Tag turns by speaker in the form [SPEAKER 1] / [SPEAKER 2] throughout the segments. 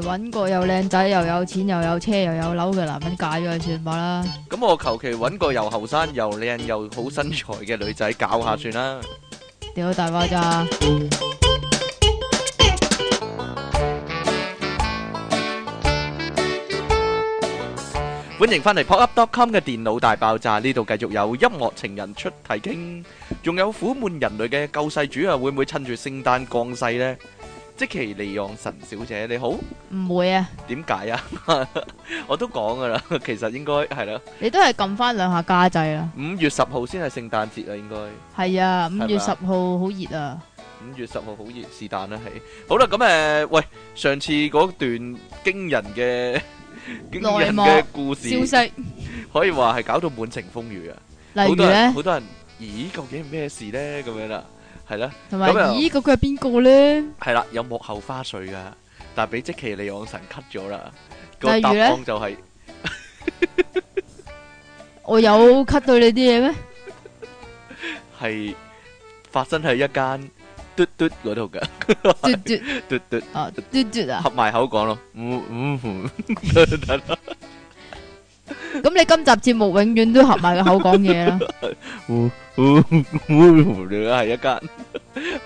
[SPEAKER 1] 揾個又靚仔又有錢又有車又有樓嘅男人嫁咗佢算吧啦。
[SPEAKER 2] 咁我求其揾個又後生又靚又好身材嘅女仔搞下算啦。
[SPEAKER 1] 屌大爆炸！
[SPEAKER 2] 欢迎翻嚟 popup.com 嘅電腦大爆炸，呢度繼續有音樂情人出題傾，仲有苦悶人類嘅救世主啊，會唔會趁住聖誕降世呢？即其利昂神小姐你好，
[SPEAKER 1] 唔會啊，
[SPEAKER 2] 點解啊？ 我都講噶啦，其實應該係啦，
[SPEAKER 1] 你都係撳翻兩下加掣啦。
[SPEAKER 2] 五月十號先係聖誕節啊，應該。
[SPEAKER 1] 係啊，
[SPEAKER 2] 嘛
[SPEAKER 1] 五月十號好熱啊，
[SPEAKER 2] 五月十號好熱，是但啦，係。好啦，咁誒、呃喂，上次嗰段驚人嘅 驚人嘅故事，
[SPEAKER 1] 消息
[SPEAKER 2] 可以話係搞到滿城風雨啊！
[SPEAKER 1] 例
[SPEAKER 2] 好
[SPEAKER 1] 如
[SPEAKER 2] 多人
[SPEAKER 1] 咧，
[SPEAKER 2] 好多人，咦，究竟係咩事咧？咁樣啦，係啦，
[SPEAKER 1] 同埋
[SPEAKER 2] 咁又
[SPEAKER 1] 咦，究竟係邊個咧？
[SPEAKER 2] 係啦，有幕後花絮噶，但係俾即其利昂神 cut 咗啦。個
[SPEAKER 1] 例如
[SPEAKER 2] 答
[SPEAKER 1] 呢
[SPEAKER 2] 案就係、
[SPEAKER 1] 我有 cut 到你啲嘢 咩？
[SPEAKER 2] 係發生喺一間嘟嘟嗰度嘅
[SPEAKER 1] 嘟嘟
[SPEAKER 2] 嘟嘟。
[SPEAKER 1] 啊，嘟嘟啊！
[SPEAKER 2] 合埋口講咯，嗯嗯 嗯，
[SPEAKER 1] 咁你今集節目永遠都合埋個口講 嘢啦。
[SPEAKER 2] 嗯嗯嗯嗯，係一 間，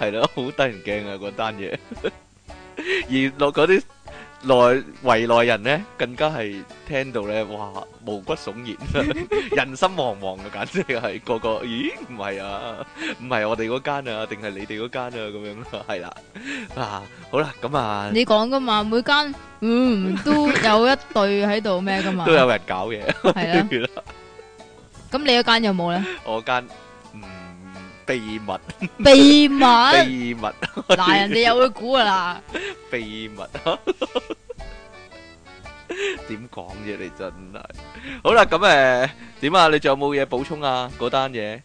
[SPEAKER 2] 係咯，好得人驚啊嗰單 嘢。而落嗰啲內圍內人咧，更加係聽到咧，哇毛骨悚 然，人心惶惶嘅，簡直 係個個，咦唔係啊，唔係我哋嗰間啊，定係你哋嗰間啊咁 樣，係啦，啊好啦，咁啊
[SPEAKER 1] 你講噶嘛，每間嗯都有一對喺度咩噶嘛，
[SPEAKER 2] 都有人搞嘢，
[SPEAKER 1] 係 啦。咁你嗰間有冇咧？
[SPEAKER 2] 我間嗯秘密
[SPEAKER 1] 秘密嗱，
[SPEAKER 2] 秘密。
[SPEAKER 1] 人哋又會估噶啦。
[SPEAKER 2] 秘密 啊！点讲啫？你真系好啦，咁诶点啊？你仲有冇嘢補充啊？嗰單 嘢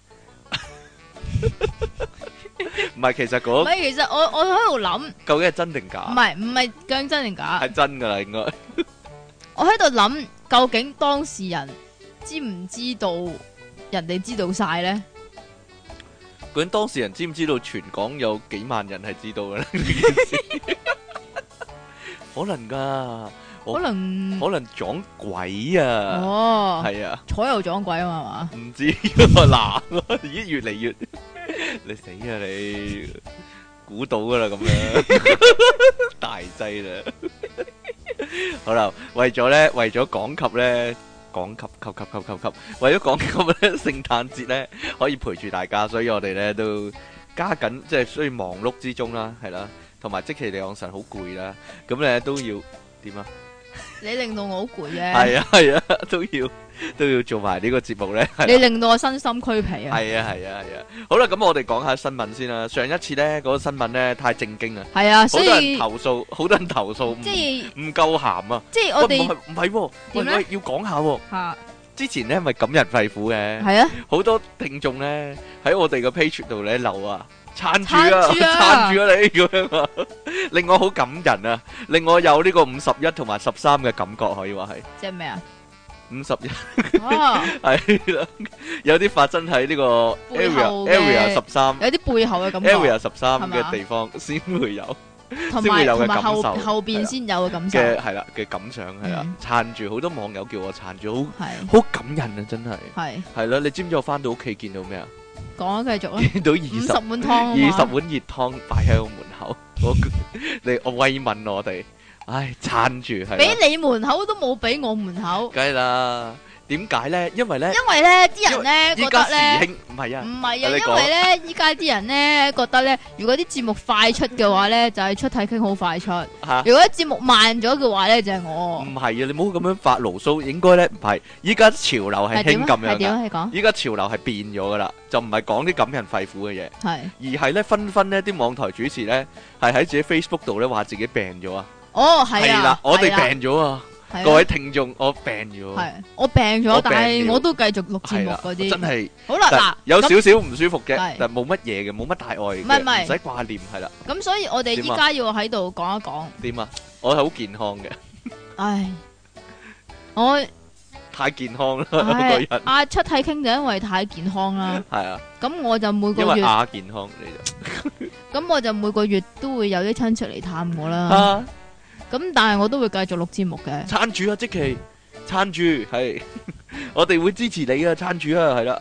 [SPEAKER 2] 唔係，其實
[SPEAKER 1] 唔
[SPEAKER 2] 嗰
[SPEAKER 1] 係，其實我我喺度諗，唔
[SPEAKER 2] 究竟係真定假？
[SPEAKER 1] 係唔係講真定假，
[SPEAKER 2] 啊係真噶啦，應該
[SPEAKER 1] 我喺度諗究竟當事人知唔知道人哋知道晒咧？
[SPEAKER 2] 究竟當事人知唔知道全港有幾萬人係知道 嘅咧？呢件事可能噶，我
[SPEAKER 1] 可能
[SPEAKER 2] 可能撞鬼啊！
[SPEAKER 1] 哦，
[SPEAKER 2] 係啊。
[SPEAKER 1] 左右撞鬼啊嘛係嘛。
[SPEAKER 2] 唔知嗱，咦越 嚟越你死啊你，估到噶啦咁樣， 大劑啦。好啦，為咗咧，為咗講及咧，講及及及及及及，為咗講及咧，聖誕節咧可以陪住大家，所以我哋咧都加緊，即係需要忙碌之中啦，係啦，同埋即其利昂神好攰啦，咁咧都要點啊？
[SPEAKER 1] 你令到我好攰啫，
[SPEAKER 2] 係啊係啊，都要都要做埋呢個節目咧。係啦
[SPEAKER 1] 你令到我身心俱疲啊。
[SPEAKER 2] 系啊系啊系啊，好啦，咁我哋講下新聞先啦。上一次呢嗰、個新聞呢太正經啊，
[SPEAKER 1] 係啊，
[SPEAKER 2] 好
[SPEAKER 1] 所
[SPEAKER 2] 多人
[SPEAKER 1] 以
[SPEAKER 2] 投訴，好多人投訴，唔
[SPEAKER 1] 即係
[SPEAKER 2] 唔夠鹹啊！
[SPEAKER 1] 即係
[SPEAKER 2] 喂
[SPEAKER 1] 我
[SPEAKER 2] 唔係
[SPEAKER 1] 哋
[SPEAKER 2] 唔係喎，喂
[SPEAKER 1] 點呢
[SPEAKER 2] 喂，要講下喎。
[SPEAKER 1] 吓
[SPEAKER 2] 之前呢咪感人肺腑嘅，
[SPEAKER 1] 係啊。
[SPEAKER 2] 好多聽眾呢喺我哋個 page 度呢留啊，撐住
[SPEAKER 1] 撐住
[SPEAKER 2] 啊，
[SPEAKER 1] 啊
[SPEAKER 2] 撐住啊你咁樣啊，令我好感人啊，令我有呢個五十一同埋十三嘅感覺，可以話係
[SPEAKER 1] 即係咩啊？
[SPEAKER 2] 五十一。
[SPEAKER 1] 啊，
[SPEAKER 2] 系啦，有啲發生喺呢個
[SPEAKER 1] 背
[SPEAKER 2] area
[SPEAKER 1] 後
[SPEAKER 2] area
[SPEAKER 1] 嘅
[SPEAKER 2] 十三
[SPEAKER 1] 有啲背後嘅感
[SPEAKER 2] area
[SPEAKER 1] 覺，
[SPEAKER 2] 十三
[SPEAKER 1] 係
[SPEAKER 2] 嘅
[SPEAKER 1] 嘛
[SPEAKER 2] 地方先會有
[SPEAKER 1] 同
[SPEAKER 2] 先會
[SPEAKER 1] 埋
[SPEAKER 2] 有嘅
[SPEAKER 1] 同埋後
[SPEAKER 2] 感受啊
[SPEAKER 1] 後邊先有嘅感受，
[SPEAKER 2] 嘅係啦嘅感想係啦
[SPEAKER 1] 嗯，
[SPEAKER 2] 撐住好多網友叫我撐住，好
[SPEAKER 1] 係
[SPEAKER 2] 好感人啊，真係
[SPEAKER 1] 係
[SPEAKER 2] 係啦！你知唔知我翻到屋企見到咩啊？
[SPEAKER 1] 講啊，繼續啊，
[SPEAKER 2] 見到二
[SPEAKER 1] 五
[SPEAKER 2] 十
[SPEAKER 1] 十碗湯啊
[SPEAKER 2] 二
[SPEAKER 1] 嘛
[SPEAKER 2] 十碗熱湯擺喺我門口，我 你我慰問我哋，唉撐住係啦，
[SPEAKER 1] 俾你門口都冇俾我門口，
[SPEAKER 2] 梗係啦，點解咧？因為咧
[SPEAKER 1] 因為咧啲人咧
[SPEAKER 2] 依
[SPEAKER 1] 覺
[SPEAKER 2] 家
[SPEAKER 1] 得咧
[SPEAKER 2] 時。興唔係
[SPEAKER 1] 唔
[SPEAKER 2] 啊，
[SPEAKER 1] 係啊，
[SPEAKER 2] 你
[SPEAKER 1] 因
[SPEAKER 2] 講
[SPEAKER 1] 為咧依家啲人咧覺得咧，如果啲節目快出嘅話咧，就係出體傾好快出；
[SPEAKER 2] 嚇。
[SPEAKER 1] 如果節目慢咗嘅話咧，就係我
[SPEAKER 2] 唔係啊，你唔好咁樣發牢騷，應該咧唔係。依家潮流係
[SPEAKER 1] 係點
[SPEAKER 2] 興
[SPEAKER 1] 啊
[SPEAKER 2] 咁
[SPEAKER 1] 係
[SPEAKER 2] 樣
[SPEAKER 1] 點
[SPEAKER 2] 噶，
[SPEAKER 1] 啊？你講
[SPEAKER 2] 依家潮流係變咗噶啦，就唔係講啲感人肺腑嘅嘢，
[SPEAKER 1] 係
[SPEAKER 2] 而係咧紛紛呢啲網台主持咧係喺自己 Facebook 度咧話自己病咗啊，
[SPEAKER 1] 哦，係
[SPEAKER 2] 係啦
[SPEAKER 1] 啊，，
[SPEAKER 2] 我哋
[SPEAKER 1] 係啦，
[SPEAKER 2] 病咗啊，
[SPEAKER 1] 係啊
[SPEAKER 2] 各位聽眾，我病咗，
[SPEAKER 1] 系我病
[SPEAKER 2] 我
[SPEAKER 1] 咗，
[SPEAKER 2] 病
[SPEAKER 1] 但系
[SPEAKER 2] 了
[SPEAKER 1] 我都繼續錄節
[SPEAKER 2] 係
[SPEAKER 1] 目
[SPEAKER 2] 啦，
[SPEAKER 1] 嗰
[SPEAKER 2] 我
[SPEAKER 1] 啲。
[SPEAKER 2] 真係
[SPEAKER 1] 好啦，
[SPEAKER 2] 但
[SPEAKER 1] 嗱，
[SPEAKER 2] 有少
[SPEAKER 1] 咁
[SPEAKER 2] 少唔舒服嘅
[SPEAKER 1] 係，
[SPEAKER 2] 但冇乜嘢嘅，冇乜大礙
[SPEAKER 1] 唔係唔
[SPEAKER 2] 嘅，
[SPEAKER 1] 係
[SPEAKER 2] 唔使掛念係啦。
[SPEAKER 1] 咁，所以我哋依
[SPEAKER 2] 點啊
[SPEAKER 1] 家要喺度講一講。
[SPEAKER 2] 點啊？我係好健康嘅，
[SPEAKER 1] 唉，我
[SPEAKER 2] 太健康啦，我個
[SPEAKER 1] 唉
[SPEAKER 2] 人係
[SPEAKER 1] 阿出體傾就因為太健康啦，
[SPEAKER 2] 啊，
[SPEAKER 1] 咁我就每
[SPEAKER 2] 因啊
[SPEAKER 1] 個
[SPEAKER 2] 為
[SPEAKER 1] 月，
[SPEAKER 2] 亞健康你就。
[SPEAKER 1] 咁我就每個月都會有啲親戚嚟探我啦。
[SPEAKER 2] 啊，
[SPEAKER 1] 咁但系我都會繼續錄節目嘅。
[SPEAKER 2] 撐住啊，即期撐住，係 我哋會支持你啊，撐住啊，係啦。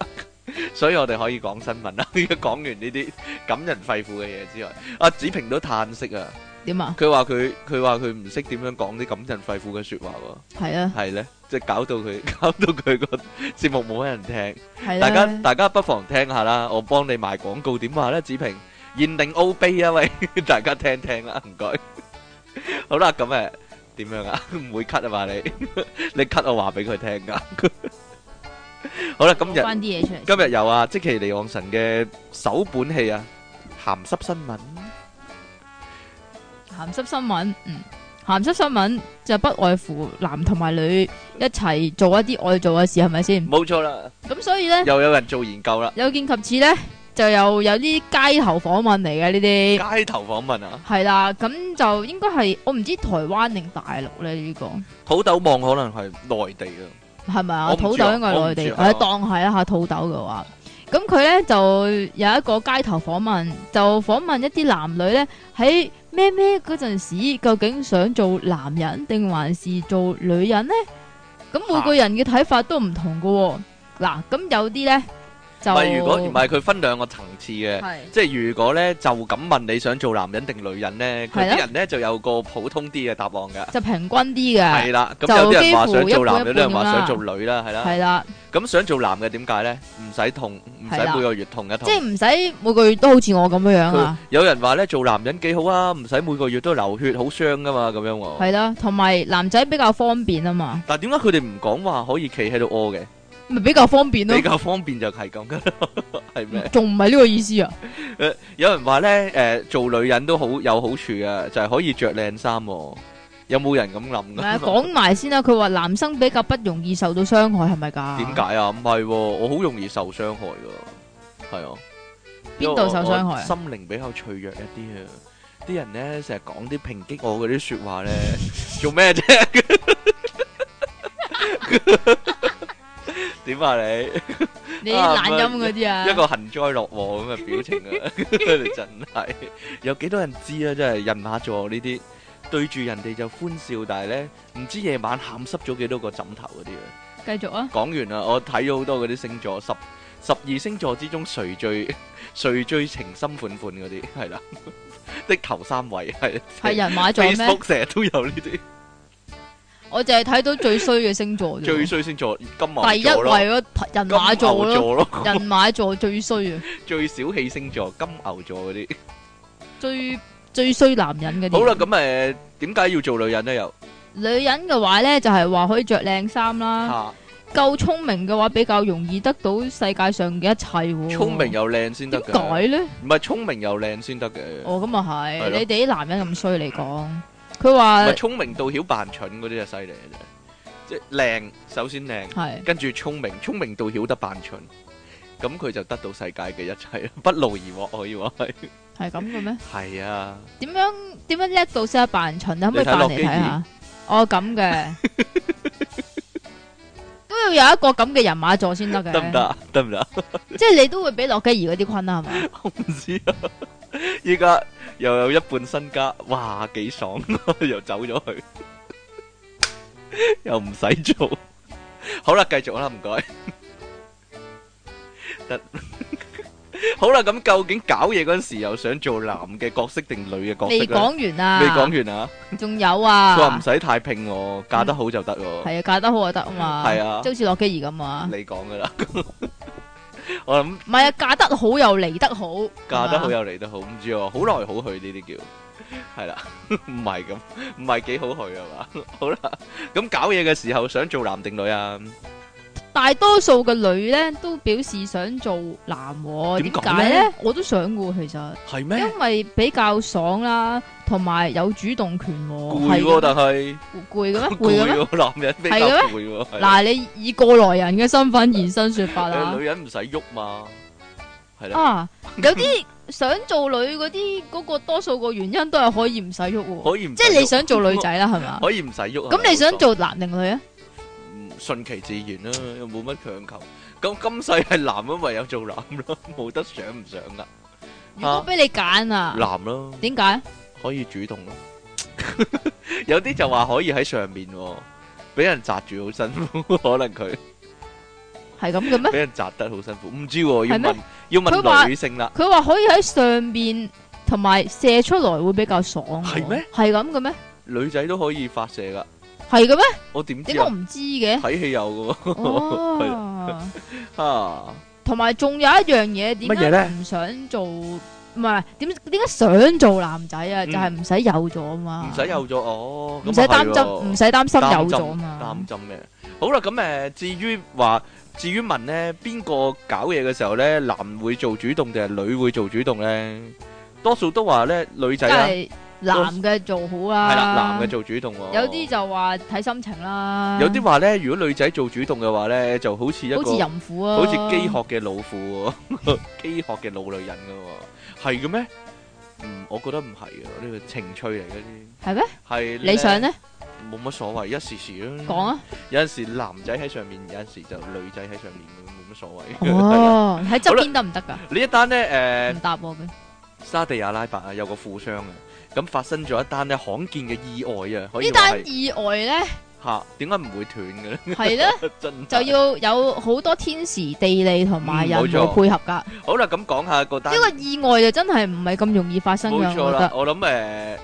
[SPEAKER 2] 所以我哋可以講新聞啦。 而家講完呢啲感人肺腑嘅嘢之外，阿子平都嘆息啊。
[SPEAKER 1] 點啊？
[SPEAKER 2] 佢話佢佢話佢唔識點樣講啲感人肺腑嘅说話喎。
[SPEAKER 1] 係啊，
[SPEAKER 2] 係咧，即係搞到佢 搞到佢個節目冇乜人聽。
[SPEAKER 1] 係
[SPEAKER 2] 大家
[SPEAKER 1] 啊。
[SPEAKER 2] 大家不妨聽下啦，我幫你賣廣告點話咧，子平現定奧秘啊喂， 大家聽聽啦，唔該。 好啦，咁誒點樣啊？ 唔會 cut 啊嘛你， 你 cut 我話俾佢聽噶。 好啦，今
[SPEAKER 1] 攞
[SPEAKER 2] 日
[SPEAKER 1] 翻啲嘢出嚟。
[SPEAKER 2] 今日有啊，即其尼昂神嘅首本戲啊，鹹濕新聞
[SPEAKER 1] 鹹濕新聞，嗯，鹹濕新聞就不外乎男同埋女一齊做一啲愛做嘅事，係咪先？
[SPEAKER 2] 冇錯啦，
[SPEAKER 1] 咁所以呢，
[SPEAKER 2] 又有人做研究啦，
[SPEAKER 1] 有見及此呢，就又有啲街頭訪問嚟嘅呢啲。
[SPEAKER 2] 街頭訪問啊，
[SPEAKER 1] 係啦，咁就應該係我唔知台灣定大陸呢，呢、個
[SPEAKER 2] 土豆網可能係內地啊，
[SPEAKER 1] 係咪
[SPEAKER 2] 我
[SPEAKER 1] 啊？
[SPEAKER 2] 唔知啊
[SPEAKER 1] 土豆應該係內
[SPEAKER 2] 我唔知啊
[SPEAKER 1] 地，誒當係啦嚇土豆嘅話，咁佢呢就有一個街頭訪問，就訪問一啲男女呢，喺咩咩嗰陣時，究竟想做男人定還是做女人呢？咁每個人嘅睇法都唔同嘅喎。嗱，咁有啲呢，就
[SPEAKER 2] 唔係如果唔係佢分兩個層次嘅。
[SPEAKER 1] 係
[SPEAKER 2] 即係如果咧就咁問你想做男人定女人咧，佢
[SPEAKER 1] 係啊
[SPEAKER 2] 啲人咧就有個普通啲嘅答案噶。
[SPEAKER 1] 就平均啲嘅，
[SPEAKER 2] 係啊啦，咁
[SPEAKER 1] 就
[SPEAKER 2] 有啲人話
[SPEAKER 1] 幾乎
[SPEAKER 2] 想做男，
[SPEAKER 1] 一半一半
[SPEAKER 2] 有啲人話
[SPEAKER 1] 咁啦
[SPEAKER 2] 想做女啦，係啦。
[SPEAKER 1] 係啦，
[SPEAKER 2] 咁想做男嘅點解咧？唔使痛，唔使
[SPEAKER 1] 係啦
[SPEAKER 2] 每個月痛一
[SPEAKER 1] 即
[SPEAKER 2] 痛。
[SPEAKER 1] 係唔使每個月都好似我咁樣樣
[SPEAKER 2] 佢
[SPEAKER 1] 啊，
[SPEAKER 2] 有人話咧做男人幾好啊，唔使每個月都流血，好傷噶嘛咁樣喎。
[SPEAKER 1] 係啦，同埋男仔比較方便啊嘛，
[SPEAKER 2] 但點解佢哋唔講話可以企喺度屙嘅？
[SPEAKER 1] 咪比較方便咯
[SPEAKER 2] 比，較方便就係咁噶啦，係咩？
[SPEAKER 1] 仲唔係呢個意思啊？
[SPEAKER 2] 有人話咧，誒、做女人都好有好處嘅，就係、可以着靚衫喎。有冇人咁 諗
[SPEAKER 1] 唔
[SPEAKER 2] 㗎？
[SPEAKER 1] 係啊講埋先啦，佢話男生比較不容易受到傷害，係咪㗎？
[SPEAKER 2] 點解啊？唔係喎，我好容易受傷害噶，係啊。
[SPEAKER 1] 邊度受傷害啊
[SPEAKER 2] 因為我我心靈比較脆弱一啲啊！啲人咧成日講啲抨擊我嗰啲説話 咧，做咩啫？ 點啊你？
[SPEAKER 1] 你懶音嗰啲啊？
[SPEAKER 2] 一個幸災樂禍咁嘅 表情啊！你真係有幾多人知啊？真係人馬座呢啲對住人哋就歡笑，但係咧唔知夜晚喊濕咗幾多個枕頭嗰啲啊！
[SPEAKER 1] 繼續啊！
[SPEAKER 2] 講完啦，我睇咗好多嗰啲星座，十十二星座之中誰最 誰最情深款款嗰啲係啦， 的頭三位係
[SPEAKER 1] 係人馬座咩？
[SPEAKER 2] Facebook 成日都有呢啲
[SPEAKER 1] 我淨係睇到最衰嘅星座啫。
[SPEAKER 2] 最衰星座金牛
[SPEAKER 1] 第一
[SPEAKER 2] 座咯，
[SPEAKER 1] 位咯，人
[SPEAKER 2] 金
[SPEAKER 1] 馬座
[SPEAKER 2] 牛
[SPEAKER 1] 咯，
[SPEAKER 2] 座咯，
[SPEAKER 1] 人馬座最衰啊，
[SPEAKER 2] 最小氣星座金牛座嗰啲。
[SPEAKER 1] 最最衰男人嗰啲。
[SPEAKER 2] 好啦，，咁誒點解要做女人咧？又
[SPEAKER 1] 女人嘅話咧，就係話可以着靚衫啦，
[SPEAKER 2] 嚇
[SPEAKER 1] 夠聰明嘅話比較容易得到世界上嘅一切喎。
[SPEAKER 2] 聰明又靚先得
[SPEAKER 1] 點
[SPEAKER 2] 嘅，
[SPEAKER 1] 解咧？
[SPEAKER 2] 唔係聰明又靚先得嘅，
[SPEAKER 1] 哦，咁啊係，
[SPEAKER 2] 係咯
[SPEAKER 1] 你哋啲男人咁衰嚟講，佢
[SPEAKER 2] 唔
[SPEAKER 1] 話
[SPEAKER 2] 係聰明到曉扮蠢嗰啲就犀利嘅啫，即係靚首先靚。
[SPEAKER 1] 係
[SPEAKER 2] 跟住聰明，聰明到曉得扮蠢，咁佢就得到世界嘅一切 啦，不勞而獲可以話係。
[SPEAKER 1] 係咁嘅咩？
[SPEAKER 2] 係啊，
[SPEAKER 1] 點樣點樣叻到識得扮蠢？啊你可唔可以扮嚟
[SPEAKER 2] 你睇洛基
[SPEAKER 1] 睇下？哦，咁嘅 都要有一個咁嘅人馬座先得嘅，
[SPEAKER 2] 得唔得？啊？ 得唔得啊？
[SPEAKER 1] 即係你都會俾洛基兒嗰啲坤啊啦，係 咪？
[SPEAKER 2] 我唔知啊。依家又有一半身家，哇，幾爽！ 又走咗去， 又唔使做。 好啦，繼續啦，唔該。 得。 好啦，咁究竟搞嘢嗰陣時，又想做男嘅角色定女嘅角色
[SPEAKER 1] 未
[SPEAKER 2] 咧？
[SPEAKER 1] 講完啊，
[SPEAKER 2] 未講完啊！
[SPEAKER 1] 仲有
[SPEAKER 2] 佢話唔
[SPEAKER 1] 啊，
[SPEAKER 2] 使太拼喎，嫁得好就得喎。
[SPEAKER 1] 係啊，嫁得好就得啊嘛，
[SPEAKER 2] 係啊
[SPEAKER 1] 即好似洛基兒咁啊，
[SPEAKER 2] 你講噶啦， 我諗
[SPEAKER 1] 唔係啊，嫁得好又嚟得好，
[SPEAKER 2] 嫁得好
[SPEAKER 1] 係嘛
[SPEAKER 2] 又嚟得好，唔知喎，好來好去呢啲叫係啦， 唔係咁，唔係幾好去啊嘛。 好啦，咁搞嘢嘅時候想做男定女啊？
[SPEAKER 1] 大多數嘅女咧都表示想做男喎，
[SPEAKER 2] 點
[SPEAKER 1] 點
[SPEAKER 2] 解
[SPEAKER 1] 解
[SPEAKER 2] 咧
[SPEAKER 1] 咧？我都想嘅喎，其實。
[SPEAKER 2] 係咩？
[SPEAKER 1] 因為比較爽啦，同埋有主動權喎。
[SPEAKER 2] 攰
[SPEAKER 1] 係
[SPEAKER 2] 喎，
[SPEAKER 1] 嘅
[SPEAKER 2] 但係
[SPEAKER 1] 咩 攰嘅咩？攰嘅
[SPEAKER 2] 攰
[SPEAKER 1] 咩？
[SPEAKER 2] 喎，男人比較
[SPEAKER 1] 係嘅
[SPEAKER 2] 攰喎。係
[SPEAKER 1] 嗱，你以過來人嘅身份現身說法
[SPEAKER 2] 誒
[SPEAKER 1] 啦
[SPEAKER 2] 哎女。人唔使喐嘛，係啦，
[SPEAKER 1] 啊，有啲想做女嗰啲，嗰個多數個原因都係可以唔使喐喎。
[SPEAKER 2] 可以唔
[SPEAKER 1] 即
[SPEAKER 2] 使
[SPEAKER 1] 係你
[SPEAKER 2] 喐
[SPEAKER 1] 想做女仔啦，係嘛？
[SPEAKER 2] 可以唔使喐啊。
[SPEAKER 1] 咁你
[SPEAKER 2] 冇
[SPEAKER 1] 想
[SPEAKER 2] 錯
[SPEAKER 1] 做男定女啊？
[SPEAKER 2] 嗯順其自然啦，又冇乜強求。咁今世係男咁，唯有做男咯，冇得想唔想噶。
[SPEAKER 1] 如果俾你揀啊，
[SPEAKER 2] 男咯，
[SPEAKER 1] 點解？
[SPEAKER 2] 可以主動咯。 有啲就話可以喺上面喎，俾人擲住好辛苦， 可能佢
[SPEAKER 1] 系咁嘅咩？
[SPEAKER 2] 俾人擲得好辛苦，唔知喎，要
[SPEAKER 1] 係咩
[SPEAKER 2] 問要
[SPEAKER 1] 佢話
[SPEAKER 2] 問女性啦，
[SPEAKER 1] 佢話可以喺上面同埋射出來會比較爽喎。
[SPEAKER 2] 係咩
[SPEAKER 1] 係咁嘅咩？
[SPEAKER 2] 女仔都可以發射噶，
[SPEAKER 1] 係嘅咩？
[SPEAKER 2] 我點
[SPEAKER 1] 點
[SPEAKER 2] 知
[SPEAKER 1] 解我
[SPEAKER 2] 啊？
[SPEAKER 1] 唔知 嘅？
[SPEAKER 2] 睇戲有噶喎，
[SPEAKER 1] 哦，
[SPEAKER 2] 啊，
[SPEAKER 1] 同埋仲有一樣嘢，
[SPEAKER 2] 乜
[SPEAKER 1] 點
[SPEAKER 2] 嘢呢
[SPEAKER 1] 解唔想做？唔係點點解想做男仔啊？
[SPEAKER 2] 嗯
[SPEAKER 1] 就係唔使有咗啊嘛，
[SPEAKER 2] 唔使有咗哦，
[SPEAKER 1] 唔使擔
[SPEAKER 2] 擔
[SPEAKER 1] 心，唔使擔心有咗啊嘛
[SPEAKER 2] 擔。心嘅。好啦，咁誒、呃至於話，至於問咧，邊個搞嘢嘅時候咧，男會做主動定係女會做主動咧？多數都話咧，女仔
[SPEAKER 1] 梗
[SPEAKER 2] 啦，
[SPEAKER 1] 係男嘅做好啦，
[SPEAKER 2] 係啦，男嘅做主動喎。
[SPEAKER 1] 有啲就話睇心情啦，
[SPEAKER 2] 有啲話咧，如果女仔做主動嘅話咧，就好似一
[SPEAKER 1] 好似
[SPEAKER 2] 個
[SPEAKER 1] 淫婦啊，
[SPEAKER 2] 好似飢渴嘅老婦喎， 飢渴嘅老女人嘅喎，係嘅咩？嗯，我覺得唔係啊，呢個情趣嚟嘅呢
[SPEAKER 1] 係咩？
[SPEAKER 2] 啲，係
[SPEAKER 1] 你想咧
[SPEAKER 2] 冇乜所謂，一時時啦。
[SPEAKER 1] 講啊？
[SPEAKER 2] 有陣時男仔喺上面，有陣時就女仔喺上面，冇乜所謂。
[SPEAKER 1] 哦，喺側邊得唔得㗎？
[SPEAKER 2] 呢一單呢，誒、
[SPEAKER 1] 唔答我嘅，
[SPEAKER 2] 沙地阿拉伯啊，有個富商啊，咁發生咗一單呢罕見嘅意外啊，可以
[SPEAKER 1] 呢
[SPEAKER 2] 話
[SPEAKER 1] 單
[SPEAKER 2] 係
[SPEAKER 1] 意外咧
[SPEAKER 2] 嚇點解唔會斷嘅咧？
[SPEAKER 1] 係咧
[SPEAKER 2] 真
[SPEAKER 1] 就
[SPEAKER 2] 係
[SPEAKER 1] 要有好多天時地利同埋人
[SPEAKER 2] 嗯冇
[SPEAKER 1] 和
[SPEAKER 2] 錯
[SPEAKER 1] 配合㗎。
[SPEAKER 2] 好啦，咁講下個單
[SPEAKER 1] 呢個意外就真係唔係咁容易發生
[SPEAKER 2] 冇
[SPEAKER 1] 㗎，
[SPEAKER 2] 錯
[SPEAKER 1] 我覺
[SPEAKER 2] 啦
[SPEAKER 1] 得。，
[SPEAKER 2] 我諗誒、呃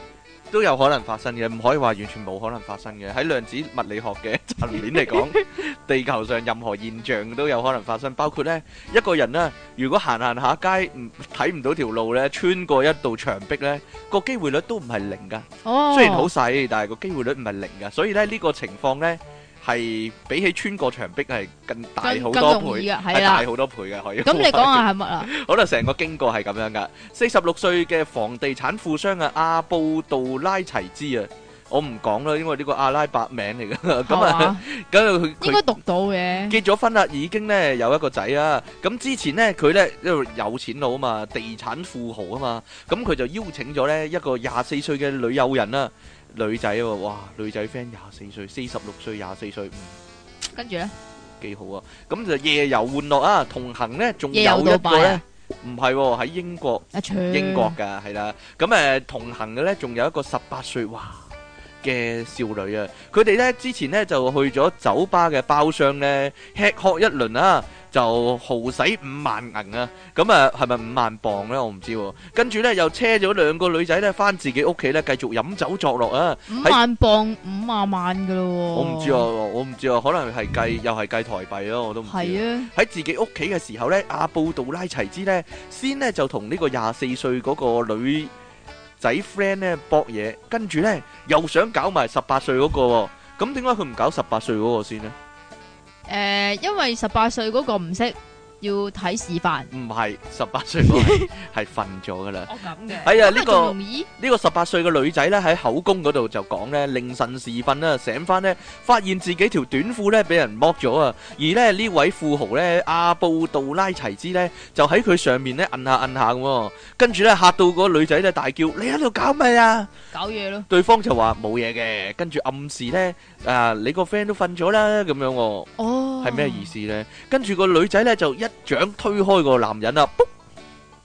[SPEAKER 2] 都有可能發生嘅，唔可以話完全冇可能發生嘅。喺量子物理學嘅 層面 嚟講，地球上任何現象都有可能發生，包括呢一個人呢，如果行行下街唔睇唔到條路呢，穿過一道牆壁呢，個機會率都唔係零㗎。
[SPEAKER 1] 哦，
[SPEAKER 2] 雖然好細，但係個機會率唔係零㗎。所以呢，呢個情況呢，係比起穿過牆壁係更大
[SPEAKER 1] 更
[SPEAKER 2] 好
[SPEAKER 1] 更
[SPEAKER 2] 多
[SPEAKER 1] 容易
[SPEAKER 2] 倍，
[SPEAKER 1] 嘅，
[SPEAKER 2] 係
[SPEAKER 1] 係啦
[SPEAKER 2] 大。好多倍嘅可以。
[SPEAKER 1] 咁你講下係乜啊？
[SPEAKER 2] 好啦，成個經過係咁樣噶。四十六歲嘅房地產富商啊，阿布杜拉齊茲啊，我唔講啦，因為呢個阿拉伯名嚟噶。 咁
[SPEAKER 1] 係
[SPEAKER 2] 啊，
[SPEAKER 1] 嘛
[SPEAKER 2] 咁啊佢
[SPEAKER 1] 應
[SPEAKER 2] 佢
[SPEAKER 1] 該讀到嘅。
[SPEAKER 2] 結咗婚啦，已經呢有一個仔啊。咁之前呢，佢呢因為有錢佬啊嘛，地產富豪啊嘛，咁佢就邀請咗呢一個廿四歲嘅女友人啦，女仔喎，哇，女仔 friend 廿四歲，四十六歲廿四歲，嗯
[SPEAKER 1] 跟住咧，
[SPEAKER 2] 幾好啊！咁就夜遊玩樂啊，同行呢，仲
[SPEAKER 1] 夜
[SPEAKER 2] 有
[SPEAKER 1] 遊
[SPEAKER 2] 一
[SPEAKER 1] 杜
[SPEAKER 2] 個
[SPEAKER 1] 拜
[SPEAKER 2] 呢
[SPEAKER 1] 啊，，
[SPEAKER 2] 唔係喎，喺英國。
[SPEAKER 1] 阿卓
[SPEAKER 2] 英國㗎，係啦。咁誒、呃同行嘅呢，仲有一個十八歲哇嘅少女啊。佢哋呢，之前呢，就去咗酒吧嘅包廂呢，吃喝一輪啊，就豪使五萬銀啊。咁啊，係咪五萬磅呢？我唔知喎、跟住呢，又車咗兩個女仔呢，翻自己屋企呢，繼續飲酒作樂啊。
[SPEAKER 1] 五萬磅五萬萬噶咯喎。
[SPEAKER 2] 我唔知啊，我唔知啊，可能係計又係計台幣咯，我都唔知啊。
[SPEAKER 1] 係啊，
[SPEAKER 2] 喺自己屋企嘅時候呢，阿布杜拉齊茲呢，先呢就同呢個廿四歲嗰個女仔 friend 呢搏嘢，跟住呢又想搞埋十八歲嗰個喎，咁點解佢唔搞十八歲嗰個先呢？
[SPEAKER 1] 誒，因為十八歲嗰個唔識，要睇示範。
[SPEAKER 2] 唔係十八歲嗰個係係瞓咗噶啦。
[SPEAKER 1] 我咁嘅
[SPEAKER 2] 哎呀，
[SPEAKER 1] 咁咪仲
[SPEAKER 2] 呢個
[SPEAKER 1] 容易
[SPEAKER 2] 呢個十八歲嘅女仔呢，喺口供嗰度就講呢，凌晨時分啦，醒翻呢，發現自己條短褲呢俾人剝咗啊！而呢呢位富豪呢，阿布杜拉齊茲呢，就喺佢上面呢摁下摁下咁喎，跟住呢，嚇到個女仔呢大叫：你喺度搞咩啊？
[SPEAKER 1] 搞嘢咯，
[SPEAKER 2] 對方就話冇嘢嘅，跟住暗示呢，啊你個 friend 都瞓咗啦咁樣喎。
[SPEAKER 1] 哦，
[SPEAKER 2] 係咩意？思呢？跟住個女仔呢，就一掌推開個男人啦，卜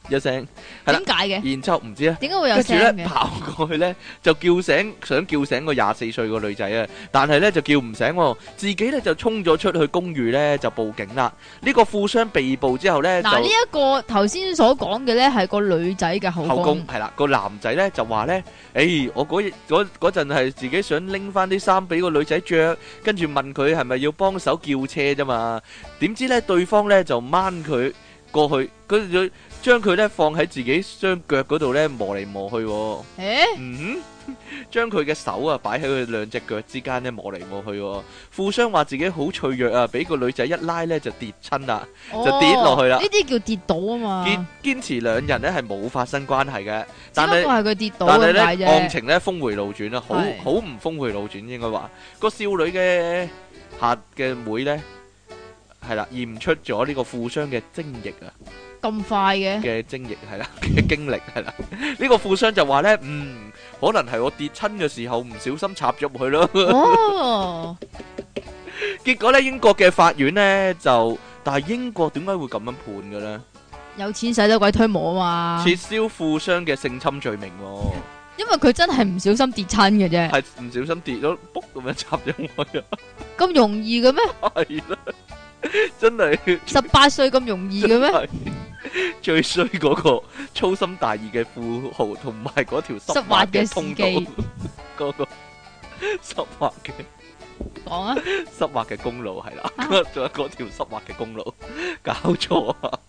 [SPEAKER 2] 一聲，係啦
[SPEAKER 1] 點解嘅？
[SPEAKER 2] 然之後唔知呢。
[SPEAKER 1] 點解會有
[SPEAKER 2] 跟住
[SPEAKER 1] 聲
[SPEAKER 2] 咧
[SPEAKER 1] 嘅？
[SPEAKER 2] 跑過去咧，就叫醒想叫醒個廿四歲個女仔啊，但係咧就叫唔醒、喎，自己咧就衝咗出去公寓咧就報警啦。呢、個富商被捕之後咧就
[SPEAKER 1] 嗱，呢一個頭先所講嘅咧係個女仔嘅口
[SPEAKER 2] 後宮
[SPEAKER 1] 供，
[SPEAKER 2] 係啦，個男仔咧就話咧：，誒、我嗰日嗰嗰陣係自己想拎翻啲衫俾個女仔着，跟住問佢係咪要幫手叫車啫嘛。點知咧對方咧就掹佢過去，跟住將佢咧放喺自己雙腳嗰度咧磨嚟磨去、喎。
[SPEAKER 1] 誒，
[SPEAKER 2] 嗯哼，將佢嘅手啊擺喺佢兩隻腳之間咧磨嚟磨去、喎。富商話自己好脆弱啊，俾個女仔一拉咧就跌親啦。就跌落去啦
[SPEAKER 1] 哦呢啲叫跌倒啊嘛，
[SPEAKER 2] 堅堅持兩人咧係冇發生關係嘅，
[SPEAKER 1] 只
[SPEAKER 2] 但
[SPEAKER 1] 不過
[SPEAKER 2] 係
[SPEAKER 1] 係佢跌倒
[SPEAKER 2] 但係
[SPEAKER 1] 咁解
[SPEAKER 2] 咧
[SPEAKER 1] 啫。
[SPEAKER 2] 案情咧峰回路轉啦，好
[SPEAKER 1] 係
[SPEAKER 2] 好唔峰回路轉應該話個少女嘅下嘅妹咧係啦驗出咗呢個富商嘅精液啊。
[SPEAKER 1] 咁快 嘅，
[SPEAKER 2] 嘅精液係啦，嘅經歷係啦。呢個富商就話咧，嗯，可能係我跌親嘅時候唔小心插咗入去咯。
[SPEAKER 1] 哦，
[SPEAKER 2] 結果咧，英國嘅法院咧就，但係英國點解會咁樣判嘅咧？
[SPEAKER 1] 有錢使得鬼推磨啊嘛
[SPEAKER 2] 撤，銷富商嘅性侵罪名喎。
[SPEAKER 1] 因為佢真係唔小心跌親嘅啫，
[SPEAKER 2] 係唔小心跌咗，卜咁樣插咗我入
[SPEAKER 1] 咁容易嘅咩？
[SPEAKER 2] 係啦，真係
[SPEAKER 1] 十八歲咁容易嘅 咩？
[SPEAKER 2] 最衰嗰個粗心大意嘅富豪，同埋嗰條濕
[SPEAKER 1] 濕滑嘅
[SPEAKER 2] 嘅通
[SPEAKER 1] 司機
[SPEAKER 2] 道， 嗰個濕滑嘅。
[SPEAKER 1] 講啊，
[SPEAKER 2] 湿滑嘅公路係啦
[SPEAKER 1] 啊，
[SPEAKER 2] 仲有嗰條濕滑嘅 公路，搞 錯啊！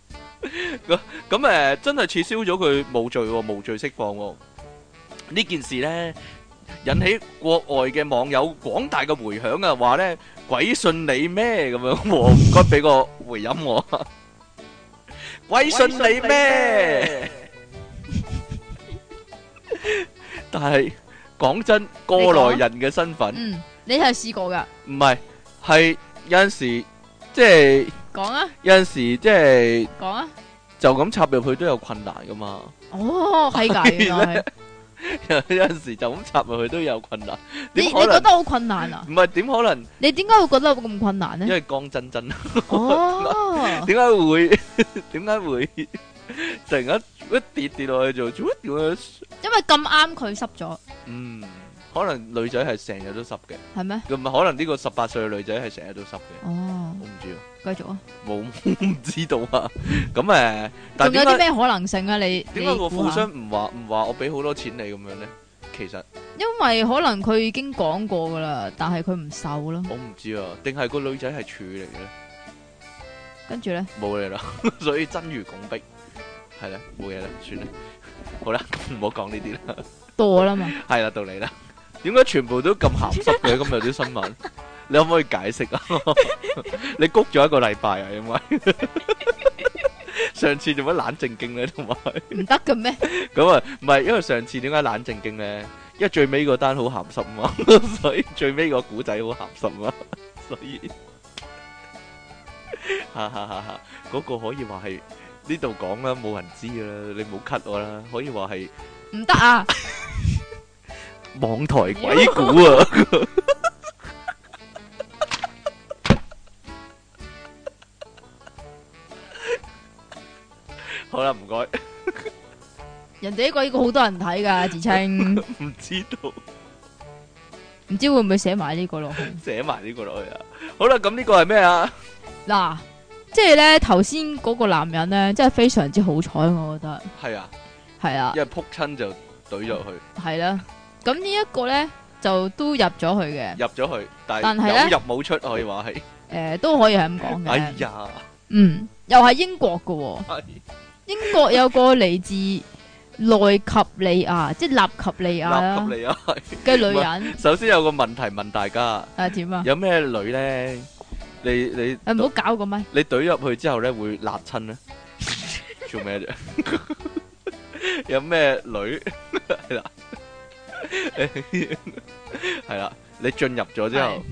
[SPEAKER 2] 咁咁诶，真係撤銷咗佢無罪喎，無罪釋放喎。呢件事呢，引起國外嘅網友廣大嘅回響啊，話呢鬼信你咩咁樣喎？ 唔該俾個回音我。 鬼信你咩？ 但係講真，過來人嘅身份。
[SPEAKER 1] 嗯，你係試過噶，
[SPEAKER 2] 唔係，係有阵时即係
[SPEAKER 1] 講啊，
[SPEAKER 2] 有阵时即係
[SPEAKER 1] 講啊，
[SPEAKER 2] 就咁插入去都有困難噶嘛，
[SPEAKER 1] 哦， 係
[SPEAKER 2] 啊
[SPEAKER 1] 㗎，原來係
[SPEAKER 2] 有阵时就咁插入去都有困難，
[SPEAKER 1] 你
[SPEAKER 2] 點
[SPEAKER 1] 你
[SPEAKER 2] 可
[SPEAKER 1] 覺
[SPEAKER 2] 能
[SPEAKER 1] 得好困難啊？
[SPEAKER 2] 唔係點可能？
[SPEAKER 1] 你點解會覺得咁困難
[SPEAKER 2] 因
[SPEAKER 1] 呢？
[SPEAKER 2] 為江真真，
[SPEAKER 1] 哦，
[SPEAKER 2] 點解會 點解會突然間一跌跌落去就做乜咁樣？
[SPEAKER 1] 因為咁啱佢濕咗，
[SPEAKER 2] 嗯，可能女仔係成日都濕嘅，
[SPEAKER 1] 係咩？
[SPEAKER 2] 咁可能呢個十八歲嘅女仔係成日都濕嘅，
[SPEAKER 1] 哦，
[SPEAKER 2] 我唔知啊，
[SPEAKER 1] 繼續啊，
[SPEAKER 2] 冇唔知道啊。咁誒，但
[SPEAKER 1] 仲有
[SPEAKER 2] 係點
[SPEAKER 1] 啲
[SPEAKER 2] 解？
[SPEAKER 1] 咩可能性啊？你
[SPEAKER 2] 點解
[SPEAKER 1] 你
[SPEAKER 2] 個
[SPEAKER 1] 估
[SPEAKER 2] 富
[SPEAKER 1] 下
[SPEAKER 2] 商唔話唔話我俾好多錢你咁樣呢？其實
[SPEAKER 1] 因為可能佢已經講過噶啦，但係佢唔受咯。
[SPEAKER 2] 我唔知啊，定係個女仔係處嚟嘅呢？
[SPEAKER 1] 跟住咧，
[SPEAKER 2] 冇嘢啦， 所以真如拱璧係啦，冇嘢啦，算啦，好啦， 唔好講呢啲啦，
[SPEAKER 1] 多啦嘛，
[SPEAKER 2] 係啦，到你啦。點解全部都咁鹹濕嘅？今日啲新聞，你可唔可以解釋啊？ 你谷咗一個禮拜啊，因為 上次做乜懶正經呢？同埋
[SPEAKER 1] 唔得嘅咩？
[SPEAKER 2] 咁啊，唔係，因為上次點解懶正經咧？因為最尾嗰單好鹹濕啊嘛， 所以最尾個古仔好鹹濕啊， 所以， 哈哈哈哈！嗰個可以話係呢度講啦，冇人知㗎啦，你冇 cut 我啦，可以話係
[SPEAKER 1] 唔得啊！
[SPEAKER 2] 網台鬼故啊！好啦，唔該。
[SPEAKER 1] 人哋呢個呢個好多人睇噶，自稱
[SPEAKER 2] 唔知道
[SPEAKER 1] 唔知會唔會寫埋呢個落去？
[SPEAKER 2] 寫埋呢個落去啊！好啦，咁呢個係咩啊？
[SPEAKER 1] 嗱，即係咧頭先嗰個男人咧，真係非常之好彩，我覺得
[SPEAKER 2] 係啊，
[SPEAKER 1] 係啊
[SPEAKER 2] 因，為撲親就懟咗佢，
[SPEAKER 1] 係啦。咁呢一個咧就都入咗去嘅，
[SPEAKER 2] 入咗去，但
[SPEAKER 1] 但係
[SPEAKER 2] 係
[SPEAKER 1] 呢
[SPEAKER 2] 有入冇出可以話係。
[SPEAKER 1] 诶、都可以係咁講
[SPEAKER 2] 哎
[SPEAKER 1] 嘅。
[SPEAKER 2] 呀，
[SPEAKER 1] 嗯，又係英國嘅喎。
[SPEAKER 2] 係
[SPEAKER 1] 英國有個嚟自內及利亞，即系納及利亞
[SPEAKER 2] 納
[SPEAKER 1] 啦
[SPEAKER 2] 及利啊！係
[SPEAKER 1] 嘅女人，
[SPEAKER 2] 首先有個問題問大家，
[SPEAKER 1] 诶點啊？
[SPEAKER 2] 有咩女咧？你你
[SPEAKER 1] 诶唔好搞啊個咪，
[SPEAKER 2] 你懟入去之後咧會辣親咧？做咩啫？ 有咩女係啦？ 係啦，你進入咗之後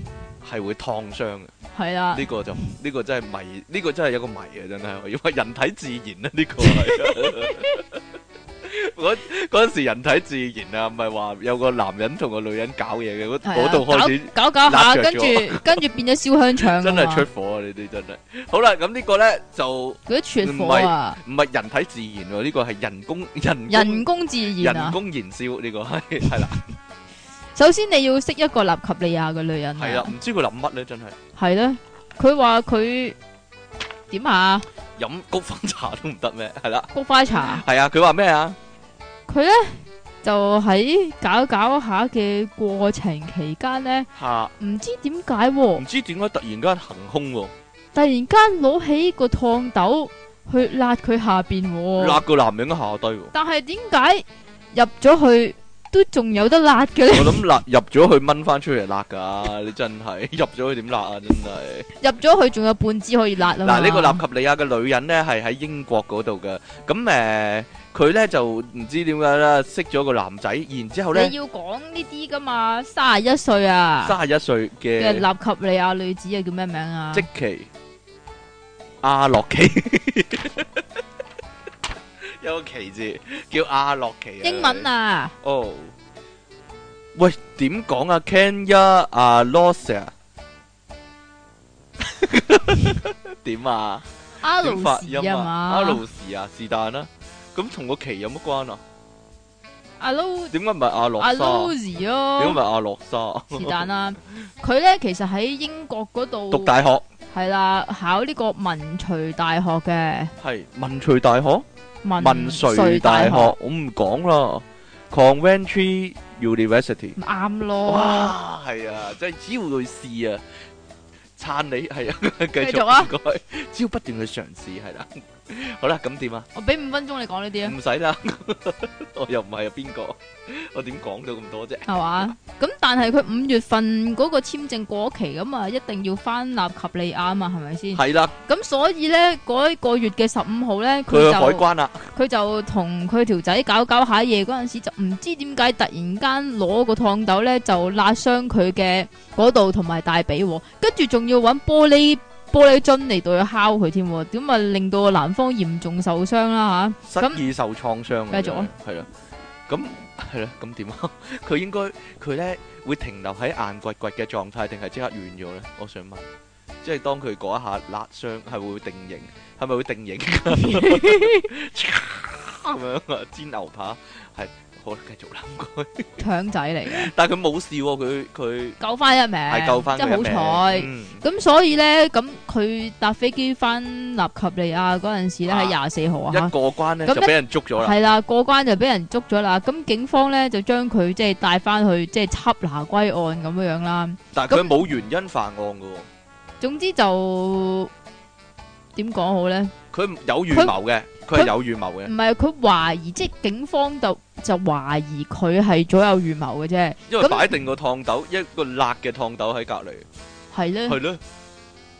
[SPEAKER 2] 係會燙傷嘅。
[SPEAKER 1] 係啦
[SPEAKER 2] 呢，個就呢個真係迷，呢個真係有個迷啊！真係，因為人體自然啊，呢個係。 嗰嗰陣時人體自然啊，唔係話有個男人同個女人搞嘢嘅，嗰
[SPEAKER 1] 係啊
[SPEAKER 2] 嗰度開始
[SPEAKER 1] 搞搞下，
[SPEAKER 2] 辣着
[SPEAKER 1] 跟住
[SPEAKER 2] 咗
[SPEAKER 1] 跟住變咗燒香腸
[SPEAKER 2] 真
[SPEAKER 1] 㗎
[SPEAKER 2] 係
[SPEAKER 1] 嘛
[SPEAKER 2] 出火啊！呢啲真係。好啦，咁呢個咧就唔
[SPEAKER 1] 嗰啲
[SPEAKER 2] 唔
[SPEAKER 1] 絕火
[SPEAKER 2] 係
[SPEAKER 1] 啊，
[SPEAKER 2] 係人體自然喎，呢個係人工人
[SPEAKER 1] 人
[SPEAKER 2] 工
[SPEAKER 1] 工自然
[SPEAKER 2] 人
[SPEAKER 1] 啊。
[SPEAKER 2] 工燃燒呢個係係啦
[SPEAKER 1] 首先你要識一個納及利亞嘅女人
[SPEAKER 2] 係啦，
[SPEAKER 1] 啊，
[SPEAKER 2] 唔知佢諗乜咧，真係
[SPEAKER 1] 係咧，佢話佢點啊？
[SPEAKER 2] 飲菊花茶都唔得咩？係啦，
[SPEAKER 1] 菊花茶，
[SPEAKER 2] 係啊，佢話咩啊？
[SPEAKER 1] 佢咧就喺搞搞下嘅過程期間咧，
[SPEAKER 2] 嚇！
[SPEAKER 1] 唔知點解喎。
[SPEAKER 2] 唔知點解突然間行空喎。
[SPEAKER 1] 突然間攞起個燙斗去辣佢下边、喎，
[SPEAKER 2] 辣個男人下低喎，
[SPEAKER 1] 但係點解入咗去都仲有得辣嘅咧？
[SPEAKER 2] 我諗辣入咗去掹翻出嚟辣㗎， 你真係 入咗去點辣啊，真係。
[SPEAKER 1] 入咗去仲有半支可以辣啊嘛！
[SPEAKER 2] 嗱，呢個納及利亞嘅女人呢，係喺英國嗰度嘅，咁誒佢呢就唔知點解啦，識咗個男仔，然之後呢，
[SPEAKER 1] 你要講呢啲噶嘛？三十一歲啊
[SPEAKER 2] 三十一歲
[SPEAKER 1] 嘅
[SPEAKER 2] 嘅
[SPEAKER 1] 納及利亞女子啊，叫咩名啊？
[SPEAKER 2] 即奇阿洛 奇，有個奇字叫阿洛奇，
[SPEAKER 1] 英文。啊，
[SPEAKER 2] 哦，喂，點講啊？Kenya 啊，Losia，點啊？
[SPEAKER 1] 阿
[SPEAKER 2] 點發
[SPEAKER 1] 勞士
[SPEAKER 2] 音
[SPEAKER 1] 啊
[SPEAKER 2] 啊？阿
[SPEAKER 1] 嘛，
[SPEAKER 2] à. 勞士啊，是但啦。咁同個旗有乜關啊？
[SPEAKER 1] 阿 Lo
[SPEAKER 2] 點解唔係阿洛
[SPEAKER 1] 阿
[SPEAKER 2] 莎？
[SPEAKER 1] Lozy
[SPEAKER 2] 點解
[SPEAKER 1] 咯，
[SPEAKER 2] 唔係阿洛莎？
[SPEAKER 1] 是但啦。佢咧其實喺英國嗰
[SPEAKER 2] 讀
[SPEAKER 1] 度
[SPEAKER 2] 大學
[SPEAKER 1] 係啦，考呢個文垂大學嘅
[SPEAKER 2] 係文翠大學、文
[SPEAKER 1] 垂
[SPEAKER 2] 萃
[SPEAKER 1] 大
[SPEAKER 2] 大
[SPEAKER 1] 學
[SPEAKER 2] 學，我唔講啦。Conventry University。à.
[SPEAKER 1] 咪啱咯。
[SPEAKER 2] 哇，係啊，即係只要去試啊，撐你 係啊，繼
[SPEAKER 1] 繼續啊
[SPEAKER 2] 續唔該，只要不斷去嘗試係啦。好啦，咁點啊？
[SPEAKER 1] 我俾五分鐘你講呢啲啊，
[SPEAKER 2] 唔使 啦，我又唔係啊邊個，我點講到咁多啫？
[SPEAKER 1] 係嘛？咁但係佢五月份嗰個簽證過期咁啊，一定要翻納及利亞啊嘛，係咪先？
[SPEAKER 2] 係啦，
[SPEAKER 1] 咁所以咧嗰一個月嘅十五號咧，
[SPEAKER 2] 佢
[SPEAKER 1] 佢
[SPEAKER 2] 去
[SPEAKER 1] 就
[SPEAKER 2] 海關啦，
[SPEAKER 1] 佢就同佢條仔搞搞下嘢嗰陣時，就唔知點解突然間攞個燙斗咧就辣傷佢嘅嗰度同埋大髀喎，跟住仲要揾玻璃玻璃樽嚟到去敲佢添喎，點啊令到個男方嚴重受傷啦
[SPEAKER 2] 失
[SPEAKER 1] 咁
[SPEAKER 2] 意受創傷啊，
[SPEAKER 1] 繼續啊
[SPEAKER 2] 係啦，咁係啦，咁點 啊？佢應該佢咧會停留喺硬掘掘嘅狀態，定係即刻軟咗咧？我想問，即係當佢嗰一下辣傷係會定型，係咪會定 型？咁樣啊，煎牛扒係好啦，繼續啦，唔該。
[SPEAKER 1] 吓，腸仔嚟嘅，
[SPEAKER 2] 但係佢冇事喎，佢佢
[SPEAKER 1] 救翻一命，
[SPEAKER 2] 係救翻
[SPEAKER 1] 真
[SPEAKER 2] 佢一
[SPEAKER 1] 係好彩。
[SPEAKER 2] 命。嗯
[SPEAKER 1] 咁所以咧，咁佢搭飛機翻納及利亞嗰陣時咧，喺廿四號啊，
[SPEAKER 2] 一過關咧
[SPEAKER 1] 咁
[SPEAKER 2] 就俾人捉咗啦，
[SPEAKER 1] 系啦，過關就俾人捉咗啦。咁警方咧就將佢即係帶翻去即係緝拿歸案咁樣样啦。
[SPEAKER 2] 但係佢冇原因犯案嘅喎，
[SPEAKER 1] 總之就點講好咧？
[SPEAKER 2] 佢有預謀嘅，佢係有預謀
[SPEAKER 1] 唔
[SPEAKER 2] 嘅，
[SPEAKER 1] 係佢懷疑，即係警方就就懷疑佢係左右預謀嘅啫。
[SPEAKER 2] 因為
[SPEAKER 1] 咁
[SPEAKER 2] 擺定個燙斗，一個辣嘅燙斗喺隔離，
[SPEAKER 1] 係咧，
[SPEAKER 2] 係咯，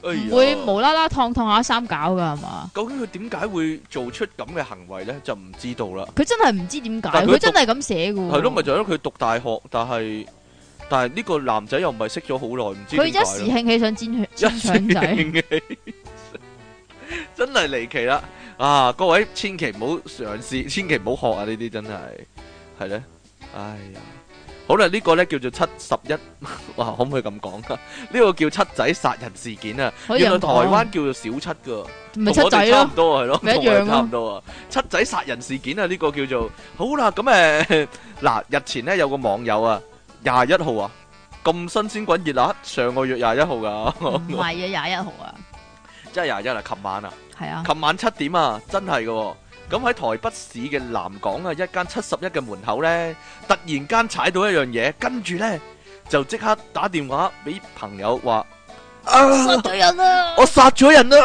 [SPEAKER 2] 哎呀
[SPEAKER 1] 唔會無啦啦燙燙下衫搞噶係嘛？
[SPEAKER 2] 究竟佢點解會做出咁嘅行為咧？就唔知道啦。
[SPEAKER 1] 佢真係唔知點解，
[SPEAKER 2] 但佢
[SPEAKER 1] 佢真係咁寫噶。
[SPEAKER 2] 係咯，咪就係咯，佢讀大學，但係但係呢個男仔又唔係識咗好耐，唔知
[SPEAKER 1] 佢一
[SPEAKER 2] 點解啦
[SPEAKER 1] 時興起想煎
[SPEAKER 2] 一
[SPEAKER 1] 煎腸仔，
[SPEAKER 2] 嘅，真係離奇啦！啊，各位千祈唔好嘗試， 千祈唔好學啊！呢啲真係係咧，哎呀，好啦，呢、個呢叫做七十一， 哇，可唔可以咁講啊？呢、個叫七仔殺人事件啊！
[SPEAKER 1] 可以
[SPEAKER 2] 原來
[SPEAKER 1] 咁
[SPEAKER 2] 台
[SPEAKER 1] 講
[SPEAKER 2] 灣叫做小七噶，
[SPEAKER 1] 咪
[SPEAKER 2] 同
[SPEAKER 1] 七
[SPEAKER 2] 我哋
[SPEAKER 1] 仔
[SPEAKER 2] 差
[SPEAKER 1] 咯
[SPEAKER 2] 唔。多啊係咯，
[SPEAKER 1] 咪一
[SPEAKER 2] 同我
[SPEAKER 1] 樣
[SPEAKER 2] 哋
[SPEAKER 1] 咯
[SPEAKER 2] 差唔多啊！七仔殺人事件啊，呢、個叫做好啦，咁誒 嗱，日前呢有個網友啊，廿一號啊，咁新鮮滾熱辣，上個月廿一號噶。
[SPEAKER 1] 唔係啊，廿一號啊，
[SPEAKER 2] 真係廿一啊！琴晚啊，
[SPEAKER 1] 係啊，
[SPEAKER 2] 琴晚七點啊，真係嘅喎。咁喺台北市嘅南港啊，一間七十一嘅門口呢，突然間踩到一樣嘢，跟住呢，就即刻打電話俾朋友話：
[SPEAKER 1] 殺
[SPEAKER 2] 啊，
[SPEAKER 1] 咗人啦！
[SPEAKER 2] 我殺咗人啦！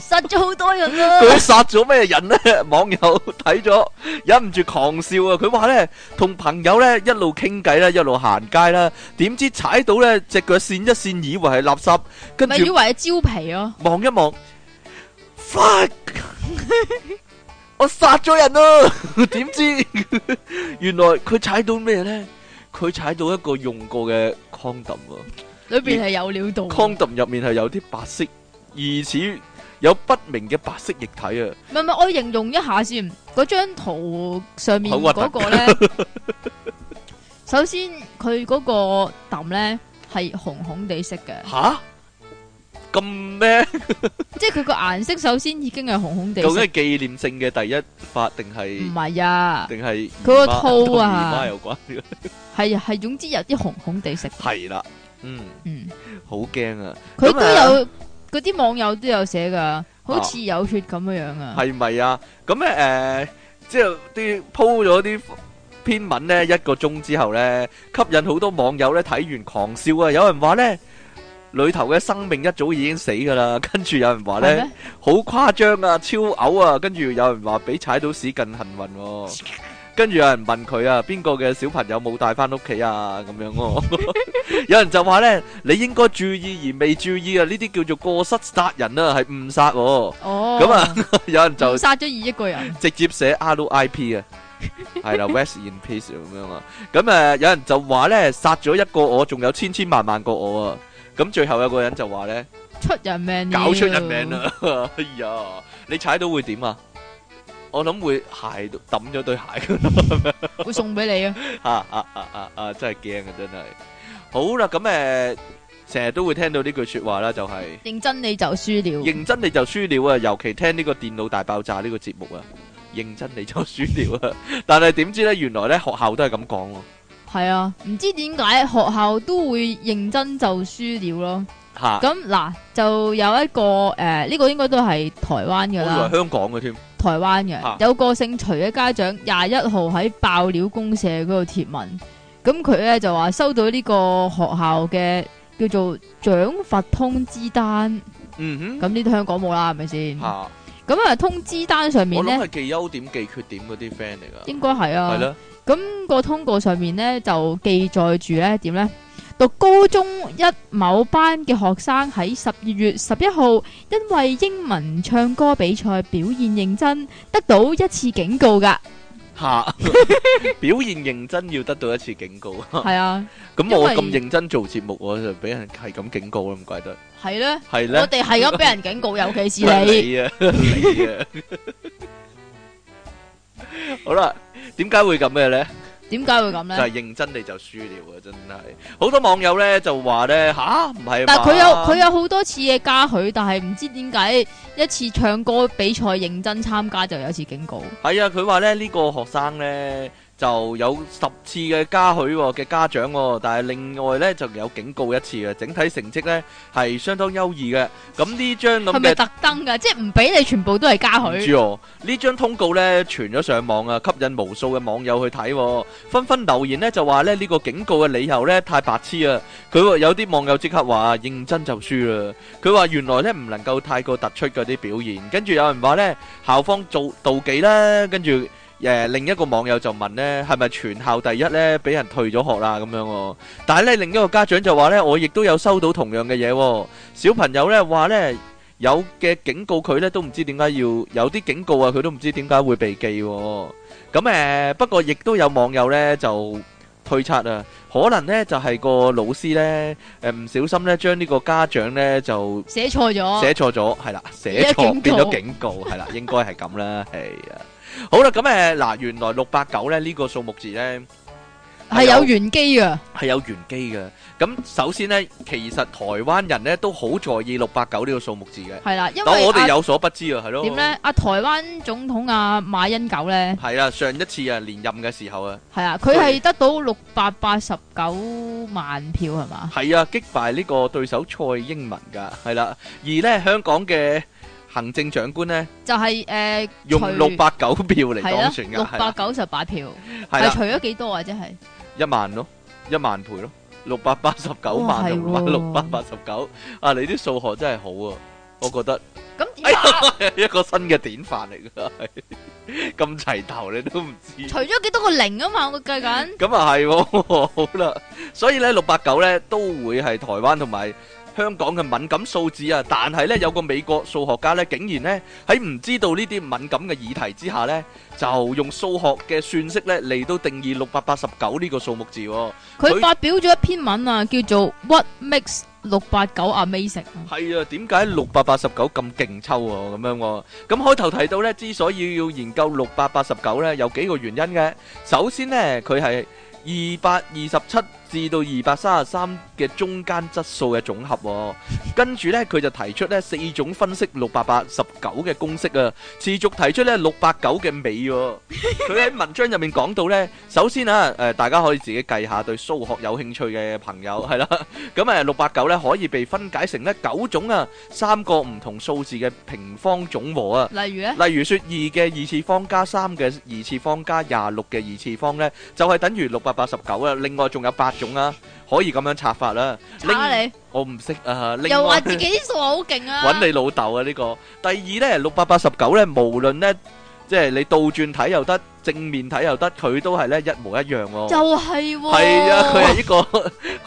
[SPEAKER 1] 杀咗好多人啊啦
[SPEAKER 2] 佢殺咗咩人呢？ 網友睇咗忍唔住狂笑啊！佢話呢，同朋友呢一路傾偈啦，一路行街啦，點知踩到呢只腳跣一跣，以為係垃圾，跟
[SPEAKER 1] 咪
[SPEAKER 2] 住
[SPEAKER 1] 以為係蕉皮啊咯，
[SPEAKER 2] 望一望，fuck！我殺咗人 啦！點知原來佢踩到咩呢？佢踩到一個用過嘅 condom 啊
[SPEAKER 1] 裏边係有料到。唔
[SPEAKER 2] ，condom 入面係有啲白色，疑似有不明嘅白色液體啊！
[SPEAKER 1] 係唔係，我形容一下先，嗰張圖上面
[SPEAKER 2] 好核突
[SPEAKER 1] 嗰個咧， 首先佢嗰個氹咧係紅紅地色嘅，
[SPEAKER 2] 吓咁咩？
[SPEAKER 1] 即係佢個顏色首先已經係紅紅地
[SPEAKER 2] 究竟
[SPEAKER 1] 色，
[SPEAKER 2] 係紀念性嘅第一發定
[SPEAKER 1] 唔
[SPEAKER 2] 係
[SPEAKER 1] 係啊，
[SPEAKER 2] 定係
[SPEAKER 1] 佢個
[SPEAKER 2] 姨媽
[SPEAKER 1] 套啊
[SPEAKER 2] 同姨媽有關嘅？
[SPEAKER 1] 係係總之有啲紅紅地色，
[SPEAKER 2] 係啦，嗯，
[SPEAKER 1] 嗯，
[SPEAKER 2] 好驚啊！
[SPEAKER 1] 佢
[SPEAKER 2] 咁
[SPEAKER 1] 都
[SPEAKER 2] 啊
[SPEAKER 1] 有嗰啲網友都有寫噶，好似有血咁樣样啊，
[SPEAKER 2] 係咪啊？咁咧诶，即係啲鋪咗啲篇文咧，一個鐘之後咧，吸引好多網友咧睇完狂笑啊！有人話咧，裏頭嘅生命一早已經死㗎啦， 跟住有人話
[SPEAKER 1] 係
[SPEAKER 2] 咧，
[SPEAKER 1] 咩？
[SPEAKER 2] 好誇張啊，超嘔啊！跟住有人話俾踩到屎更幸運喎。跟住有人問佢啊，邊個嘅小朋友冇帶翻屋企啊？咁樣喎、有人就 話咧，你應該注意而未注意啊！呢啲叫做過失殺人啊，係誤殺喎、
[SPEAKER 1] 哦，
[SPEAKER 2] 咁啊有人就
[SPEAKER 1] 殺咗二億個人，
[SPEAKER 2] 直接寫 RIP 啊，係啦，West in peace 咁樣啊。咁誒、呃有人就話咧，殺咗一個我，仲有千千萬萬個我啊。咁最後有個人就話咧，
[SPEAKER 1] 出人命，
[SPEAKER 2] 搞出人命！啦！ 哎呀，你踩到會點啊？我諗會鞋都抌咗對鞋㗎啦
[SPEAKER 1] 會送俾你啊！
[SPEAKER 2] 啊啊啊啊啊！真係驚啊，真係。好啦，咁誒，成、日都會聽到呢句説話啦，就係、
[SPEAKER 1] 認真你就輸了。
[SPEAKER 2] 認真你就輸了啊！尤其聽呢個電腦大爆炸呢個節目啊，認真你就輸了啊！但係點知咧，原來咧學校都係咁講喎。
[SPEAKER 1] 系啊，唔知點解學校都會認真就輸了咯。
[SPEAKER 2] 吓、
[SPEAKER 1] 咁嗱，就有一個诶，呢、個應該都係台灣
[SPEAKER 2] 我
[SPEAKER 1] 嘅
[SPEAKER 2] 以
[SPEAKER 1] 啦
[SPEAKER 2] 為，香港嘅添。
[SPEAKER 1] 台灣
[SPEAKER 2] 啊
[SPEAKER 1] 嘅有個姓徐嘅家長廿一號喺爆料公社嗰度貼文，咁佢咧就話收到呢個學校嘅叫做獎罰通知單，
[SPEAKER 2] 嗯
[SPEAKER 1] 咁呢啲香港冇啦，係咪
[SPEAKER 2] 哼，
[SPEAKER 1] 先？
[SPEAKER 2] 吓、
[SPEAKER 1] 咁啊，通知單上面
[SPEAKER 2] 我諗
[SPEAKER 1] 咧
[SPEAKER 2] 係記優點、記缺點嗰啲 friend 嚟㗎。
[SPEAKER 1] 應該係啊
[SPEAKER 2] 係。啦，
[SPEAKER 1] 咁個通告上面咧就記載住咧點咧？讀高中一某班嘅學生喺十二月十一號，因為英文唱歌比賽表現認真，得到一次警告
[SPEAKER 2] 啊
[SPEAKER 1] 噶。
[SPEAKER 2] 吓、表現認真要得到一次警告。
[SPEAKER 1] 係啊，
[SPEAKER 2] 咁我
[SPEAKER 1] 因為
[SPEAKER 2] 咁認真做節目，我就俾人係咁警告啦，唔怪得。
[SPEAKER 1] 係咧，
[SPEAKER 2] 係咧
[SPEAKER 1] 我。哋係咁俾人警告，尤其 是你。
[SPEAKER 2] 你啊，你啊。 好啦，點解會咁嘅咧？
[SPEAKER 1] 點解會咁
[SPEAKER 2] 就
[SPEAKER 1] 咧？
[SPEAKER 2] 係認真你就輸了啊！真係好多網友咧就話咧吓，唔係嘛
[SPEAKER 1] 但係佢有佢有好多次嘅嘉許，但係唔知點解一次唱歌比賽認真參加就有一次警告。
[SPEAKER 2] 係啊，佢話咧呢個學生咧就有十次嘅嘉許喎嘅家長喎，但係另外咧就有警告一次嘅，整體成績咧係相當優異嘅。咁呢張咁
[SPEAKER 1] 係
[SPEAKER 2] 嘅
[SPEAKER 1] 咪特登噶？即係唔俾你全部都係嘉
[SPEAKER 2] 唔
[SPEAKER 1] 許。
[SPEAKER 2] 知啊喎，呢張通告呢傳咗上網啊，吸引無數嘅網友去睇喎，紛紛留言呢就話咧呢個警告嘅理由呢太白痴啊！佢話有啲網友即刻話認真就輸啦，佢話原來呢唔能夠太過突出嗰啲表現，跟住有人話呢校方做妒忌啦，跟住。誒、另一個網友就問呢係咪全校第一呢？俾人退咗學啦咁樣喎、但係呢，另一個家長就話呢，我亦都有收到同樣嘅嘢喎。小朋友呢話呢。有嘅警告佢咧都唔知點解要有啲警告啊，佢都唔知點解會被記喎。咁誒、不過亦都有網友咧就推測啊，可能咧就係、個老師咧誒唔小心咧將呢個家長咧就
[SPEAKER 1] 寫錯咗。
[SPEAKER 2] 寫錯咗， 係啦，寫
[SPEAKER 1] 變咗
[SPEAKER 2] 錯
[SPEAKER 1] 警告
[SPEAKER 2] 變咗警告，係 啦，應該係咁啦，係啊。好啦，咁誒嗱，原來六八九咧呢個數目字咧。啊
[SPEAKER 1] 係有玄機啊嘅，
[SPEAKER 2] 係有玄機嘅，咁首先呢，其實台灣人呢都好在意六八九呢個數目字嘅，
[SPEAKER 1] 係啦，因
[SPEAKER 2] 但
[SPEAKER 1] 為
[SPEAKER 2] 我哋
[SPEAKER 1] 啊
[SPEAKER 2] 有所不知啊，係咯。
[SPEAKER 1] 點咧？阿台灣總統啊馬英九咧，
[SPEAKER 2] 系啦，上一次啊連任嘅時候啊，
[SPEAKER 1] 係啊，佢係得到六百八十九萬票係嘛？
[SPEAKER 2] 係啊擊敗呢個對手蔡英文噶，係啦，而呢，香港嘅行政長官呢，
[SPEAKER 1] 就係誒
[SPEAKER 2] 用
[SPEAKER 1] 除
[SPEAKER 2] 六百九票嚟
[SPEAKER 1] 係
[SPEAKER 2] 當
[SPEAKER 1] 啦，
[SPEAKER 2] 選
[SPEAKER 1] 六
[SPEAKER 2] 噶，
[SPEAKER 1] 百
[SPEAKER 2] 係啦，
[SPEAKER 1] 九十八票，
[SPEAKER 2] 係
[SPEAKER 1] 係
[SPEAKER 2] 啦，
[SPEAKER 1] 除咗幾多啊？即係
[SPEAKER 2] 一萬咯，一萬倍咯，六百八十九
[SPEAKER 1] 哇
[SPEAKER 2] 萬
[SPEAKER 1] 係
[SPEAKER 2] 同
[SPEAKER 1] 喎
[SPEAKER 2] 六百八十九，啊你啲數學真係好啊，我覺得。
[SPEAKER 1] 咁
[SPEAKER 2] 哎
[SPEAKER 1] 點啊？
[SPEAKER 2] 一個新嘅典範嚟噶，係咁齊頭你都唔知。
[SPEAKER 1] 除咗幾多個零啊嘛？我計緊
[SPEAKER 2] 咁啊係喎，好啦，所以咧六八九咧都會係台灣同埋香港嘅敏感數字啊，但係咧有個美國數學家咧，竟然咧喺唔知道呢啲敏感嘅議題之下咧，就用數學嘅算式咧嚟到定義六百八十九呢個數目字喎。佢
[SPEAKER 1] 佢發表咗一篇文啊，叫做 What Makes 六八九 Amazing 啊。
[SPEAKER 2] 係啊，點解六百八十九咁勁抽喎？咁樣喎、咁開頭提到呢，之所以要研究六百八十九呢，有幾個原因嘅。首先呢，佢係二百二十七至到二百三十三嘅中間質素嘅總和喎、跟住呢，佢就提出呢四種分析六百八十九嘅公式啊，持續提出呢六百九嘅美喎、佢喺文章入面講到呢，首先啊，誒、大家可以自己計下對數學有興趣嘅朋友係啦。咁誒六八九咧可以被分解成咧九種啊三個唔同數字嘅平方總和啊。
[SPEAKER 1] 例如 咧，
[SPEAKER 2] 例如說二嘅二次方加三嘅二次方加廿六嘅二次方呢，就係、等於六百八十九啊。另外仲有八種啊，可以咁樣拆法啦。
[SPEAKER 1] 查下你
[SPEAKER 2] 我唔識啊。另
[SPEAKER 1] 又話
[SPEAKER 2] 外
[SPEAKER 1] 自己啲數學好勁 啊！
[SPEAKER 2] 揾你老豆啊呢、個。第二呢，六百八十九呢，無論呢，即係你倒轉睇又得，正面睇又得，佢都係呢一模一樣喎、
[SPEAKER 1] 又係喎，
[SPEAKER 2] 係啊， 佢係一個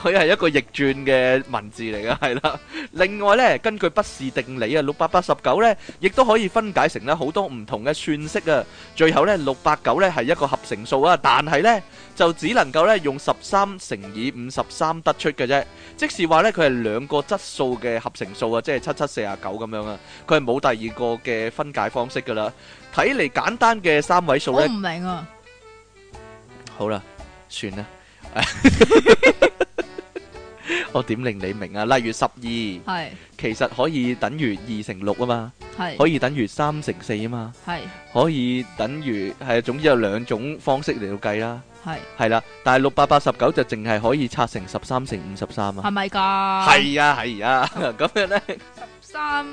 [SPEAKER 2] 佢係一個逆轉嘅文字嚟噶，係啦。另外咧，根據畢氏定理啊，六百八十九咧，亦都可以分解成咧好多唔同嘅算式啊。最後咧，六百九咧係一個合成數啊，但係咧就只能夠咧用十三乘以五十三得出嘅啫。即是話咧，佢係兩個質數嘅合成數啊，即係七七四啊九咁樣啊。佢係冇第二個嘅分解方式噶啦。睇嚟簡單嘅三位數
[SPEAKER 1] 我
[SPEAKER 2] 咧
[SPEAKER 1] 唔。明啊。
[SPEAKER 2] 好啦，算 啦。我點令你明啊？例如十二，其
[SPEAKER 1] 係
[SPEAKER 2] 實可以等於二乘六啊嘛，
[SPEAKER 1] 係係
[SPEAKER 2] 可以等於三乘四啊嘛，
[SPEAKER 1] 係
[SPEAKER 2] 可以等於係總之有兩種方式嚟到計啦，
[SPEAKER 1] 係
[SPEAKER 2] 係啦。但係六百八十九就淨係可以拆成十三乘五十三
[SPEAKER 1] 係
[SPEAKER 2] 啊。
[SPEAKER 1] 咪㗎？
[SPEAKER 2] 係啊係 啊，咁樣咧。
[SPEAKER 1] 三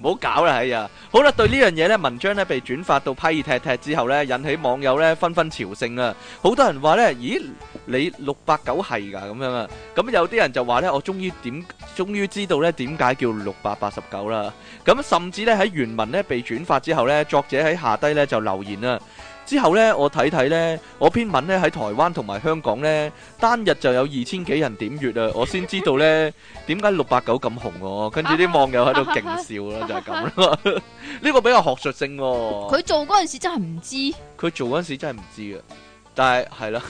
[SPEAKER 2] 唔好搞啦，哎呀！好啦，對呢樣嘢呢，文章呢被轉發到批踢踢之後呢，引起網友呢紛紛朝聖啊！好多人話呢：咦，你六八九係㗎咁樣啊？咁有啲人就話呢：我終於點，終於知道呢點解叫六百八十九啦！咁甚至呢，喺原文呢被轉發之後呢，作者喺下低呢就留言啦。之後呢，我睇睇呢，我篇文呢喺台灣同埋香港呢，單日就有二千幾人點閱啊！我先知道呢點解六八九咁紅喎、跟住啲網友喺度勁笑啦，就係咁咯。 呢個比較學術性喎、
[SPEAKER 1] 佢做嗰陣時真係唔知
[SPEAKER 2] 佢做嗰陣時真係唔知嘅，但係係啦，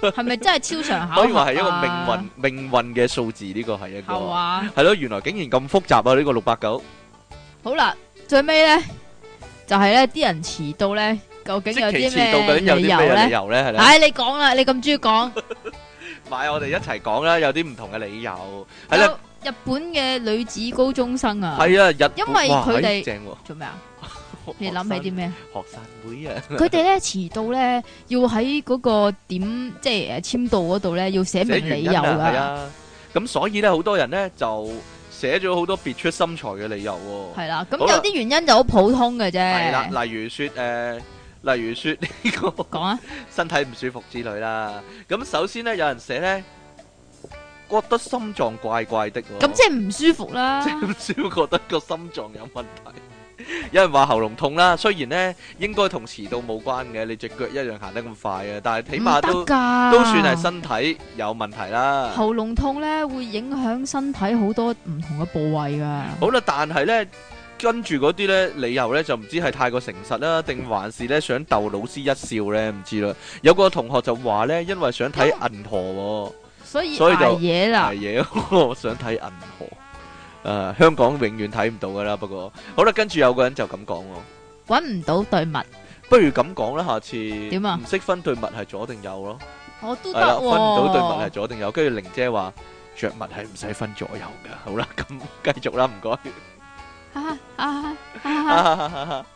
[SPEAKER 1] 係咪真係超常考核啊
[SPEAKER 2] 可以話係一個命運命運嘅數字，呢個係一個
[SPEAKER 1] 係嘛？
[SPEAKER 2] 係咯，原來竟然咁複雜啊！呢個六八九，
[SPEAKER 1] 好啦，最尾咧就係咧啲人遲到咧，究竟
[SPEAKER 2] 即
[SPEAKER 1] 有
[SPEAKER 2] 其
[SPEAKER 1] 啲
[SPEAKER 2] 遲到究竟有
[SPEAKER 1] 咩理由
[SPEAKER 2] 啲咩理
[SPEAKER 1] 咧？
[SPEAKER 2] 由咧？係啦。
[SPEAKER 1] 唉，你講啦，你咁中意講，
[SPEAKER 2] 買我哋一齊講啦，有啲唔同嘅理由。係啦，
[SPEAKER 1] 有日本嘅女子高中生啊，
[SPEAKER 2] 係啊，日
[SPEAKER 1] 因為
[SPEAKER 2] 哇
[SPEAKER 1] 佢哋
[SPEAKER 2] 哎正喎，
[SPEAKER 1] 做咩啊？你諗起啲咩？
[SPEAKER 2] 學生會啊，
[SPEAKER 1] 佢哋咧遲到咧，要喺嗰個點即係诶签到嗰度咧，要寫
[SPEAKER 2] 寫
[SPEAKER 1] 明
[SPEAKER 2] 原
[SPEAKER 1] 理
[SPEAKER 2] 因
[SPEAKER 1] 由
[SPEAKER 2] 啊，係
[SPEAKER 1] 噶，
[SPEAKER 2] 啊。咁所以咧，好多人咧就寫咗好多別出心裁嘅理由喎。
[SPEAKER 1] 係啦。咁
[SPEAKER 2] 好啦
[SPEAKER 1] 有啲原因就好普通嘅啫。
[SPEAKER 2] 係啦，例如說誒，例如說呢個。
[SPEAKER 1] 講啊，
[SPEAKER 2] 身體唔舒服之類啦。咁首先咧，有人寫咧，覺得心臟怪怪的喎，
[SPEAKER 1] 咁即係唔舒服啦
[SPEAKER 2] 即。係唔少覺得個心臟有問題。有人話喉嚨痛啦，雖然咧應該同遲到冇關嘅，你只腳一樣行得咁快啊，但 係起碼
[SPEAKER 1] 唔
[SPEAKER 2] 都
[SPEAKER 1] 得㗎
[SPEAKER 2] 都算係身體有問題啦。
[SPEAKER 1] 喉嚨痛咧，會影響身體好多唔同嘅部位噶。
[SPEAKER 2] 好啦，但係咧。跟住嗰啲咧理由咧就唔知係太過誠實啦，定還是咧想逗老師一笑咧，唔知啦。有個同學就話咧，因為想
[SPEAKER 1] 哎
[SPEAKER 2] 睇銀河喎。
[SPEAKER 1] 所以
[SPEAKER 2] 所以就
[SPEAKER 1] 捱夜啦，
[SPEAKER 2] 係嘢， 我想睇銀河。诶、香港永遠睇唔到噶啦，不過好啦，跟住有個人就咁講喎，
[SPEAKER 1] 揾唔到對襪，
[SPEAKER 2] 不如咁講啦，下次點
[SPEAKER 1] 啊
[SPEAKER 2] 唔識分對襪係左定右咯，
[SPEAKER 1] 我都
[SPEAKER 2] 係
[SPEAKER 1] 得
[SPEAKER 2] 啦，分唔到對襪係
[SPEAKER 1] 哦喎。
[SPEAKER 2] 左定右，跟住玲姐話着襪係唔使分左右噶，好啦，咁繼續啦，唔 該
[SPEAKER 1] 啊啊
[SPEAKER 2] 哈
[SPEAKER 1] 啊
[SPEAKER 2] 哈哈哈哈，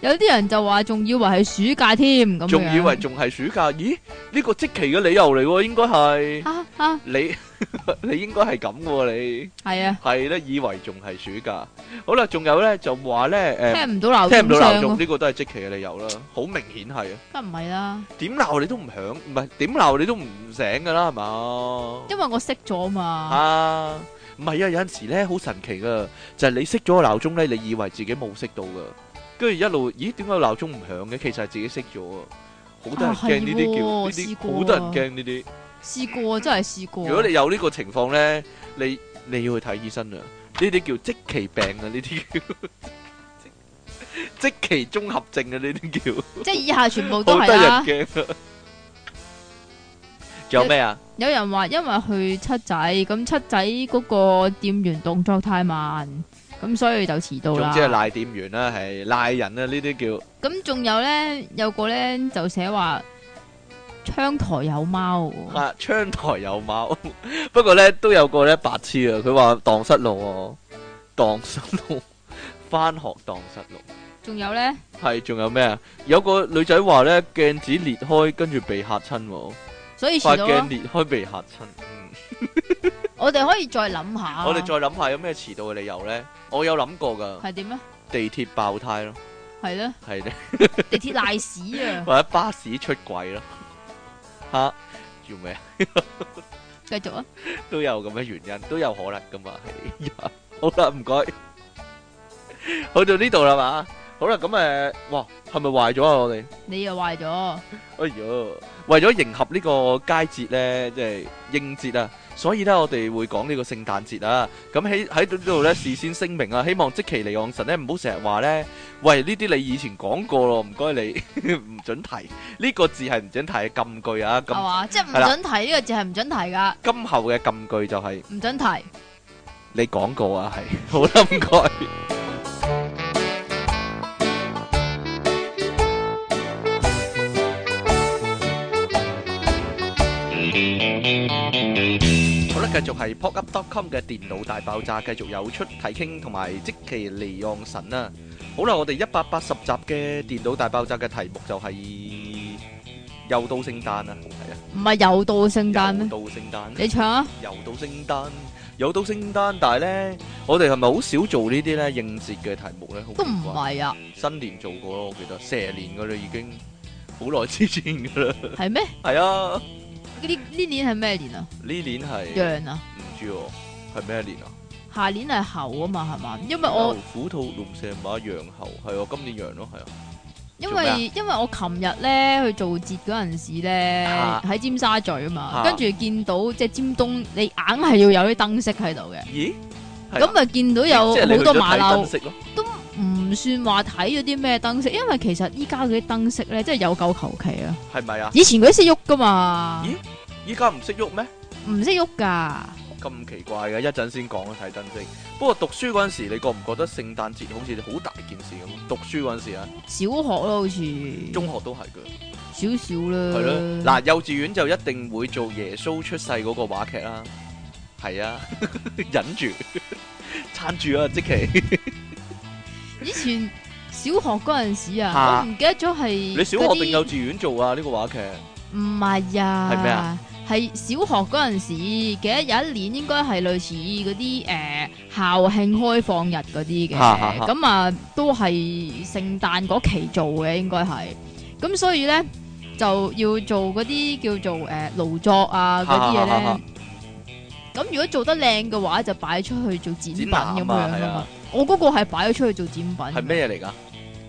[SPEAKER 1] 有啲人就話仲以為係暑假添咁樣
[SPEAKER 2] 仲以為仲係暑假，咦？呢、個即期嘅理由嚟喎，應該係
[SPEAKER 1] 啊啊
[SPEAKER 2] 你 你應該係咁喎，你
[SPEAKER 1] 係啊，
[SPEAKER 2] 係咧，以為仲係暑假，好啦，仲有咧就話咧诶。誒
[SPEAKER 1] 聽唔到啊鬧
[SPEAKER 2] 聽唔到鬧
[SPEAKER 1] 鬧
[SPEAKER 2] 鐘，呢個都係即期嘅理由啦，好明顯係啊！
[SPEAKER 1] 梗唔係啦，
[SPEAKER 2] 點鬧你都唔響，唔係點鬧你都唔醒㗎啦，係嘛？
[SPEAKER 1] 因為我識咗嘛。
[SPEAKER 2] 啊，唔係啊，有陣時咧好神奇噶，就係你熄咗個鬧鐘咧，你以為自己冇熄到噶，跟住一路，咦？點解個鬧鐘唔響嘅？其實係自己熄咗啊！好多人
[SPEAKER 1] 啊係
[SPEAKER 2] 驚呢啲叫
[SPEAKER 1] 喎
[SPEAKER 2] 呢
[SPEAKER 1] 試
[SPEAKER 2] 啲，
[SPEAKER 1] 過
[SPEAKER 2] 好多人驚呢啲。
[SPEAKER 1] 試過真係試過。
[SPEAKER 2] 如果你有呢個情況咧，你你要去睇醫生啊！呢啲叫即期病啊，呢啲叫 即期綜合症啊，呢啲叫。
[SPEAKER 1] 即係以下全部都
[SPEAKER 2] 好
[SPEAKER 1] 係
[SPEAKER 2] 得人
[SPEAKER 1] 啦。
[SPEAKER 2] 驚啊！仲有咩啊？
[SPEAKER 1] 有人話因為去七仔，咁七仔嗰個店員動作太慢，咁所以就遲到
[SPEAKER 2] 總
[SPEAKER 1] 啦。
[SPEAKER 2] 之係賴店員啦，係賴人啊，呢啲叫
[SPEAKER 1] 咁仲有咧，有個咧就寫話窗台有貓喎，
[SPEAKER 2] 啊窗台有貓。 不過咧都有個咧白痴啊，佢話蕩失路喎，蕩失路， 翻學蕩失路。
[SPEAKER 1] 仲有咧
[SPEAKER 2] 係仲有咩啊？有個女仔話咧鏡子裂開，跟住被嚇親喎，
[SPEAKER 1] 所以遲
[SPEAKER 2] 塊
[SPEAKER 1] 到啊咯
[SPEAKER 2] 鏡裂開被嚇親。嗯
[SPEAKER 1] 我哋可以再諗下，
[SPEAKER 2] 我哋再諗下有咩遲到嘅理由咧？我有諗過㗎，
[SPEAKER 1] 係點咧？
[SPEAKER 2] 地鐵爆胎咯，
[SPEAKER 1] 係咧，
[SPEAKER 2] 係咧。
[SPEAKER 1] 地鐵賴屎啊！
[SPEAKER 2] 或者巴士出軌咯， 吓、做咩啊
[SPEAKER 1] 繼續啊，
[SPEAKER 2] 都有咁嘅原因，都有可能噶嘛。係呀好啦，唔該，去到呢度啦嘛。好啦，咁誒、呃哇，係咪壞咗啊？我哋，
[SPEAKER 1] 你又壞咗，
[SPEAKER 2] 哎呀，為咗迎合呢個佳節咧，即係應節啊，所以咧我哋會講呢個聖誕節啊。咁喺喺到呢度咧，事先聲明啊，希望即其尼昂神咧唔好成日話咧，喂呢啲你以前講過咯，唔該你 唔准提呢、個字係唔准提嘅禁句啊，咁
[SPEAKER 1] 係嘛？即係唔
[SPEAKER 2] 係啦
[SPEAKER 1] 准提呢個字係唔准提噶，
[SPEAKER 2] 今後嘅禁句就係
[SPEAKER 1] 唔准提。
[SPEAKER 2] 你講過啊，係好啦，唔該。好啦，繼續係 pokup.com 嘅電腦大爆炸，繼續有出題傾同埋即其離岸神啦。好啦，我哋一百八十集嘅電腦大爆炸嘅題目就係又到聖誕啦，係
[SPEAKER 1] 唔係又到聖誕
[SPEAKER 2] 啊，又
[SPEAKER 1] 咩？
[SPEAKER 2] 到聖誕，
[SPEAKER 1] 你唱啊！
[SPEAKER 2] 又到聖誕，又到聖誕，但係呢，我哋係咪好少做呢啲呢應節嘅題目呢？好
[SPEAKER 1] 都唔
[SPEAKER 2] 奇怪
[SPEAKER 1] 係啊，
[SPEAKER 2] 新年做過咯，我記得蛇年噶啦已 經，好耐之前噶啦，
[SPEAKER 1] 係咩？
[SPEAKER 2] 係啊，
[SPEAKER 1] 呢呢年係咩年啊？
[SPEAKER 2] 呢年係
[SPEAKER 1] 羊啊，
[SPEAKER 2] 唔知喎，係咩年啊？
[SPEAKER 1] 下年係猴啊嘛，係嘛？因為我
[SPEAKER 2] 牛虎兔龍蛇馬羊猴係啊，今年羊咯係啊，
[SPEAKER 1] 因
[SPEAKER 2] 做咩啊
[SPEAKER 1] 為因為我琴日咧去做節嗰陣時咧，
[SPEAKER 2] 啊
[SPEAKER 1] 喺尖沙咀啊
[SPEAKER 2] 啊
[SPEAKER 1] 嘛，跟住見到即係尖東，你硬係要有啲燈飾喺度嘅，
[SPEAKER 2] 咦？係啊
[SPEAKER 1] 咁啊見到有
[SPEAKER 2] 即係你
[SPEAKER 1] 好
[SPEAKER 2] 去
[SPEAKER 1] 多
[SPEAKER 2] 咗
[SPEAKER 1] 馬
[SPEAKER 2] 睇
[SPEAKER 1] 騮
[SPEAKER 2] 燈，飾咯，
[SPEAKER 1] 唔算話睇咗啲咩燈飾，因為其實依家嗰啲燈飾咧，真係有夠求其啊！
[SPEAKER 2] 係咪啊？
[SPEAKER 1] 以前嗰啲識喐噶嘛，
[SPEAKER 2] 咦依家唔識喐咩？
[SPEAKER 1] 唔識喐噶，
[SPEAKER 2] 咁奇怪嘅，一陣先講啦睇燈飾。不過讀書嗰陣時，你覺唔覺得聖誕節好似好大件事咁？讀書嗰陣時啊，
[SPEAKER 1] 小學咯好似，
[SPEAKER 2] 中學都係嘅。
[SPEAKER 1] 少少啦，
[SPEAKER 2] 係咯，嗱，幼稚園就一定會做耶穌出世嗰個話劇啦，係啊， 忍住，撐住啊，即期，
[SPEAKER 1] 以前小學嗰陣時
[SPEAKER 2] 嚇
[SPEAKER 1] 啊，我唔記得咗係
[SPEAKER 2] 你小
[SPEAKER 1] 嗰
[SPEAKER 2] 學
[SPEAKER 1] 啲嗯
[SPEAKER 2] 定幼稚園做啊？呢個話劇
[SPEAKER 1] 唔係啊，
[SPEAKER 2] 係咩啊？
[SPEAKER 1] 係小學嗰陣時，記得有一年應該係類似嗰啲誒校慶開放日嗰啲嘅，
[SPEAKER 2] 哈哈哈
[SPEAKER 1] 咁啊都係聖誕嗰期做嘅，應該係。咁所以咧就要做嗰啲叫做誒、呃、勞作啊嗰啲嘢
[SPEAKER 2] 哈哈哈哈
[SPEAKER 1] 咧。咁如果做得靚嘅話，就擺出去做展品
[SPEAKER 2] 展
[SPEAKER 1] 咁樣
[SPEAKER 2] 覽啊
[SPEAKER 1] 啊
[SPEAKER 2] 係啊
[SPEAKER 1] 嘛。我嗰個係擺咗出去做展品㗎，
[SPEAKER 2] 係咩嚟㗎？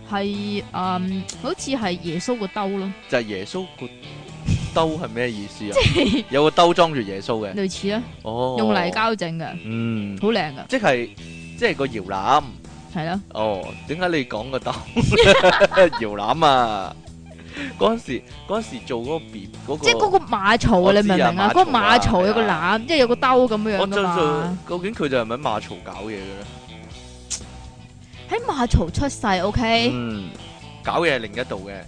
[SPEAKER 1] 係嗯，好似係耶穌個兜咯，
[SPEAKER 2] 就係耶穌個兜係咩意思啊？有個兜裝住耶穌嘅，
[SPEAKER 1] 類似啦，
[SPEAKER 2] 哦，
[SPEAKER 1] 用泥，膠整嘅，
[SPEAKER 2] 嗯，
[SPEAKER 1] 好靚嘅，
[SPEAKER 2] 即係即係個搖籃，
[SPEAKER 1] 係啦。
[SPEAKER 2] 哦，點解你講個兜 搖籃啊？嗰陣時嗰陣時做嗰個 B 嗰個，
[SPEAKER 1] 即係嗰個馬槽
[SPEAKER 2] 我
[SPEAKER 1] 啊，
[SPEAKER 2] 知啊
[SPEAKER 1] 你明唔明啊？
[SPEAKER 2] 馬槽啊
[SPEAKER 1] 嗰個馬槽有個
[SPEAKER 2] 係啊
[SPEAKER 1] 籃，即係有個兜咁樣
[SPEAKER 2] 我
[SPEAKER 1] 樣
[SPEAKER 2] 就
[SPEAKER 1] 噶嘛。
[SPEAKER 2] 究竟佢就係咪喺馬槽搞嘢嘅咧？
[SPEAKER 1] 喺馬槽出世，OK，
[SPEAKER 2] 嗯，搞嘢係另一度嘅，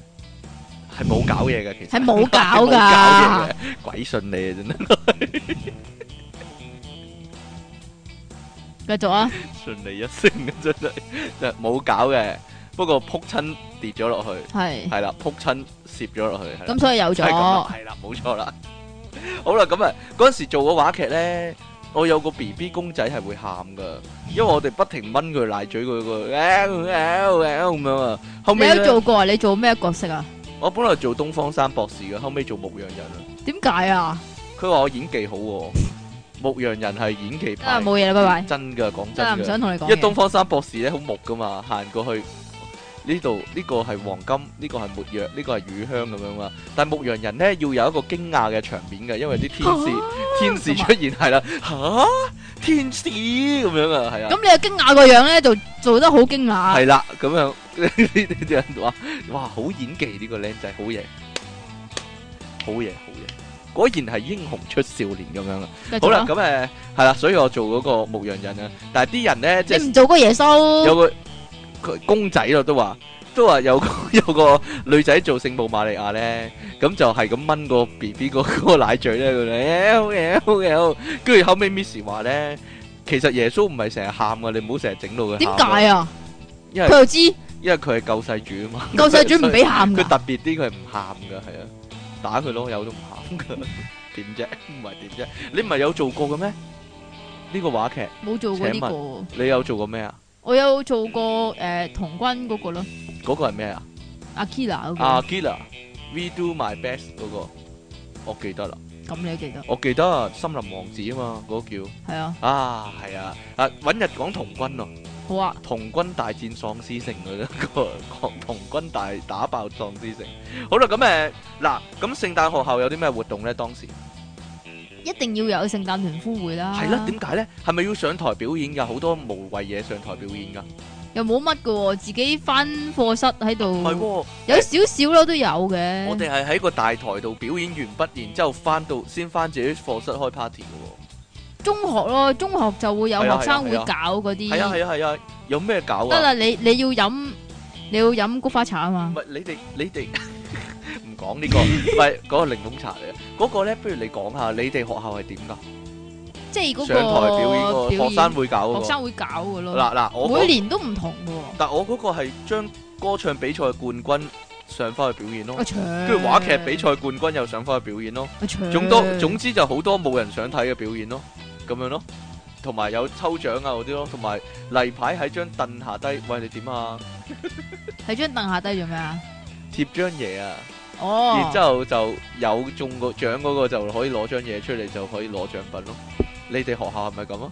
[SPEAKER 2] 係冇搞嘢嘅，其實
[SPEAKER 1] 係冇搞
[SPEAKER 2] 係冇搞嘢
[SPEAKER 1] 㗎
[SPEAKER 2] 嘅，鬼信你啊真 係，
[SPEAKER 1] 繼續啊，
[SPEAKER 2] 信你一聲啊真係，真係冇搞嘅，不過撲親跌咗落去，
[SPEAKER 1] 係
[SPEAKER 2] 係啦，撲親攝咗落去，係啦
[SPEAKER 1] 咁，所以有
[SPEAKER 2] 就係咁啦
[SPEAKER 1] 咗，
[SPEAKER 2] 係啦，冇錯啦。好啦，咁啊，嗰陣時做個話劇咧，我有個 B B 公仔係會喊噶，因為我哋不停掹佢奶嘴佢個，咁樣啊，後
[SPEAKER 1] 你
[SPEAKER 2] 尾
[SPEAKER 1] 有
[SPEAKER 2] 呢
[SPEAKER 1] 做過啊？你做咩角色啊？
[SPEAKER 2] 我本來做東方三博士嘅，後尾做牧羊人啦。
[SPEAKER 1] 點解啊？
[SPEAKER 2] 佢話我演技好喎、牧羊人係演技
[SPEAKER 1] 真係
[SPEAKER 2] 派，
[SPEAKER 1] 冇嘢啦，拜拜，
[SPEAKER 2] 真噶講
[SPEAKER 1] 真係
[SPEAKER 2] 真
[SPEAKER 1] 唔
[SPEAKER 2] 噶。
[SPEAKER 1] 想同你講
[SPEAKER 2] 因為東
[SPEAKER 1] 嘢。
[SPEAKER 2] 方三博士咧好木噶嘛，行過去呢度呢個係黃金，呢、個係沒藥，呢、個係乳香咁樣嘛。但係牧羊人咧要有一個驚訝嘅場面嘅，因為啲天使、天
[SPEAKER 1] 咁
[SPEAKER 2] 使
[SPEAKER 1] 啊
[SPEAKER 2] 出現係啦，吓天使咁樣啊，係啊。
[SPEAKER 1] 咁你又驚訝個樣咧，就做得好驚訝。
[SPEAKER 2] 系啦，咁樣呢啲人話：哇，好演技呢、個僆仔，好嘢，好嘢，好嘢，果然係英雄出少年咁樣啦。
[SPEAKER 1] 繼
[SPEAKER 2] 好
[SPEAKER 1] 續
[SPEAKER 2] 啦，
[SPEAKER 1] 啊，
[SPEAKER 2] 咁诶係啦，所以我做嗰個牧羊人啊，但係啲人咧即
[SPEAKER 1] 你
[SPEAKER 2] 係
[SPEAKER 1] 唔做過耶穌
[SPEAKER 2] 有個佢公仔咯，都話都話有個 有個女仔做聖母瑪利亞咧，咁就係咁掹個 B B 個 嗰個奶嘴咧，佢咧好嘢好嘢，好嘢跟住後尾 Miss 話咧，其實耶穌唔係成日喊噶，你唔好成日整到佢。
[SPEAKER 1] 點解？啊？
[SPEAKER 2] 因為
[SPEAKER 1] 佢又知
[SPEAKER 2] 因為佢係救世主啊嘛，
[SPEAKER 1] 救世主唔俾喊
[SPEAKER 2] 佢
[SPEAKER 1] 㗎，
[SPEAKER 2] 特別啲，佢係唔喊噶，係啊，打佢咯，有都唔喊噶， 點啫？唔係點啫？你唔係有做過嘅咩？呢個話劇
[SPEAKER 1] 冇做過呢
[SPEAKER 2] 請
[SPEAKER 1] 個。
[SPEAKER 2] 你有做過咩啊？
[SPEAKER 1] 我有做過誒童軍嗰個咯，
[SPEAKER 2] 嗰個係咩啊？
[SPEAKER 1] 阿 Kira 嗰
[SPEAKER 2] 啊，Gila，We Do My Best 嗰個，我記得啦，
[SPEAKER 1] 個，咁你都記得
[SPEAKER 2] 我記得森林王子啊嘛，嗰個叫
[SPEAKER 1] 係啊？
[SPEAKER 2] 啊，係啊，啊揾日講童軍咯，
[SPEAKER 1] 好啊。
[SPEAKER 2] 童軍大戰喪屍城嗰個 講童軍大打爆喪屍城。好啦，咁誒嗱，咁聖誕學校有啲咩活動咧？當時？
[SPEAKER 1] 一定要有聖誕團呼會啦。
[SPEAKER 2] 係啦，點解呢？係咪要上台表演㗎？好多無謂嘢上台表演㗎。
[SPEAKER 1] 又冇乜噶喎，自己翻課室喺
[SPEAKER 2] 唔係
[SPEAKER 1] 度，
[SPEAKER 2] 喎，
[SPEAKER 1] 有少少咯，都有嘅。
[SPEAKER 2] 我哋係喺個大台度表演完畢，然之後翻到先翻自己課室開 party 㗎
[SPEAKER 1] 中學咯，中學就會有
[SPEAKER 2] 係啊
[SPEAKER 1] 學生會
[SPEAKER 2] 係啊
[SPEAKER 1] 搞嗰
[SPEAKER 2] 喎。
[SPEAKER 1] 啲。
[SPEAKER 2] 係啊係啊係啊，有咩搞
[SPEAKER 1] 嗯得
[SPEAKER 2] 啊？
[SPEAKER 1] 啦，你你要飲，你要飲菊花茶啊
[SPEAKER 2] 唔
[SPEAKER 1] 嘛。
[SPEAKER 2] 係你哋你哋 唔 啊講呢個，唔係嗰個檸檬茶嚟嘅。嗰個呢，不如你講下你哋學校係點㗎？
[SPEAKER 1] 即係嗰
[SPEAKER 2] 上台表演
[SPEAKER 1] 個
[SPEAKER 2] 嗰個學生會搞嗰
[SPEAKER 1] 學
[SPEAKER 2] 個。
[SPEAKER 1] 生會搞嘅咯。
[SPEAKER 2] 嗱嗱，我
[SPEAKER 1] 每
[SPEAKER 2] 嗰
[SPEAKER 1] 年都唔同嘅喎，
[SPEAKER 2] 但我嗰個係將歌唱比賽冠軍上翻去表演咯
[SPEAKER 1] 我，長
[SPEAKER 2] 跟住話劇比賽冠軍又上翻去表演咯。
[SPEAKER 1] 我長
[SPEAKER 2] 總多總之就好多冇人想睇嘅表演咯，咁樣咯，同埋有抽獎啊嗰啲咯，同埋例牌喺張凳下低，喂你點啊？
[SPEAKER 1] 喺張凳下低做咩啊？
[SPEAKER 2] 貼張嘢啊，
[SPEAKER 1] 哦，
[SPEAKER 2] 然之後就有中個獎嗰個就可以攞張嘢出嚟，就可以攞獎品咯。你哋學校係咪咁啊？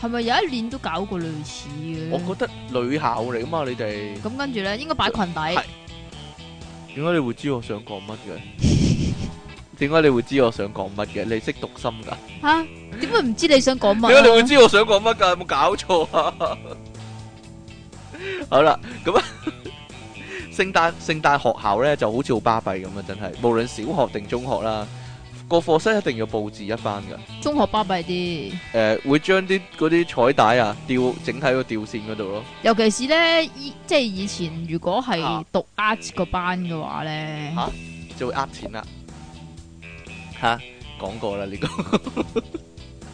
[SPEAKER 1] 係咪有一年都搞過類似嘅？
[SPEAKER 2] 我覺得女校嚟噶嘛，你哋
[SPEAKER 1] 咁跟住咧，應該擺裙底
[SPEAKER 2] 係。點解你會知我想講乜嘅？ 點解你會知我想講乜嘅？你識讀心㗎？
[SPEAKER 1] 吓？點會唔知你想講乜啊？
[SPEAKER 2] 點解你會知我想講乜㗎？有冇搞錯 啊？好啦，咁啊，聖誕聖誕學校咧就好似好巴閉咁啊！真係，無論小學定中學啦，個課室一定要佈置一番㗎。
[SPEAKER 1] 中學巴閉啲，
[SPEAKER 2] 誒、會將啲嗰啲彩帶啊吊整喺個吊線嗰度咯。
[SPEAKER 1] 尤其是咧，依即係以前如果係
[SPEAKER 2] 啊
[SPEAKER 1] 讀 art 個班嘅話咧，
[SPEAKER 2] 嚇就會呃錢啦。嚇、講過啦，呢、個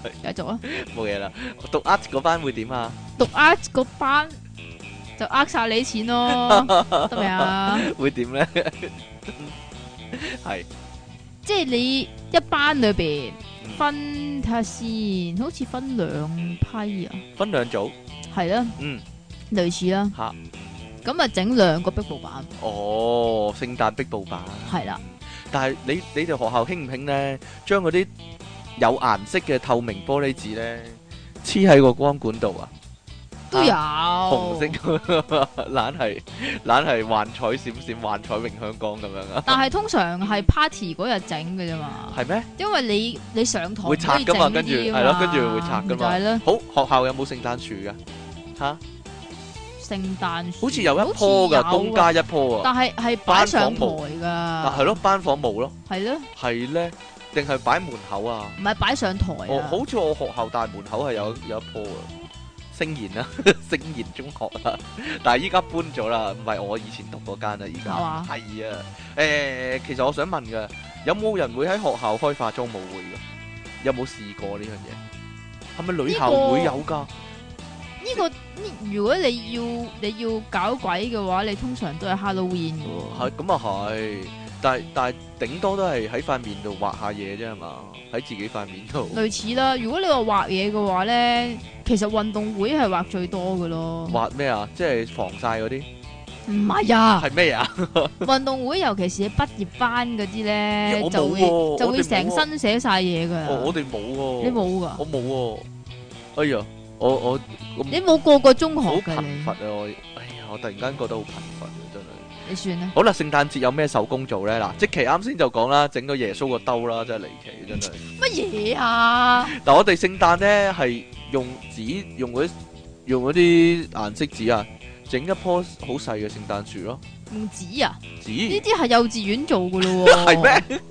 [SPEAKER 1] 繼續啊，
[SPEAKER 2] 冇嘢啦。讀 art 嗰班會點啊？
[SPEAKER 1] 讀 art 個班就呃晒你錢 咯，得未啊？
[SPEAKER 2] 會點咧？係
[SPEAKER 1] 即係你一班裏邊
[SPEAKER 2] 嗯
[SPEAKER 1] 分睇下先，好似分兩批啊，
[SPEAKER 2] 分兩組，
[SPEAKER 1] 係啦，
[SPEAKER 2] 嗯
[SPEAKER 1] 類似啦，
[SPEAKER 2] 嚇、
[SPEAKER 1] 咁啊整兩個壁布板，
[SPEAKER 2] 哦，聖誕壁布版。
[SPEAKER 1] 係啦，
[SPEAKER 2] 但係你你哋學校興唔興咧？將嗰啲有顏色嘅透明玻璃紙咧，黐喺個光管度啊！
[SPEAKER 1] 都有
[SPEAKER 2] 紅啊色， 懶係懶係幻彩閃閃，幻彩詠香江咁樣啊？
[SPEAKER 1] 但係通常係 party 嗰日整嘅啫嘛，
[SPEAKER 2] 係咩？
[SPEAKER 1] 因為你你上堂
[SPEAKER 2] 會拆
[SPEAKER 1] 噶
[SPEAKER 2] 㗎嘛跟住
[SPEAKER 1] 啊
[SPEAKER 2] 係咯跟住會拆㗎嘛
[SPEAKER 1] 係咯，
[SPEAKER 2] 好，學校有冇聖誕樹噶？吓，
[SPEAKER 1] 聖誕樹
[SPEAKER 2] 好似有一棵噶，
[SPEAKER 1] 好似有
[SPEAKER 2] 東
[SPEAKER 1] 啊
[SPEAKER 2] 加一棵啊。
[SPEAKER 1] 但係係擺上台
[SPEAKER 2] 但
[SPEAKER 1] 㗎，
[SPEAKER 2] 係咯，班房冇咯，
[SPEAKER 1] 係咯，
[SPEAKER 2] 係咧，定係擺門口啊？
[SPEAKER 1] 唔係擺上台
[SPEAKER 2] 我
[SPEAKER 1] 啊，
[SPEAKER 2] 哦好似我學校大門口係有有一棵啊，星賢啊， 星賢中學啊，但係依家搬咗啦，唔係我以前讀嗰間啊啦，依家
[SPEAKER 1] 係嘛
[SPEAKER 2] 係啊，誒、其實我想問嘅，有冇人會喺學校開化妝舞會㗎？有冇試過呢樣嘢？係咪女校會有㗎？
[SPEAKER 1] 呢個呢如果你要你要搞鬼嘅話，你通常都係 Halloween 嘅喎
[SPEAKER 2] 係，咁啊係，但係但係頂多都係喺塊面度畫下嘢啫係嘛，喺自己塊面度
[SPEAKER 1] 類似啦。如果你話畫嘢嘅話咧，其實運動會係畫最多嘅咯。
[SPEAKER 2] 畫咩啊？即係防曬嗰啲
[SPEAKER 1] 唔係啊，
[SPEAKER 2] 係咩啊？
[SPEAKER 1] 運動會尤其是畢業班嗰啲
[SPEAKER 2] 咦
[SPEAKER 1] 咧，
[SPEAKER 2] 我冇
[SPEAKER 1] 就會
[SPEAKER 2] 喎
[SPEAKER 1] 就
[SPEAKER 2] 我
[SPEAKER 1] 會
[SPEAKER 2] 哋冇
[SPEAKER 1] 成
[SPEAKER 2] 喎
[SPEAKER 1] 身寫晒嘢
[SPEAKER 2] 哦，
[SPEAKER 1] 㗎。
[SPEAKER 2] 我哋冇喎，
[SPEAKER 1] 你冇㗎？
[SPEAKER 2] 我冇喎、哎呀，我我
[SPEAKER 1] 你冇過過中
[SPEAKER 2] 好
[SPEAKER 1] 學㗎
[SPEAKER 2] 貧乏
[SPEAKER 1] 你？
[SPEAKER 2] 啊！我哎呀，我突然間覺得好貧乏啊，真係。
[SPEAKER 1] 你算啦。
[SPEAKER 2] 好啦，聖誕節有咩手工做咧？嗱，即期啱先就講啦，整個耶穌個兜啦，真係離奇，真係。
[SPEAKER 1] 乜嘢啊？
[SPEAKER 2] 但我哋聖誕咧係用紙，用嗰啲用嗰啲顏色紙啊，整一棵好細嘅聖誕樹咯，
[SPEAKER 1] 用紙啊？呢
[SPEAKER 2] 紙
[SPEAKER 1] 啲係幼稚園做㗎咯喎。
[SPEAKER 2] 係？咩？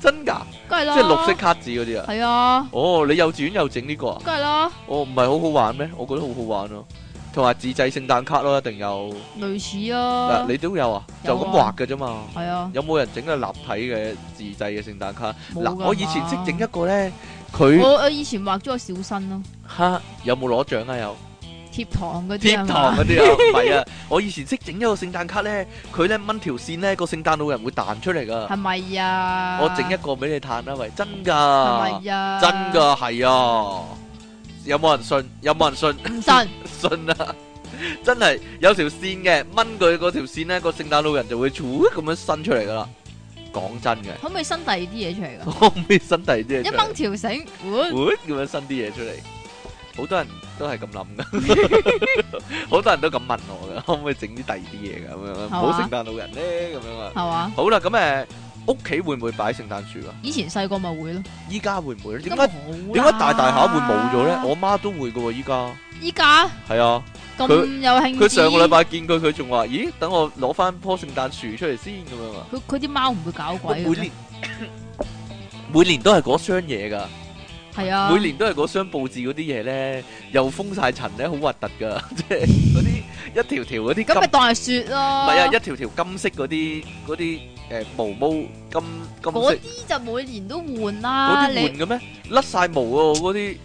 [SPEAKER 2] 真㗎，
[SPEAKER 1] 梗哦係
[SPEAKER 2] 即
[SPEAKER 1] 啦。
[SPEAKER 2] 係綠色卡紙嗰啲啊。
[SPEAKER 1] 係啊，
[SPEAKER 2] 哦，你幼稚園又整呢個啊？
[SPEAKER 1] 梗係啦，
[SPEAKER 2] 哦，唔係好好玩咩？我覺得好好玩咯、同埋自製聖誕卡咯，一定有。
[SPEAKER 1] 類似
[SPEAKER 2] 嗱、
[SPEAKER 1] 啊，
[SPEAKER 2] 你都有啊？
[SPEAKER 1] 哦有啊
[SPEAKER 2] 就咁畫嘅啫嘛。
[SPEAKER 1] 係啊，
[SPEAKER 2] 有冇人整個立體嘅自製嘅聖誕卡？
[SPEAKER 1] 冇哦
[SPEAKER 2] 嗱，
[SPEAKER 1] 㗎
[SPEAKER 2] 我以前識
[SPEAKER 1] 嘛
[SPEAKER 2] 整一個咧，佢
[SPEAKER 1] 我我以前畫咗個小新咯，
[SPEAKER 2] 吓有冇攞獎啊？有
[SPEAKER 1] 貼堂嗰啲啊
[SPEAKER 2] 貼堂
[SPEAKER 1] 嘛，
[SPEAKER 2] 嗰啲啊？唔係啊，我以前識整一個聖誕卡咧，佢咧掹條線咧，個聖誕老人會彈出嚟噶
[SPEAKER 1] 係。咪啊？
[SPEAKER 2] 我整一個俾你嘆啊啦，喂，真
[SPEAKER 1] 係
[SPEAKER 2] 㗎，
[SPEAKER 1] 咪啊？
[SPEAKER 2] 真㗎，係啊。有冇人信？有冇人信？
[SPEAKER 1] 唔信，
[SPEAKER 2] 信啦，真係有條線嘅，掹佢嗰條線咧，個聖誕老人就會咁樣伸出嚟噶啦。講真嘅，
[SPEAKER 1] 可唔可以伸第二啲嘢出嚟㗎？
[SPEAKER 2] 可唔可以伸第二啲嘢
[SPEAKER 1] 一
[SPEAKER 2] 出
[SPEAKER 1] 掹
[SPEAKER 2] 嚟？
[SPEAKER 1] 條繩， 碗
[SPEAKER 2] 會咁樣伸啲嘢出嚟，好多人都係咁諗噶，好多人都咁問我噶，可唔可以整啲第二啲嘢噶咁樣？唔好聖誕老人咧咁樣啊。
[SPEAKER 1] 係嘛？
[SPEAKER 2] 好啦，咁誒，屋企會唔會擺聖誕樹啊？
[SPEAKER 1] 以前細個咪會咯，
[SPEAKER 2] 依家會唔會咧？
[SPEAKER 1] 點
[SPEAKER 2] 點解點解大大下會冇咗咧？
[SPEAKER 1] 我
[SPEAKER 2] 我媽都會噶喎，依家
[SPEAKER 1] 依家
[SPEAKER 2] 係啊。
[SPEAKER 1] 咁
[SPEAKER 2] 佢
[SPEAKER 1] 有興致
[SPEAKER 2] 佢上個禮，拜見佢，佢仲話：咦，等我攞翻棵聖誕樹出嚟先咁樣啊！
[SPEAKER 1] 佢佢啲貓唔會搞
[SPEAKER 2] 我
[SPEAKER 1] 鬼
[SPEAKER 2] 每
[SPEAKER 1] 嘅咩
[SPEAKER 2] 年 每年都係嗰箱嘢噶，
[SPEAKER 1] 係啊，
[SPEAKER 2] 每年都係嗰箱佈置嗰啲嘢咧，又封晒塵咧，好核突噶，即係嗰啲一條條嗰啲
[SPEAKER 1] 咁咪
[SPEAKER 2] 金-
[SPEAKER 1] 當係雪咯。
[SPEAKER 2] à, 唔係啊，一條條金色嗰啲-嗰啲，誒，毛毛金-金色
[SPEAKER 1] 嗰啲就每年都換啦。
[SPEAKER 2] 嗰啲
[SPEAKER 1] 啊你
[SPEAKER 2] 啊
[SPEAKER 1] 啊
[SPEAKER 2] 換嘅咩？甩晒毛喎，嗰啲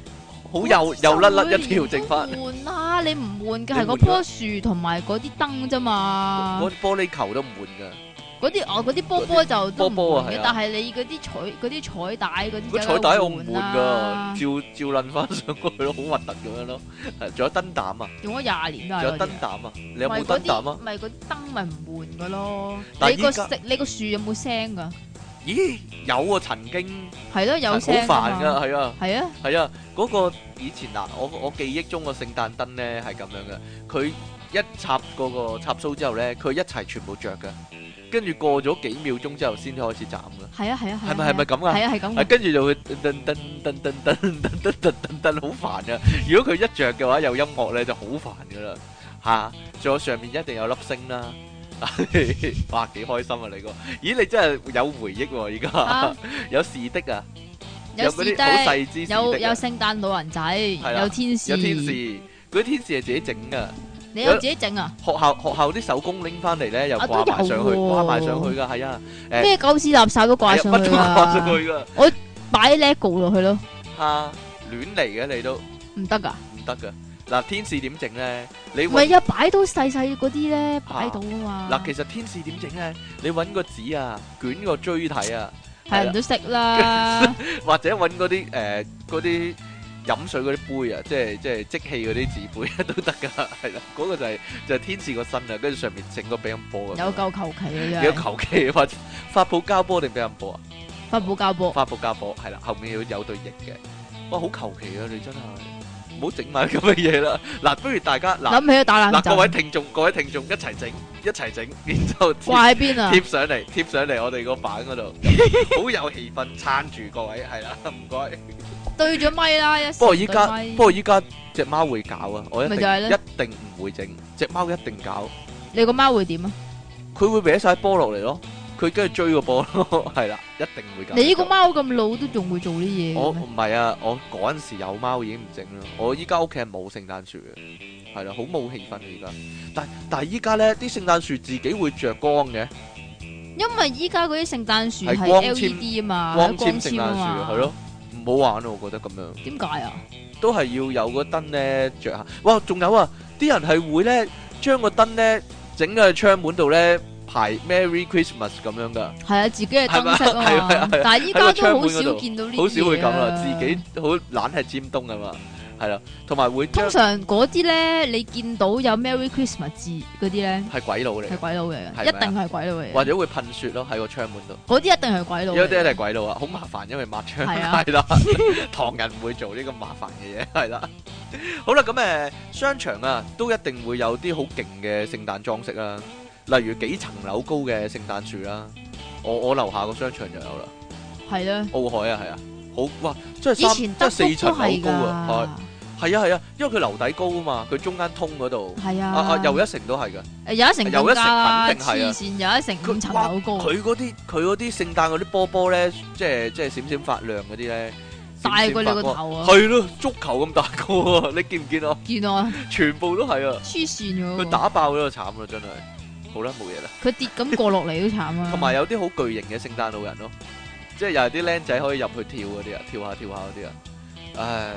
[SPEAKER 2] 好幼-又甩甩一條剩返。
[SPEAKER 1] 換啦，你唔換嘅
[SPEAKER 2] 你
[SPEAKER 1] 係
[SPEAKER 2] 換咗
[SPEAKER 1] 嗰棵樹同埋嗰啲燈啫嘛。
[SPEAKER 2] 嗰啲玻璃球都唔換㗎，嗰
[SPEAKER 1] 嗰啲哦，嗰啲波波就都唔
[SPEAKER 2] 波波啊
[SPEAKER 1] 換
[SPEAKER 2] 係
[SPEAKER 1] 嘅
[SPEAKER 2] 啊，
[SPEAKER 1] 但係你嗰啲彩嗰啲彩帶嗰啲就梗係換
[SPEAKER 2] 彩帶我唔換㗎，
[SPEAKER 1] 啦，
[SPEAKER 2] 照-照撚返上去咯，好核突咁樣咯。係，仲有燈膽啊，
[SPEAKER 1] 用咗廿年啦。嗰啲
[SPEAKER 2] 仲有燈膽啊，你有冇
[SPEAKER 1] 咪嗰
[SPEAKER 2] 燈膽啊？
[SPEAKER 1] 啲咪嗰啲燈咪唔換噶咯？
[SPEAKER 2] 但係
[SPEAKER 1] 你個
[SPEAKER 2] 依家
[SPEAKER 1] 色你個樹有冇聲噶？
[SPEAKER 2] 咦，有啊，曾經
[SPEAKER 1] 係咯，
[SPEAKER 2] À,
[SPEAKER 1] 有聲㗎嘛
[SPEAKER 2] 好煩㗎，係啊。
[SPEAKER 1] 係啊，
[SPEAKER 2] 係啊，嗰、個以前嗱，我我記憶中個聖誕燈咧係咁樣嘅，佢一插嗰個插蘇之後咧，佢一齊全部着嘅，跟住過咗幾秒鐘之後先開始斬嘅，
[SPEAKER 1] 係啊，係啊，
[SPEAKER 2] 係咪係咪咁啊？
[SPEAKER 1] 係啊，係咁
[SPEAKER 2] 係
[SPEAKER 1] 㗎。
[SPEAKER 2] 跟住就會噔噔噔噔噔噔噔噔噔噔噔，好煩啊！如果佢一着嘅話有音樂咧就好煩噶啦嚇，仲有上面一定有粒星啦。哇，幾開心啊！你個，咦，你真係有回憶喎、 而
[SPEAKER 1] 啊
[SPEAKER 2] 家有士的啊，
[SPEAKER 1] 有
[SPEAKER 2] 嗰
[SPEAKER 1] 士
[SPEAKER 2] 啲好
[SPEAKER 1] 的，
[SPEAKER 2] 細支士
[SPEAKER 1] 有
[SPEAKER 2] 的啊
[SPEAKER 1] 有聖誕老人仔，
[SPEAKER 2] 啦
[SPEAKER 1] 有天使，
[SPEAKER 2] 有天使，嗰啲天使係自己整噶，
[SPEAKER 1] 你
[SPEAKER 2] 有
[SPEAKER 1] 有自己整啊？
[SPEAKER 2] 學校學校啲手工拎翻嚟咧，又
[SPEAKER 1] 啊
[SPEAKER 2] 掛埋上去，
[SPEAKER 1] 都有喎
[SPEAKER 2] 掛埋上去噶，係啊，誒
[SPEAKER 1] 咩狗屎垃圾都掛
[SPEAKER 2] 係啊
[SPEAKER 1] 上
[SPEAKER 2] 乜
[SPEAKER 1] 去
[SPEAKER 2] 都掛
[SPEAKER 1] 啊！
[SPEAKER 2] 上去噶，
[SPEAKER 1] 擺 lego 落去咯，
[SPEAKER 2] 嚇亂嚟嘅你都唔
[SPEAKER 1] 唔得噶，
[SPEAKER 2] 得噶。嗱，天使點整咧？你
[SPEAKER 1] 唔係
[SPEAKER 2] 揾
[SPEAKER 1] 啊，擺到細細嗰啲咧，擺到啊嘛。
[SPEAKER 2] 嗱，其實天使點整咧？你揾個紙啊，捲個錐體啊，
[SPEAKER 1] 係人都識啦，
[SPEAKER 2] 或者揾嗰啲誒嗰啲飲水嗰啲杯啊，即係即係即棄嗰啲紙杯啊 都得㗎，係啦，嗰個就係就係天使個身啊，跟住上面整個乒乓波咁樣
[SPEAKER 1] 有夠求其嘅
[SPEAKER 2] 有
[SPEAKER 1] 啫，
[SPEAKER 2] 求其發發泡膠波定俾人波啊？
[SPEAKER 1] 發泡膠波。
[SPEAKER 2] 發泡膠波係啦，後面要有對翼嘅。哇，好求其啊！你真係唔好整埋咁嘅嘢啦。嗱，不如大家嗱
[SPEAKER 1] 諗起都打冷
[SPEAKER 2] 嗱，
[SPEAKER 1] 震
[SPEAKER 2] 各，位聽眾，各位聽眾一齊整，一齊整， 然之後貼
[SPEAKER 1] 掛喺邊啊？
[SPEAKER 2] 貼上嚟，貼上嚟我哋個板嗰 度，好有氣氛，撐住各位係啦， 唔該。
[SPEAKER 1] 對咗咪啦，一
[SPEAKER 2] 不過依家
[SPEAKER 1] 成對咪，
[SPEAKER 2] 不過依家只貓會搞啊，我一定
[SPEAKER 1] 咪就係咯
[SPEAKER 2] 一定唔會整，只貓一定搞，
[SPEAKER 1] 你個貓會點啊？
[SPEAKER 2] 佢會搲晒波落嚟咯，佢跟住追個波咯， 係啦，一定會咁。
[SPEAKER 1] 你個貓咁老都仲會做啲嘢
[SPEAKER 2] 我
[SPEAKER 1] 嘅咩？
[SPEAKER 2] 唔係啊，我嗰陣時有貓已經唔整啦。我依家屋企係冇聖誕樹嘅，係啦，好冇氣氛啊而家。但但係依家咧啲聖誕樹自己會着光嘅，
[SPEAKER 1] 因為依家嗰啲聖誕樹
[SPEAKER 2] 係
[SPEAKER 1] 係
[SPEAKER 2] 光纖
[SPEAKER 1] LED 啊嘛，
[SPEAKER 2] 光
[SPEAKER 1] 纖
[SPEAKER 2] 纖聖誕
[SPEAKER 1] 啊
[SPEAKER 2] 樹
[SPEAKER 1] 嘛，
[SPEAKER 2] 係。咯，唔好玩啊！我覺得咁樣
[SPEAKER 1] 點解啊？
[SPEAKER 2] 都係要有個燈咧着下。哇，仲有啊，啲人係會咧將個燈咧整喺窗門度咧排 Merry Christmas 咁樣噶，
[SPEAKER 1] 係啊，自己嘅燈飾
[SPEAKER 2] 係咪係咪係
[SPEAKER 1] 啊嘛
[SPEAKER 2] 咪。
[SPEAKER 1] 但係依
[SPEAKER 2] 喺個
[SPEAKER 1] 家
[SPEAKER 2] 窗
[SPEAKER 1] 都好
[SPEAKER 2] 門嗰
[SPEAKER 1] 少
[SPEAKER 2] 度
[SPEAKER 1] 見到呢啲
[SPEAKER 2] 好少會咁
[SPEAKER 1] 嘢啊
[SPEAKER 2] 啦，自己好懶係尖東啊嘛，係啦，同埋會
[SPEAKER 1] 通
[SPEAKER 2] 將
[SPEAKER 1] 常嗰啲咧，你見到有 Merry Christmas 字嗰啲咧，
[SPEAKER 2] 係鬼佬嚟
[SPEAKER 1] 係
[SPEAKER 2] 嘅，
[SPEAKER 1] 鬼佬嚟
[SPEAKER 2] 係咪啊
[SPEAKER 1] 嘅，一定係鬼佬嚟
[SPEAKER 2] 或
[SPEAKER 1] 嘅。
[SPEAKER 2] 者會噴雪咯喺個窗門度。
[SPEAKER 1] 嗰啲一定係鬼佬嚟嘅。
[SPEAKER 2] 有啲係鬼佬啊，好麻煩，因為抹槍
[SPEAKER 1] 係 啊
[SPEAKER 2] 係啦，唐人唔會做呢咁麻煩嘅嘢，係啦。好啦，咁誒商場啊，都一定會有啲好勁嘅聖誕裝飾啦，例如幾層樓高嘅聖誕樹啦。我我樓下個商場就有啦，
[SPEAKER 1] 係啦，
[SPEAKER 2] 澳海啊，係啊，好哇，真係
[SPEAKER 1] 以
[SPEAKER 2] 三
[SPEAKER 1] 前
[SPEAKER 2] 真
[SPEAKER 1] 德
[SPEAKER 2] 係四
[SPEAKER 1] 福都
[SPEAKER 2] 層
[SPEAKER 1] 係
[SPEAKER 2] 樓
[SPEAKER 1] 㗎
[SPEAKER 2] 高啊，，係係啊係啊，因為佢樓底高啊嘛，佢中間通嗰度，
[SPEAKER 1] 係
[SPEAKER 2] 啊
[SPEAKER 1] 啊。
[SPEAKER 2] 啊又一城都係㗎。
[SPEAKER 1] 誒有一成
[SPEAKER 2] 有一
[SPEAKER 1] 更加啦，
[SPEAKER 2] 成肯定係啊
[SPEAKER 1] 黐線有一成五層樓高，啊
[SPEAKER 2] 佢嗰啲佢嗰啲聖誕嗰啲波波咧，即係即係閃閃發亮嗰啲咧，
[SPEAKER 1] 大過你個
[SPEAKER 2] 閃閃發
[SPEAKER 1] 頭
[SPEAKER 2] 光
[SPEAKER 1] 啊！
[SPEAKER 2] 係咯，足球咁大個啊！你見唔 見啊？
[SPEAKER 1] 見啊，
[SPEAKER 2] 全部都係啊！
[SPEAKER 1] 黐線嘅
[SPEAKER 2] 佢
[SPEAKER 1] 喎，
[SPEAKER 2] 打爆咗就慘啦，真係。好啦，冇嘢啦。
[SPEAKER 1] 佢跌咁過落嚟都慘啊！
[SPEAKER 2] 同埋有啲好巨型嘅聖誕老人咯，即係又係啲僆仔可以入去跳嗰啲啊，跳下跳下嗰啲啊。唉，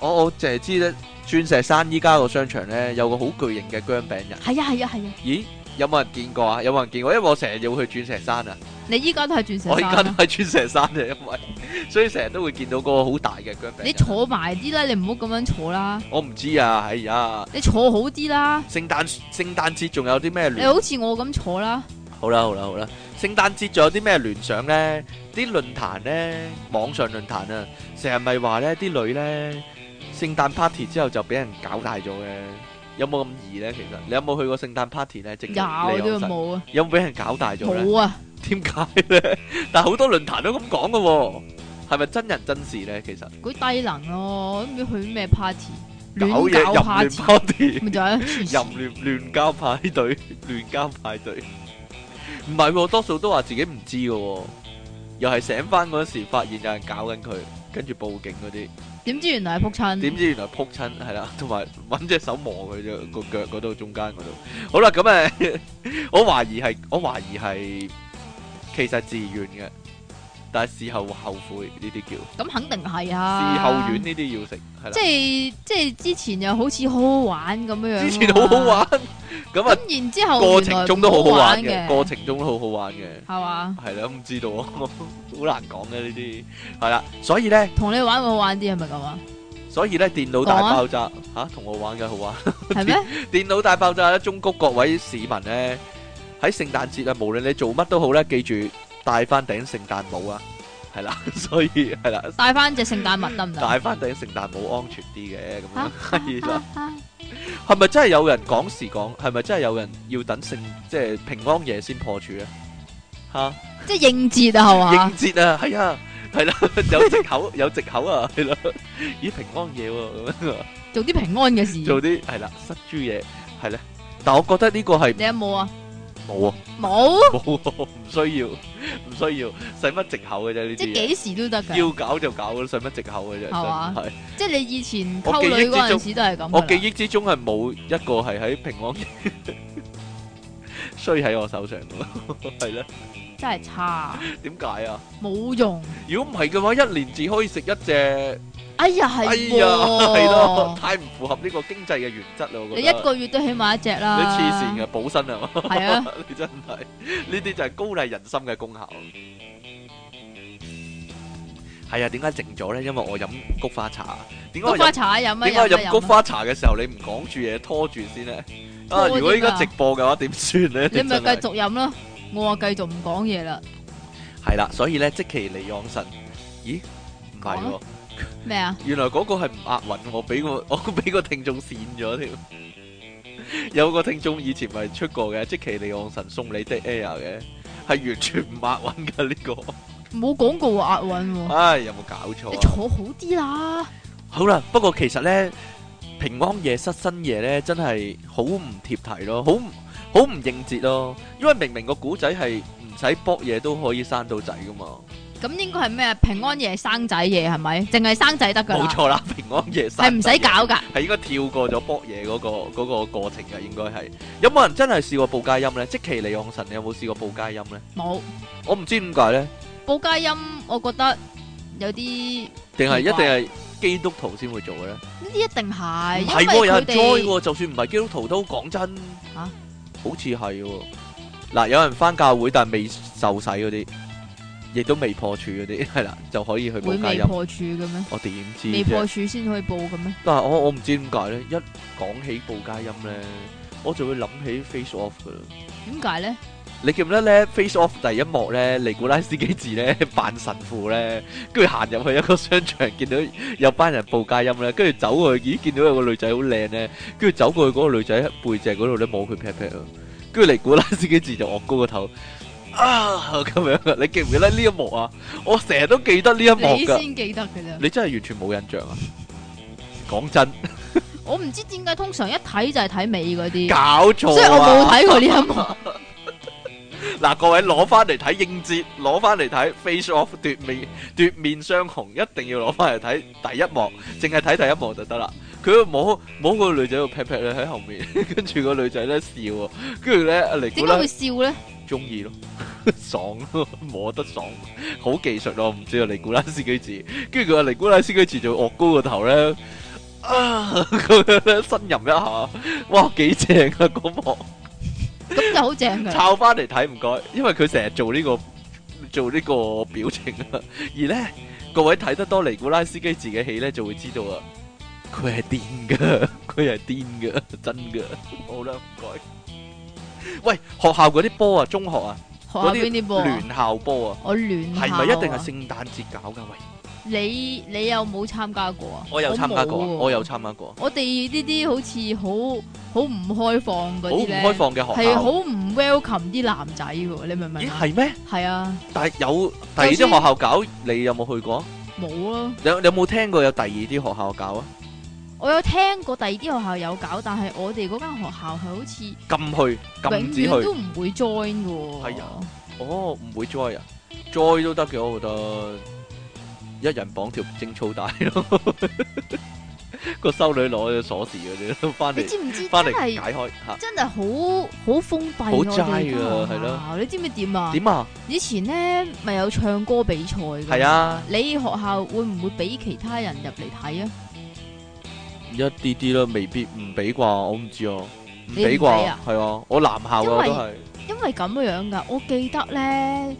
[SPEAKER 2] 我我淨係知咧，鑽石山依家個商場咧有個好巨型嘅薑餅人。
[SPEAKER 1] 係啊係啊係啊！
[SPEAKER 2] 咦？有冇人見過啊？有冇人見過？因為我成日要去鑽石山啊。
[SPEAKER 1] 你依家都係鑽石
[SPEAKER 2] 我而家
[SPEAKER 1] 山
[SPEAKER 2] 都
[SPEAKER 1] 啊，
[SPEAKER 2] 喺鑽石山嘅，因為所以成日都會見到個好大嘅姜餅。
[SPEAKER 1] 你，坐埋啲啦，你唔好咁樣坐啦，
[SPEAKER 2] 我唔知啊，哎呀，
[SPEAKER 1] 你坐好啲啦，
[SPEAKER 2] 聖誕聖誕節仲有啲咩
[SPEAKER 1] 你
[SPEAKER 2] 聯？
[SPEAKER 1] 好似我咁坐啦，
[SPEAKER 2] 好啦好啦好啦，聖誕節仲有啲咩聯想咧？啲論壇咧，網上論壇啊，成日咪話咧啲女咧，聖誕 party 之後就俾人搞大咗嘅，有冇咁易咧？其實你有冇去過聖誕 party 咧？直
[SPEAKER 1] 有
[SPEAKER 2] 情你
[SPEAKER 1] 都
[SPEAKER 2] 老實
[SPEAKER 1] 冇啊，
[SPEAKER 2] 有冇俾人搞大咗咧？
[SPEAKER 1] 冇啊，
[SPEAKER 2] 點解咧？但係好多論壇都咁講嘅喎，係咪真人真事咧？其實？
[SPEAKER 1] 佢低能咯，唔知去咩 party，
[SPEAKER 2] 搞
[SPEAKER 1] 亂
[SPEAKER 2] 嘢
[SPEAKER 1] 搞
[SPEAKER 2] 淫亂
[SPEAKER 1] party，
[SPEAKER 2] party，
[SPEAKER 1] 咪就係咯黐
[SPEAKER 2] 淫
[SPEAKER 1] 線，
[SPEAKER 2] 亂亂交派 對，亂交派對。唔係喎，多數都話自己唔知嘅喎，又係醒翻嗰時發現有人搞緊佢，跟住報警嗰啲，
[SPEAKER 1] 點知原來係仆親。
[SPEAKER 2] 點知原來撲親係啦，同埋揾隻手磨佢啫，個腳嗰度中間嗰度。好啦，咁 誒，我懷疑係，我懷疑係其實自願嘅，但係事後後悔呢啲叫
[SPEAKER 1] 咁肯定係
[SPEAKER 2] 事
[SPEAKER 1] 啊。
[SPEAKER 2] 後丸呢啲要食係啦。
[SPEAKER 1] 即係即係之前又好似好好玩咁樣樣。
[SPEAKER 2] 之前好好。玩，咁啊
[SPEAKER 1] 咁然之後
[SPEAKER 2] 過程中都好好玩
[SPEAKER 1] 原來
[SPEAKER 2] 嘅，
[SPEAKER 1] 唔好
[SPEAKER 2] 過
[SPEAKER 1] 玩嘅，
[SPEAKER 2] 程中都好好玩嘅，
[SPEAKER 1] 係嘛？
[SPEAKER 2] 係啦，唔知道啊， 好難講嘅呢啲係啦，所以咧，
[SPEAKER 1] 同你玩會好玩啲係咪咁 啊？
[SPEAKER 2] 所以咧電腦大爆炸嚇同我玩嘅好玩。
[SPEAKER 1] 係咩？
[SPEAKER 2] 電腦大爆炸咧，中谷各位市民咧喺聖誕節啊，無論你做乜都好咧，記住戴翻頂聖誕帽啊，係啦， 所以係啦，
[SPEAKER 1] 帶翻隻聖誕物得唔啊得？
[SPEAKER 2] 戴翻頂聖誕帽安全啲嘅咁樣
[SPEAKER 1] 啊，
[SPEAKER 2] 係啦，
[SPEAKER 1] 啊啊
[SPEAKER 2] 係咪真係有人講時講？係咪真係有人要等聖即係平安夜先破處咧？嚇，
[SPEAKER 1] 即係應節啊，係嘛
[SPEAKER 2] 應？節啊，係啊，係 啦，有藉口有藉口啊，係 啦，咦平安夜喎 咁樣啊，
[SPEAKER 1] 做啲平安嘅事。
[SPEAKER 2] 做啲係啦失豬嘢係咧，但我覺得呢個係
[SPEAKER 1] 你有冇啊？
[SPEAKER 2] 冇啊。
[SPEAKER 1] 冇，
[SPEAKER 2] 冇喎，唔需要，唔需要，使乜藉口嘅啫呢
[SPEAKER 1] 即係
[SPEAKER 2] 啲嘢。
[SPEAKER 1] 幾時都得㗎。
[SPEAKER 2] 要搞就搞啦，使乜藉口嘅啫。
[SPEAKER 1] 係嘛
[SPEAKER 2] 真係
[SPEAKER 1] 即係你以前
[SPEAKER 2] 我
[SPEAKER 1] 溝
[SPEAKER 2] 記憶
[SPEAKER 1] 女嗰
[SPEAKER 2] 之中
[SPEAKER 1] 陣時都係咁㗎啦。
[SPEAKER 2] 我記憶之中係冇一個係喺平安夜 衰喺我手 上噶咯，係咧？
[SPEAKER 1] 真係差，
[SPEAKER 2] 點解啊？
[SPEAKER 1] 冇用。
[SPEAKER 2] 如果唔係嘅話，一年只可以食一隻。
[SPEAKER 1] 哎呀，係
[SPEAKER 2] 哎
[SPEAKER 1] 喎
[SPEAKER 2] 呀，係咯，。太唔符合呢個經濟嘅原則啦，我覺得。
[SPEAKER 1] 你一個月都起碼一隻
[SPEAKER 2] 你
[SPEAKER 1] 啦。
[SPEAKER 2] 黐線嘅，補身啊！
[SPEAKER 1] 嘅。係 啊，
[SPEAKER 2] 你真係呢啲就係高麗人心嘅功效。係啊，點解靜咗咧？因為我飲菊花茶。點解我
[SPEAKER 1] 菊花
[SPEAKER 2] 飲？
[SPEAKER 1] 茶飲啊
[SPEAKER 2] 點解我
[SPEAKER 1] 飲啊
[SPEAKER 2] 飲
[SPEAKER 1] 飲
[SPEAKER 2] 菊
[SPEAKER 1] 啊。
[SPEAKER 2] 花茶嘅時候，你唔講住嘢拖住先咧？
[SPEAKER 1] 拖
[SPEAKER 2] 啊！
[SPEAKER 1] 住
[SPEAKER 2] 如果依家
[SPEAKER 1] 㗎
[SPEAKER 2] 直播嘅話，點算咧？
[SPEAKER 1] 你咪
[SPEAKER 2] 真係
[SPEAKER 1] 繼續飲咯，我話繼續唔講嘢啦。
[SPEAKER 2] 係啦，所以咧，即其離養神。咦？唔係
[SPEAKER 1] 講
[SPEAKER 2] 喎
[SPEAKER 1] 啊，咩啊？
[SPEAKER 2] 原來嗰個係唔押韻，我俾個 我俾個聽眾跣咗添。 有個聽眾以前咪出過嘅，即其離養神送你的 air 嘅，係完全唔押韻嘅呢個。
[SPEAKER 1] 冇講過話押韻喎，
[SPEAKER 2] 唉，有冇搞錯
[SPEAKER 1] 你
[SPEAKER 2] 啊？
[SPEAKER 1] 坐好啲啦。
[SPEAKER 2] 好啦，不過其實咧，平安夜、失身夜咧，真係好唔貼題咯，好唔好唔應節咯。因為明明個古仔係唔使搏嘢都可以生到仔噶嘛，
[SPEAKER 1] 咁應該係咩啊？平安夜生仔夜係咪？淨係生仔得㗎啦
[SPEAKER 2] 冇，錯啦。平安夜
[SPEAKER 1] 係唔
[SPEAKER 2] 生仔
[SPEAKER 1] 使
[SPEAKER 2] 夜
[SPEAKER 1] 搞㗎。
[SPEAKER 2] 係應該跳過咗搏嘢嗰個嗰個過程嘅，應該係。有冇人真係試過報佳音咧？即其利昂神，你有冇試過報佳音咧？
[SPEAKER 1] 冇
[SPEAKER 2] 我唔知點解咧，
[SPEAKER 1] 報佳音，我覺得有啲呢
[SPEAKER 2] 定係一
[SPEAKER 1] 奇
[SPEAKER 2] 定
[SPEAKER 1] 怪
[SPEAKER 2] 係基督徒先會做嘅咧？
[SPEAKER 1] 啲一定係，
[SPEAKER 2] 唔
[SPEAKER 1] 因
[SPEAKER 2] 係喎，
[SPEAKER 1] 為
[SPEAKER 2] 有
[SPEAKER 1] 佢
[SPEAKER 2] 人 join
[SPEAKER 1] 哋
[SPEAKER 2] 喎，就算唔係基督徒都講真
[SPEAKER 1] 嚇
[SPEAKER 2] 好似係喎。嗱，有人翻教會但未受洗嗰啲，亦都未破處嗰啲， 係啦，就可以去
[SPEAKER 1] 會
[SPEAKER 2] 報佳
[SPEAKER 1] 未
[SPEAKER 2] 音。
[SPEAKER 1] 破處嘅咩？
[SPEAKER 2] 我點知
[SPEAKER 1] 未破
[SPEAKER 2] 啫？
[SPEAKER 1] 處先可以報嘅咩？
[SPEAKER 2] 但係我我唔知點解咧，一講起報佳音咧，我就會諗起 Face Off 噶啦。
[SPEAKER 1] 點解咧？
[SPEAKER 2] 你記唔記得咧？Face Off 第一幕咧，尼古拉斯基治咧扮神父咧，跟住行入去一個商場，見 到有班人報佳音咧，跟住走過去，咦，見到有個女仔好靚咧，跟住走過去嗰個女仔背脊嗰度咧摸佢 pat pat 啊，跟住尼古拉斯基治就昂高個頭啊咁樣啊！你記唔記得呢一幕啊？我成日都記得呢一幕
[SPEAKER 1] 你
[SPEAKER 2] 㗎，
[SPEAKER 1] 先記得㗎咋？
[SPEAKER 2] 你真係完全冇印象啊！講真，
[SPEAKER 1] 我唔知點解通常一睇就係睇尾嗰啲，
[SPEAKER 2] 搞錯啊！
[SPEAKER 1] 所以我冇睇過呢一幕。
[SPEAKER 2] 嗱，各位攞翻嚟睇應節，攞翻嚟睇 Face Off 奪面奪面雙雄，一定要攞翻嚟睇第一幕，淨係睇第一幕就得啦。佢摸摸個女仔喺度 pat pat 咧喺後面， 跟住個女仔咧笑喎，跟住咧阿尼古
[SPEAKER 1] 點解
[SPEAKER 2] 拉
[SPEAKER 1] 會笑咧？
[SPEAKER 2] 中意咯， 爽咯，摸得爽，好技術咯，唔知啊尼古拉斯基治，跟住佢話尼古拉斯基治就惡高個頭咧，啊咁樣咧呻吟一下，哇幾正啊嗰幕！
[SPEAKER 1] 咁就好正 㗎。
[SPEAKER 2] 抄翻嚟睇唔該，因為佢成日做呢、個做呢個表情啊。 而呢，各位睇得多尼古拉斯基自己戲呢，就會知道啊，佢係癲噶， 佢係癲噶， 真噶。好啦，唔該。喂，學校嗰啲波啊，中學啊，
[SPEAKER 1] 學校
[SPEAKER 2] 嗰
[SPEAKER 1] 邊啲波
[SPEAKER 2] 啲
[SPEAKER 1] 啊？
[SPEAKER 2] 聯校波啊，
[SPEAKER 1] 我亂
[SPEAKER 2] 係
[SPEAKER 1] 校
[SPEAKER 2] 咪一定係
[SPEAKER 1] 啊
[SPEAKER 2] 聖誕節搞噶？喂，
[SPEAKER 1] 你你有冇參加過啊？
[SPEAKER 2] 我有參加過啊，
[SPEAKER 1] 冇喎
[SPEAKER 2] 我有。參加過啊，
[SPEAKER 1] 我哋呢啲好似好好唔開放嗰
[SPEAKER 2] 好唔
[SPEAKER 1] 啲咧，
[SPEAKER 2] 開放嘅學
[SPEAKER 1] 係好
[SPEAKER 2] 校。
[SPEAKER 1] 唔 welcome 啲男仔嘅喎，你明唔
[SPEAKER 2] 咦，
[SPEAKER 1] 明啊？
[SPEAKER 2] 係咩？
[SPEAKER 1] 係啊，
[SPEAKER 2] 但係有第二啲學
[SPEAKER 1] 就算
[SPEAKER 2] 校搞，你有冇去過啊？
[SPEAKER 1] 冇咯。
[SPEAKER 2] 你有你有冇聽過有第二啲學校搞啊？
[SPEAKER 1] 我有聽過第二啲學校有搞，但係我哋嗰間學校係好似永
[SPEAKER 2] 禁去，禁止
[SPEAKER 1] 遠
[SPEAKER 2] 去。
[SPEAKER 1] 都唔會 join 嘅喎。
[SPEAKER 2] 係啊哦，唔會 joy 啊，joy 都得嘅，我覺得。一人綁條貞操帶咯， 個修女攞咗鎖匙嗰啲，翻
[SPEAKER 1] 你
[SPEAKER 2] 嚟
[SPEAKER 1] 知唔知真
[SPEAKER 2] 翻嚟
[SPEAKER 1] 係
[SPEAKER 2] 解開吓
[SPEAKER 1] 真係好好封閉啊
[SPEAKER 2] 好
[SPEAKER 1] 我哋
[SPEAKER 2] 齋㗎
[SPEAKER 1] 間學
[SPEAKER 2] 係咯
[SPEAKER 1] 校你知唔知點啊？
[SPEAKER 2] 點啊？
[SPEAKER 1] 以前咧咪有唱歌比賽㗎
[SPEAKER 2] 係啊，
[SPEAKER 1] 你學校會唔會俾其他人入嚟睇啊？
[SPEAKER 2] 一啲啲啦，未必唔俾啩，我唔知啊，唔
[SPEAKER 1] 你唔
[SPEAKER 2] 俾
[SPEAKER 1] 俾
[SPEAKER 2] 啩
[SPEAKER 1] 啊，
[SPEAKER 2] 係啊，我男校
[SPEAKER 1] 因
[SPEAKER 2] 啊
[SPEAKER 1] 為
[SPEAKER 2] 都係，
[SPEAKER 1] 因為咁樣噶，我記得咧，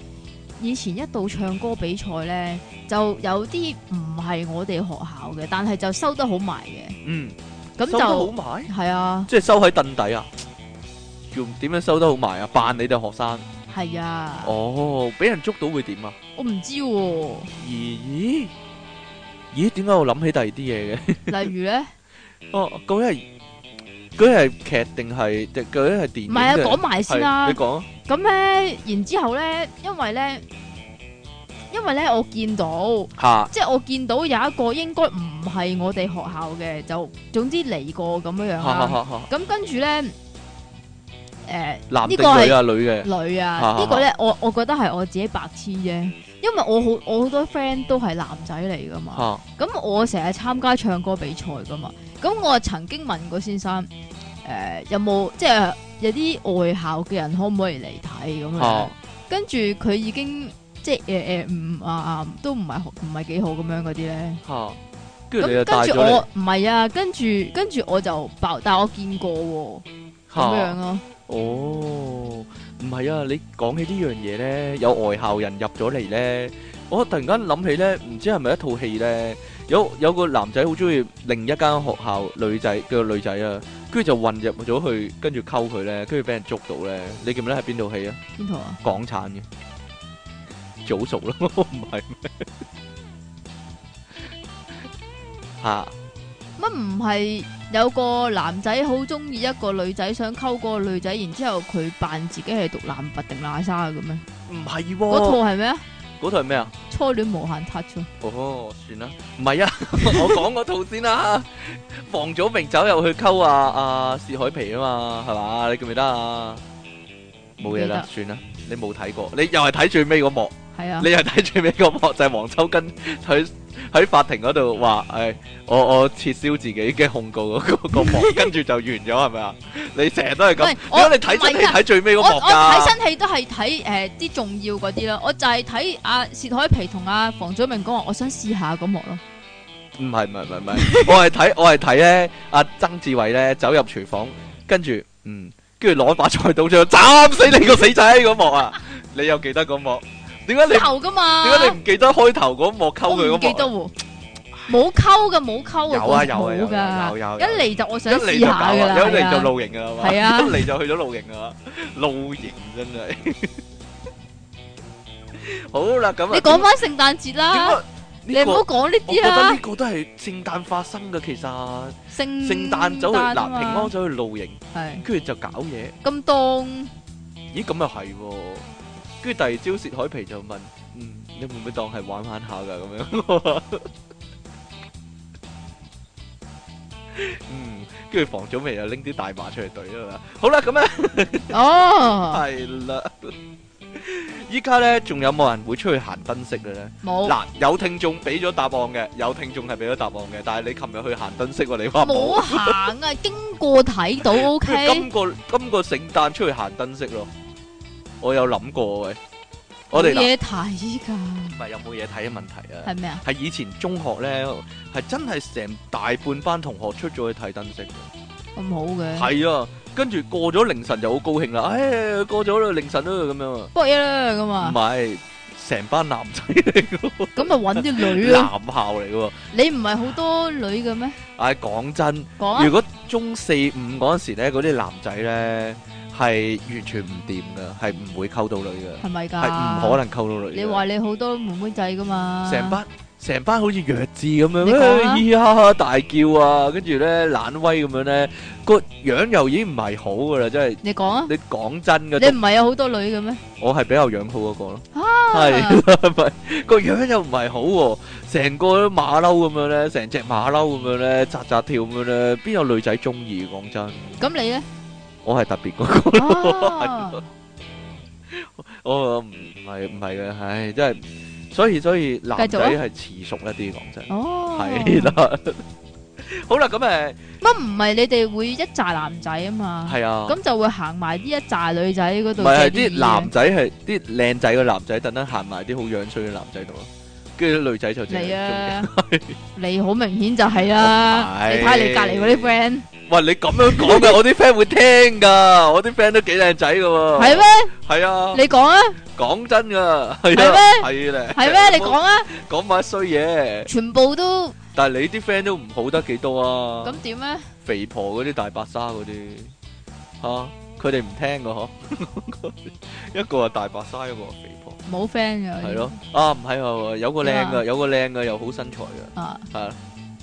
[SPEAKER 1] 以前一到唱歌比賽咧，就有啲唔係我哋學校嘅，但係就收得好埋嘅，
[SPEAKER 2] 嗯，
[SPEAKER 1] 咁
[SPEAKER 2] 收得好
[SPEAKER 1] 就
[SPEAKER 2] 埋，
[SPEAKER 1] 係啊，
[SPEAKER 2] 即係收喺凳底啊，叫點樣收得好埋啊？扮你哋學生，
[SPEAKER 1] 係啊，
[SPEAKER 2] 哦，俾人捉到會點啊？
[SPEAKER 1] 我唔知喎、
[SPEAKER 2] 咦咦，點解我諗起第二啲嘢 嘅？
[SPEAKER 1] 例如 咧，
[SPEAKER 2] 哦，究竟係究竟係劇定係定究竟係電影
[SPEAKER 1] 唔係啊，
[SPEAKER 2] 定係
[SPEAKER 1] 講埋先啦
[SPEAKER 2] 係你。講啊
[SPEAKER 1] 咁咧，然之後咧，因為咧，因為咧，我見到。
[SPEAKER 2] 嚇，
[SPEAKER 1] 即係啊我見到有一個應該唔係我哋學校嘅，就總之嚟過咁樣樣
[SPEAKER 2] 嚇嚇
[SPEAKER 1] 啦。
[SPEAKER 2] 嚇嚇，
[SPEAKER 1] 咁跟住咧，誒
[SPEAKER 2] 男
[SPEAKER 1] 呢
[SPEAKER 2] 定
[SPEAKER 1] 個係
[SPEAKER 2] 女啊？女嘅
[SPEAKER 1] 女
[SPEAKER 2] 哈
[SPEAKER 1] 啊，
[SPEAKER 2] 哈
[SPEAKER 1] 呢個咧我我覺得係我自己白痴啫，因為我好我好多 friend 都係男仔嚟噶嘛，
[SPEAKER 2] 嚇，
[SPEAKER 1] 咁我成日參加唱歌比賽噶嘛，咁我曾經問過先生，誒有冇即係有啲外校嘅人可唔可以嚟睇咁樣
[SPEAKER 2] 嚇？
[SPEAKER 1] 跟住佢已經即係誒誒唔啊啊都唔係好唔係幾好咁樣嗰啲咧。
[SPEAKER 2] 嚇，跟
[SPEAKER 1] 咁
[SPEAKER 2] 住你就帶
[SPEAKER 1] 跟
[SPEAKER 2] 咗
[SPEAKER 1] 住
[SPEAKER 2] 嚟
[SPEAKER 1] 我唔係啊，跟住跟住我就爆，但係我見過喎咁
[SPEAKER 2] 嚇
[SPEAKER 1] 樣咯，
[SPEAKER 2] 哦，唔係啊！你講起呢樣嘢咧，有外校人入咗嚟咧，我突然間諗起咧，唔知係咪一套戲咧，有有個男仔好中意另一間學校女仔嘅女仔啊，跟住就混入咗去，跟住溝佢咧，跟住俾人捉到咧，你記唔記得係邊套戲啊？
[SPEAKER 1] 邊套啊？
[SPEAKER 2] 港產嘅早熟 咯，唔係咩？嚇
[SPEAKER 1] 乜唔係有個男仔好中意一個女仔，想溝個女仔，然之後佢扮自己係讀男拔定喇沙嘅咩？
[SPEAKER 2] 唔係
[SPEAKER 1] 嗰套
[SPEAKER 2] 喎，
[SPEAKER 1] 係咩啊？
[SPEAKER 2] 嗰套係咩啊？
[SPEAKER 1] 初戀無限 touch 喎
[SPEAKER 2] 哦，算啦，唔係啊， 我講嗰套先啦。房祖名走入去溝啊啊薛海皮啊嘛，係嘛？你記唔記得啊？冇嘢啦，算啦，你冇睇過，你又係睇最尾嗰幕，
[SPEAKER 1] 係啊
[SPEAKER 2] 你，又係睇最尾嗰幕就係黃秋根 喺喺法庭嗰度話，誒、我我撤銷自己嘅控告嗰、個 個幕，跟住就完咗係咪啊？你成日都係咁，
[SPEAKER 1] 喂
[SPEAKER 2] 點
[SPEAKER 1] 我
[SPEAKER 2] 解你睇真
[SPEAKER 1] 唔係
[SPEAKER 2] 戲
[SPEAKER 1] 㗎
[SPEAKER 2] 睇最尾嗰
[SPEAKER 1] 我
[SPEAKER 2] 幕
[SPEAKER 1] 我
[SPEAKER 2] 㗎
[SPEAKER 1] 睇？新戲都係睇誒啲重要嗰啲啦，我就係睇阿薛凱琪同阿房祖名講話，我想試下嗰幕咯。
[SPEAKER 2] 唔係 唔係唔係唔係，我係睇我係睇咧，阿曾志偉咧走入廚房，跟住嗯，跟住攞把菜刀就斬死你個死仔嗰幕啊！你又記得嗰幕？點解你
[SPEAKER 1] 頭噶嘛？
[SPEAKER 2] 點解你唔記得開頭嗰幕溝佢
[SPEAKER 1] 我
[SPEAKER 2] 嗰
[SPEAKER 1] 唔記得
[SPEAKER 2] 幕？
[SPEAKER 1] 喎，冇溝嘅冇溝嘅
[SPEAKER 2] 有啊有啊
[SPEAKER 1] 冇
[SPEAKER 2] 有啊有
[SPEAKER 1] 㗎，
[SPEAKER 2] 有
[SPEAKER 1] 一
[SPEAKER 2] 有，
[SPEAKER 1] 嚟就我想
[SPEAKER 2] 一嚟
[SPEAKER 1] 試
[SPEAKER 2] 就搞
[SPEAKER 1] 下
[SPEAKER 2] 啊，
[SPEAKER 1] 㗎啦，
[SPEAKER 2] 一嚟
[SPEAKER 1] 係
[SPEAKER 2] 就
[SPEAKER 1] 啊
[SPEAKER 2] 露營㗎啦嘛，
[SPEAKER 1] 係啊
[SPEAKER 2] 一嚟就去咗露營㗎啦，露營真係 好啦，咁啊
[SPEAKER 1] 你講翻聖誕節啦，
[SPEAKER 2] 點
[SPEAKER 1] 你
[SPEAKER 2] 解呢
[SPEAKER 1] 唔好
[SPEAKER 2] 個？
[SPEAKER 1] 講呢
[SPEAKER 2] 我覺
[SPEAKER 1] 啲啊
[SPEAKER 2] 得
[SPEAKER 1] 啦
[SPEAKER 2] 呢。個都係聖誕發生嘅，其實。
[SPEAKER 1] 聖
[SPEAKER 2] 聖誕啊走去嗱平安走去露營，
[SPEAKER 1] 係
[SPEAKER 2] 跟住就搞嘢。
[SPEAKER 1] 咁凍，
[SPEAKER 2] 咦咁又係喎，跟住第二朝薛海皮就問：嗯，你會唔會當係玩玩下㗎咁樣？ 嗯，跟住房祖名又拎啲大麻出嚟懟啦。好啦，咁咧啊
[SPEAKER 1] 哦，
[SPEAKER 2] 係啦。依家咧仲有冇人會出去行燈飾嘅咧？
[SPEAKER 1] 冇
[SPEAKER 2] 嗱，有聽眾俾咗答案嘅，有聽眾係俾咗答案嘅，但係你琴日去行燈飾喎，你話冇
[SPEAKER 1] 冇？行啊，經過睇到 OK，
[SPEAKER 2] 今個今個聖誕出去行燈飾咯，我有諗過喂，我哋
[SPEAKER 1] 冇
[SPEAKER 2] 嗱
[SPEAKER 1] 嘢睇㗎，
[SPEAKER 2] 唔係有冇嘢睇嘅問題啊？
[SPEAKER 1] 係咩啊？
[SPEAKER 2] 係以前中學咧，係真係成大半班同學出咗去睇燈飾嘅，
[SPEAKER 1] 咁好嘅，
[SPEAKER 2] 係啊，跟住過咗凌晨就好高興啦，唉，過咗啦凌晨啦咁樣
[SPEAKER 1] 搏嘢啦咁
[SPEAKER 2] 啊，唔
[SPEAKER 1] 啊，
[SPEAKER 2] 係成班男 仔嚟嘅喎，
[SPEAKER 1] 咁咪揾啲女
[SPEAKER 2] 男
[SPEAKER 1] 咯。
[SPEAKER 2] 校嚟嘅喎，
[SPEAKER 1] 你唔係好多女嘅咩？
[SPEAKER 2] 唉，講真。
[SPEAKER 1] 講啊
[SPEAKER 2] 如，果中四五嗰陣時咧，嗰啲男仔咧係完全唔掂噶，係唔會溝到女
[SPEAKER 1] 係
[SPEAKER 2] 噶，
[SPEAKER 1] 咪㗎？
[SPEAKER 2] 係唔、可。能溝到女㗎。
[SPEAKER 1] 你話你好多妹妹仔㗎嘛？
[SPEAKER 2] 成班成班好似弱智咁樣，
[SPEAKER 1] 你講啊
[SPEAKER 2] 咿呀哈哈大叫啊，跟住咧懶威咁樣咧，個樣又已經唔係好噶啦，真係。
[SPEAKER 1] 你講啊，
[SPEAKER 2] 你講真
[SPEAKER 1] 你
[SPEAKER 2] 嘅，
[SPEAKER 1] 唔係有好多女嘅咩？
[SPEAKER 2] 我係比較養好嗰個咯，
[SPEAKER 1] 啊
[SPEAKER 2] 係咪 個樣又唔係好喎？成個馬騮咁樣咧，成隻馬騮咁樣咧，扎扎跳咁樣咧，邊有女仔中意？講真，
[SPEAKER 1] 咁你咧？
[SPEAKER 2] 我係特別嗰個
[SPEAKER 1] 啊
[SPEAKER 2] 我唔係唔係嘅，唉，真係所以所以男
[SPEAKER 1] 繼續啊
[SPEAKER 2] 仔系似熟一啲，講真
[SPEAKER 1] 哦，
[SPEAKER 2] 係 啦。好啦，咁誒
[SPEAKER 1] 乜唔係你哋會一扎男仔啊嘛？
[SPEAKER 2] 係啊，
[SPEAKER 1] 咁就會行埋呢一扎女仔嗰
[SPEAKER 2] 唔
[SPEAKER 1] 度
[SPEAKER 2] 係係
[SPEAKER 1] 借
[SPEAKER 2] 啲
[SPEAKER 1] 意
[SPEAKER 2] 男
[SPEAKER 1] 嘅
[SPEAKER 2] 仔係啲靚仔嘅男仔，特登行埋啲好樣衰嘅男仔度咯，跟住啲女仔就
[SPEAKER 1] 你
[SPEAKER 2] 淨係
[SPEAKER 1] 啊，你好明顯就係啦，
[SPEAKER 2] 我唔係
[SPEAKER 1] 你睇下你隔離嗰啲 friend
[SPEAKER 2] 喂，你咁樣講嘅，我啲 friend 會聽㗎，我啲 friend 都幾靚仔㗎喎。
[SPEAKER 1] 係咩？
[SPEAKER 2] 係啊，
[SPEAKER 1] 你講啊，
[SPEAKER 2] 講真㗎，係
[SPEAKER 1] 係
[SPEAKER 2] 啊，係咧，
[SPEAKER 1] 係咩？你講啊，
[SPEAKER 2] 講埋衰嘢，
[SPEAKER 1] 全部都
[SPEAKER 2] 但係你啲 friend 都唔好得幾多啊。
[SPEAKER 1] 咁點咧？
[SPEAKER 2] 肥婆嗰啲大白鯊嗰啲，吓佢哋唔聽噶嗬， 一個係大白鯊，一個係肥婆，
[SPEAKER 1] 冇 friend 嘅
[SPEAKER 2] 係咯，啊唔係喎，有個靚
[SPEAKER 1] 點
[SPEAKER 2] 噶，
[SPEAKER 1] 啊
[SPEAKER 2] 有個靚噶，又好身材噶，
[SPEAKER 1] 啊
[SPEAKER 2] 係啦，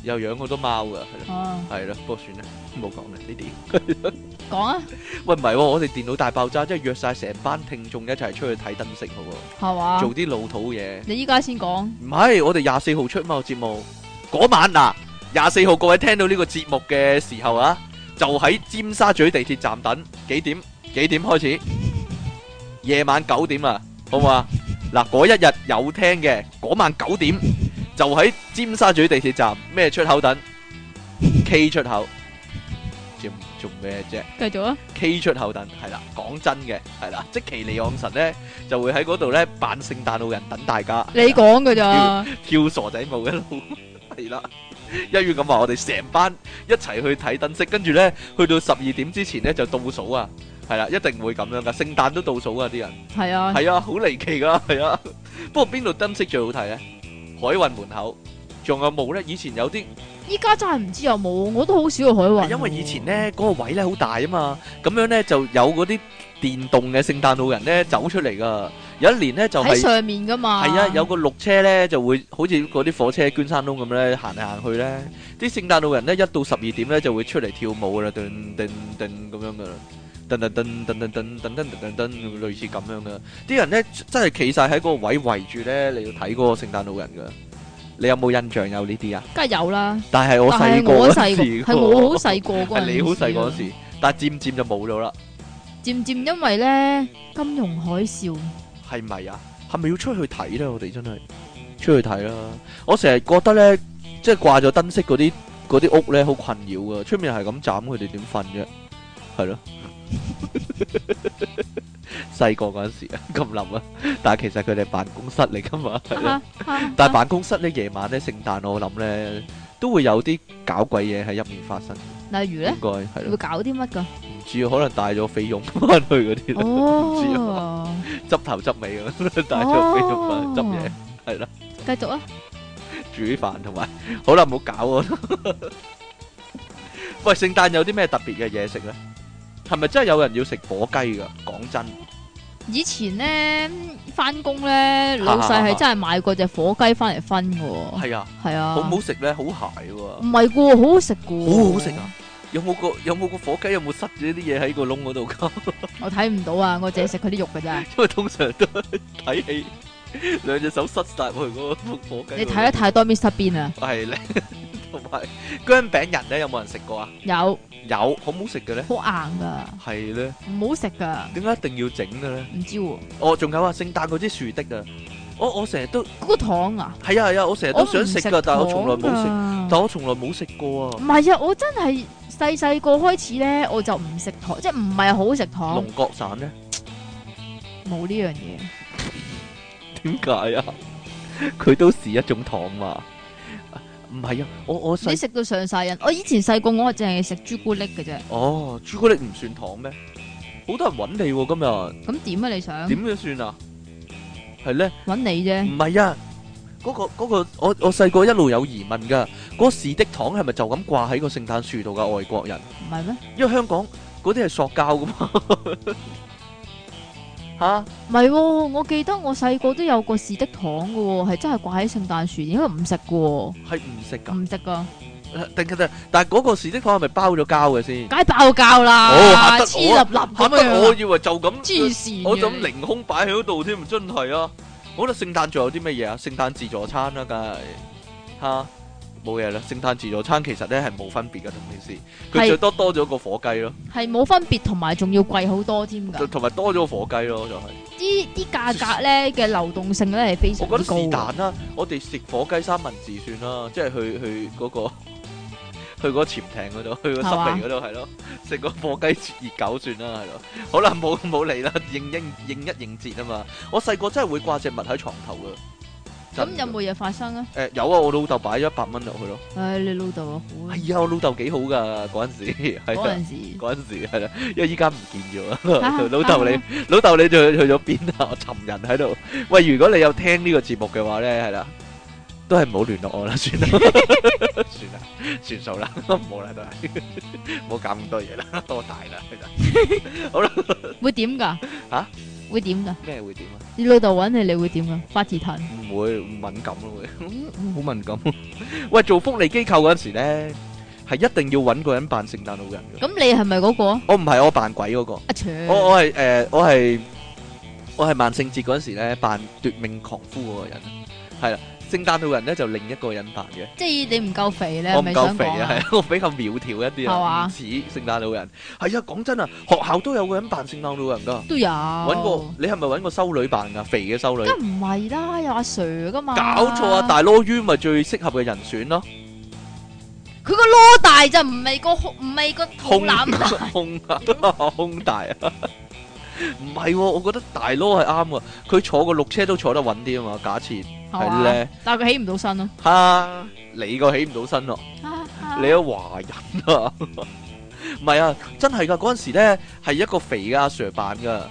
[SPEAKER 2] 又養好多貓噶，係咯，
[SPEAKER 1] 啊，
[SPEAKER 2] 係啦，不過算啦，唔好講啦呢啲。
[SPEAKER 1] 講啊，
[SPEAKER 2] 喂唔係喎，我哋電腦大爆炸即係約晒成班聽眾一齊出去睇燈飾好喎，
[SPEAKER 1] 係嘛
[SPEAKER 2] 做？啲老土嘢。
[SPEAKER 1] 你依家先講，
[SPEAKER 2] 唔係，我哋廿四號出嘛個節目，嗰晚嗱廿四號各位聽到呢個節目嘅時候啊，就喺尖沙咀地鐵站等，幾點？幾點開始？夜晚九點啊，好唔好啊？嗱，嗰一日有聽嘅，嗰晚九點就喺尖沙咀地鐵站咩出口等？K 出口，做做咩啫？
[SPEAKER 1] 繼續啊，
[SPEAKER 2] K 出口等係啦，講真嘅係啦，即其尼昂神呢，就會喺嗰度呢扮聖誕老人等大家。
[SPEAKER 1] 你講㗎咋？
[SPEAKER 2] 跳傻仔舞一路 係啦。一於咁話，我哋成班一齊去睇燈飾，跟住呢，去到十二點之前呢，就倒數啊，係啦，一定會咁樣噶。聖誕都倒數啊，啲人
[SPEAKER 1] 係啊，
[SPEAKER 2] 係啊，好離奇噶，係啊。不過邊度燈飾最好睇呢？海運門口仲有冇呢？以前有啲，
[SPEAKER 1] 依家真係唔知有冇，我都好少去海運。
[SPEAKER 2] 因為以前呢，嗰、個位呢好大啊嘛，咁樣呢，就有嗰啲電動嘅聖誕老人呢走出嚟噶。有一年呢，就係、
[SPEAKER 1] 喺上面㗎嘛，
[SPEAKER 2] 係啊，有個綠車咧就會好似嗰啲火車捐山窿咁咧行嚟行去咧，啲聖誕老人咧一到十二點咧就會出嚟跳舞噶啦，噔噔噔咁樣噶啦，噔噔噔噔噔噔噔噔噔噔噔，類似咁樣噶。啲人咧真係企晒喺嗰個位圍住咧，你要睇嗰個聖誕老人噶。你有冇印象有呢啲啊？
[SPEAKER 1] 梗係有啦。
[SPEAKER 2] 但係我
[SPEAKER 1] 但
[SPEAKER 2] 細
[SPEAKER 1] 係
[SPEAKER 2] 個
[SPEAKER 1] 我
[SPEAKER 2] 嗰
[SPEAKER 1] 細個，
[SPEAKER 2] 時，
[SPEAKER 1] 係我好，細個嗰陣
[SPEAKER 2] 係你好細個嗰
[SPEAKER 1] 時
[SPEAKER 2] 時，但係漸漸就冇咗啦，
[SPEAKER 1] 啊，漸漸因為咧金融海嘯，
[SPEAKER 2] 係咪啊？係咪要出去睇咧？我哋真係。出去睇啦。我成日覺得咧，即係掛咗燈飾嗰啲嗰啲屋咧，好困擾噶。出面係咁斬，佢哋點瞓啫？係咯。 細個嗰陣時啊 咁諗啊，但係其實佢哋係辦公室嚟噶嘛。係啊咯
[SPEAKER 1] 哈哈
[SPEAKER 2] 但係辦公室咧，夜晚咧，聖誕我諗咧都會有啲搞鬼嘢喺入面發生，
[SPEAKER 1] 例如
[SPEAKER 2] 應
[SPEAKER 1] 咧
[SPEAKER 2] 該係啊
[SPEAKER 1] 會
[SPEAKER 2] 咯。
[SPEAKER 1] 搞啲乜㗎？
[SPEAKER 2] 唔知啊可能帶咗菲傭翻去嗰啲啦，知啊
[SPEAKER 1] 哦，
[SPEAKER 2] 執頭執尾咁樣 帶咗菲傭翻去執嘢。
[SPEAKER 1] 繼續啊，
[SPEAKER 2] 煮飯同埋，好啦，唔好搞我。 喂，聖誕有啲咩特別嘅嘢食咧？係咪真係有人要食火雞噶？講真，
[SPEAKER 1] 以前咧翻工咧，老細係真係買過只火雞翻嚟分㗎喎，
[SPEAKER 2] 係啊，
[SPEAKER 1] 係啊，
[SPEAKER 2] 好唔好食咧？好鞋喎，
[SPEAKER 1] 唔係㗎喎，好好食㗎喎，
[SPEAKER 2] 好好食啊！有冇個有冇個火雞有冇塞咗啲嘢喺個窿嗰度噶？
[SPEAKER 1] 我睇唔到啊，我淨係食佢啲肉㗎咋，
[SPEAKER 2] 因為通常都 係睇戲，兩隻手塞晒去嗰個火雞。
[SPEAKER 1] 你睇得太多 Mr Bean 啊，
[SPEAKER 2] 係 咧，同埋姜餅人咧有冇人食過啊？
[SPEAKER 1] 有
[SPEAKER 2] 有，好唔好食嘅咧？
[SPEAKER 1] 好硬㗎，
[SPEAKER 2] 係咧，
[SPEAKER 1] 唔好食㗎，
[SPEAKER 2] 點解一定要整嘅咧？
[SPEAKER 1] 唔知喎，
[SPEAKER 2] 哦，仲有啊，聖誕嗰支樹的啊，我我成日都
[SPEAKER 1] 嗰個糖啊，
[SPEAKER 2] 係啊係啊，我成日都想食噶，但係我從來冇食，
[SPEAKER 1] 食
[SPEAKER 2] 但我從來冇食過啊
[SPEAKER 1] 唔。係啊，我真係細細個開始咧，我就唔食糖，即係唔係好食糖，
[SPEAKER 2] 龍角散咧，
[SPEAKER 1] 冇呢樣嘢。
[SPEAKER 2] 點解啊？佢都是一種糖嘛。啊唔係啊，我我
[SPEAKER 1] 你
[SPEAKER 2] 細
[SPEAKER 1] 食到上晒癮，我以前細個我淨係食朱古力嘅啫，
[SPEAKER 2] 哦，朱古力唔算糖咩？好多人揾你喎
[SPEAKER 1] 咁點啊？你想
[SPEAKER 2] 今日，點樣算啊？係咧，
[SPEAKER 1] 揾你啫？
[SPEAKER 2] 唔係啊。嗰個嗰個，我我細個一路有疑問噶，嗰個士的糖係咪就咁掛喺個聖誕樹度噶？外國人。
[SPEAKER 1] 唔係咩？
[SPEAKER 2] 因為香港嗰啲係塑膠噶嘛， 吓
[SPEAKER 1] 唔係喎，我記得我細個都有個士的糖嘅喎，係真係掛喺聖誕樹，應該唔食嘅喎，
[SPEAKER 2] 係唔食噶，
[SPEAKER 1] 唔食啊噶，
[SPEAKER 2] 定定，但係嗰個士的糖係咪包咗膠嘅先？
[SPEAKER 1] 梗係爆膠
[SPEAKER 2] 哦嚇
[SPEAKER 1] 啦，
[SPEAKER 2] 得
[SPEAKER 1] 黐
[SPEAKER 2] 我啊
[SPEAKER 1] 立立
[SPEAKER 2] 嚇
[SPEAKER 1] 咁
[SPEAKER 2] 得我
[SPEAKER 1] 樣，
[SPEAKER 2] 以為就
[SPEAKER 1] 黐
[SPEAKER 2] 咁，
[SPEAKER 1] 線
[SPEAKER 2] 我就咁
[SPEAKER 1] 嘅。
[SPEAKER 2] 凌空擺喺嗰度添，真係啊！我覺得聖誕仲有啲乜嘢啊？聖誕自助餐啦，梗係吓冇嘢啦。聖誕自助餐其實咧係冇分別嘅，同平時佢
[SPEAKER 1] 係
[SPEAKER 2] 最多多咗個火雞咯，
[SPEAKER 1] 係冇分別，同埋仲要貴好多添㗎。
[SPEAKER 2] 同埋多咗個火雞咯，就係、
[SPEAKER 1] 啲啲價格咧嘅流動性咧係非常
[SPEAKER 2] 我覺
[SPEAKER 1] 之
[SPEAKER 2] 得
[SPEAKER 1] 高啊㗎。
[SPEAKER 2] 是但啦，我哋食火雞三文治算啦，即係去去嗰、個 去嗰個潛艇嗰度，去個
[SPEAKER 1] 係嘛
[SPEAKER 2] 濕地嗰度係咯，食個火雞熱狗算啦，係咯。好啦，冇冇理啦，應應應一應節啊嘛。我細個真係會掛只物喺床頭噶。
[SPEAKER 1] 咁
[SPEAKER 2] 真
[SPEAKER 1] 有
[SPEAKER 2] 㗎
[SPEAKER 1] 冇嘢發生啊？
[SPEAKER 2] 誒、有啊，我老豆擺咗一百蚊落去咯。
[SPEAKER 1] 唉，你老豆啊，好啊
[SPEAKER 2] 係啊，我老豆幾好噶嗰陣時，係
[SPEAKER 1] 嗰
[SPEAKER 2] 啊，
[SPEAKER 1] 陣時
[SPEAKER 2] 嗰陣時係啦，因為依家唔見咗啊。
[SPEAKER 1] 啊
[SPEAKER 2] 老豆你老豆你就去咗邊啊？我尋人喺度。喂，如果你有聽呢個節目嘅話咧，係啦，都係唔好聯絡我啦， 算啦，算啦，算數啦， 唔好啦，都係，唔好搞咁多嘢啦， 多大啦，係啦，
[SPEAKER 1] 會點㗎？
[SPEAKER 2] 吓？
[SPEAKER 1] 會點㗎？
[SPEAKER 2] 咩會點啊？
[SPEAKER 1] 你老豆揾你，你會點㗎？發字騰
[SPEAKER 2] 唔會唔敏感咯，會好敏感。喂，做福利機構嗰陣時咧，係一定要揾個人扮聖誕老人嘅。
[SPEAKER 1] 咁你係咪嗰個啊？
[SPEAKER 2] 我唔係我扮鬼嗰個。
[SPEAKER 1] 阿長
[SPEAKER 2] 我我係誒我係我係萬聖節嗰陣時咧扮奪命狂夫嗰個人，啊係啦。聖誕老人咧就另一個人扮嘅，
[SPEAKER 1] 即係你唔夠肥咧，
[SPEAKER 2] 我
[SPEAKER 1] 係
[SPEAKER 2] 唔
[SPEAKER 1] 咪
[SPEAKER 2] 夠
[SPEAKER 1] 想
[SPEAKER 2] 肥
[SPEAKER 1] 講
[SPEAKER 2] 啊，
[SPEAKER 1] 啊？
[SPEAKER 2] 係我比較苗條一啲
[SPEAKER 1] 係
[SPEAKER 2] 啊，
[SPEAKER 1] 嘛
[SPEAKER 2] 唔似聖誕老人。係啊，講真啊，學校都有個人扮聖誕老人噶，
[SPEAKER 1] 都有
[SPEAKER 2] 揾
[SPEAKER 1] 揾
[SPEAKER 2] 個你係咪揾個修女扮噶？肥嘅修女，
[SPEAKER 1] 梗唔係啦，有阿 Sir 噶嘛。
[SPEAKER 2] 搞錯啊！大羅於咪最適合嘅人選咯，
[SPEAKER 1] 佢個攞大就唔係個胸唔係個肚
[SPEAKER 2] 胸
[SPEAKER 1] 腩大，
[SPEAKER 2] 胸啊，胸大啊！唔係喎，我覺得大羅係啱啊，佢坐個綠車都坐得穩啲啊嘛，假設
[SPEAKER 1] 係
[SPEAKER 2] 係
[SPEAKER 1] 嘛
[SPEAKER 2] 咧。
[SPEAKER 1] 但係佢起唔到身咯。
[SPEAKER 2] 哈！你個起唔到身咯，
[SPEAKER 1] 啊
[SPEAKER 2] 你個華人啊， 唔係啊，真係噶嗰陣時咧係一個肥嘅阿 Sir 扮噶，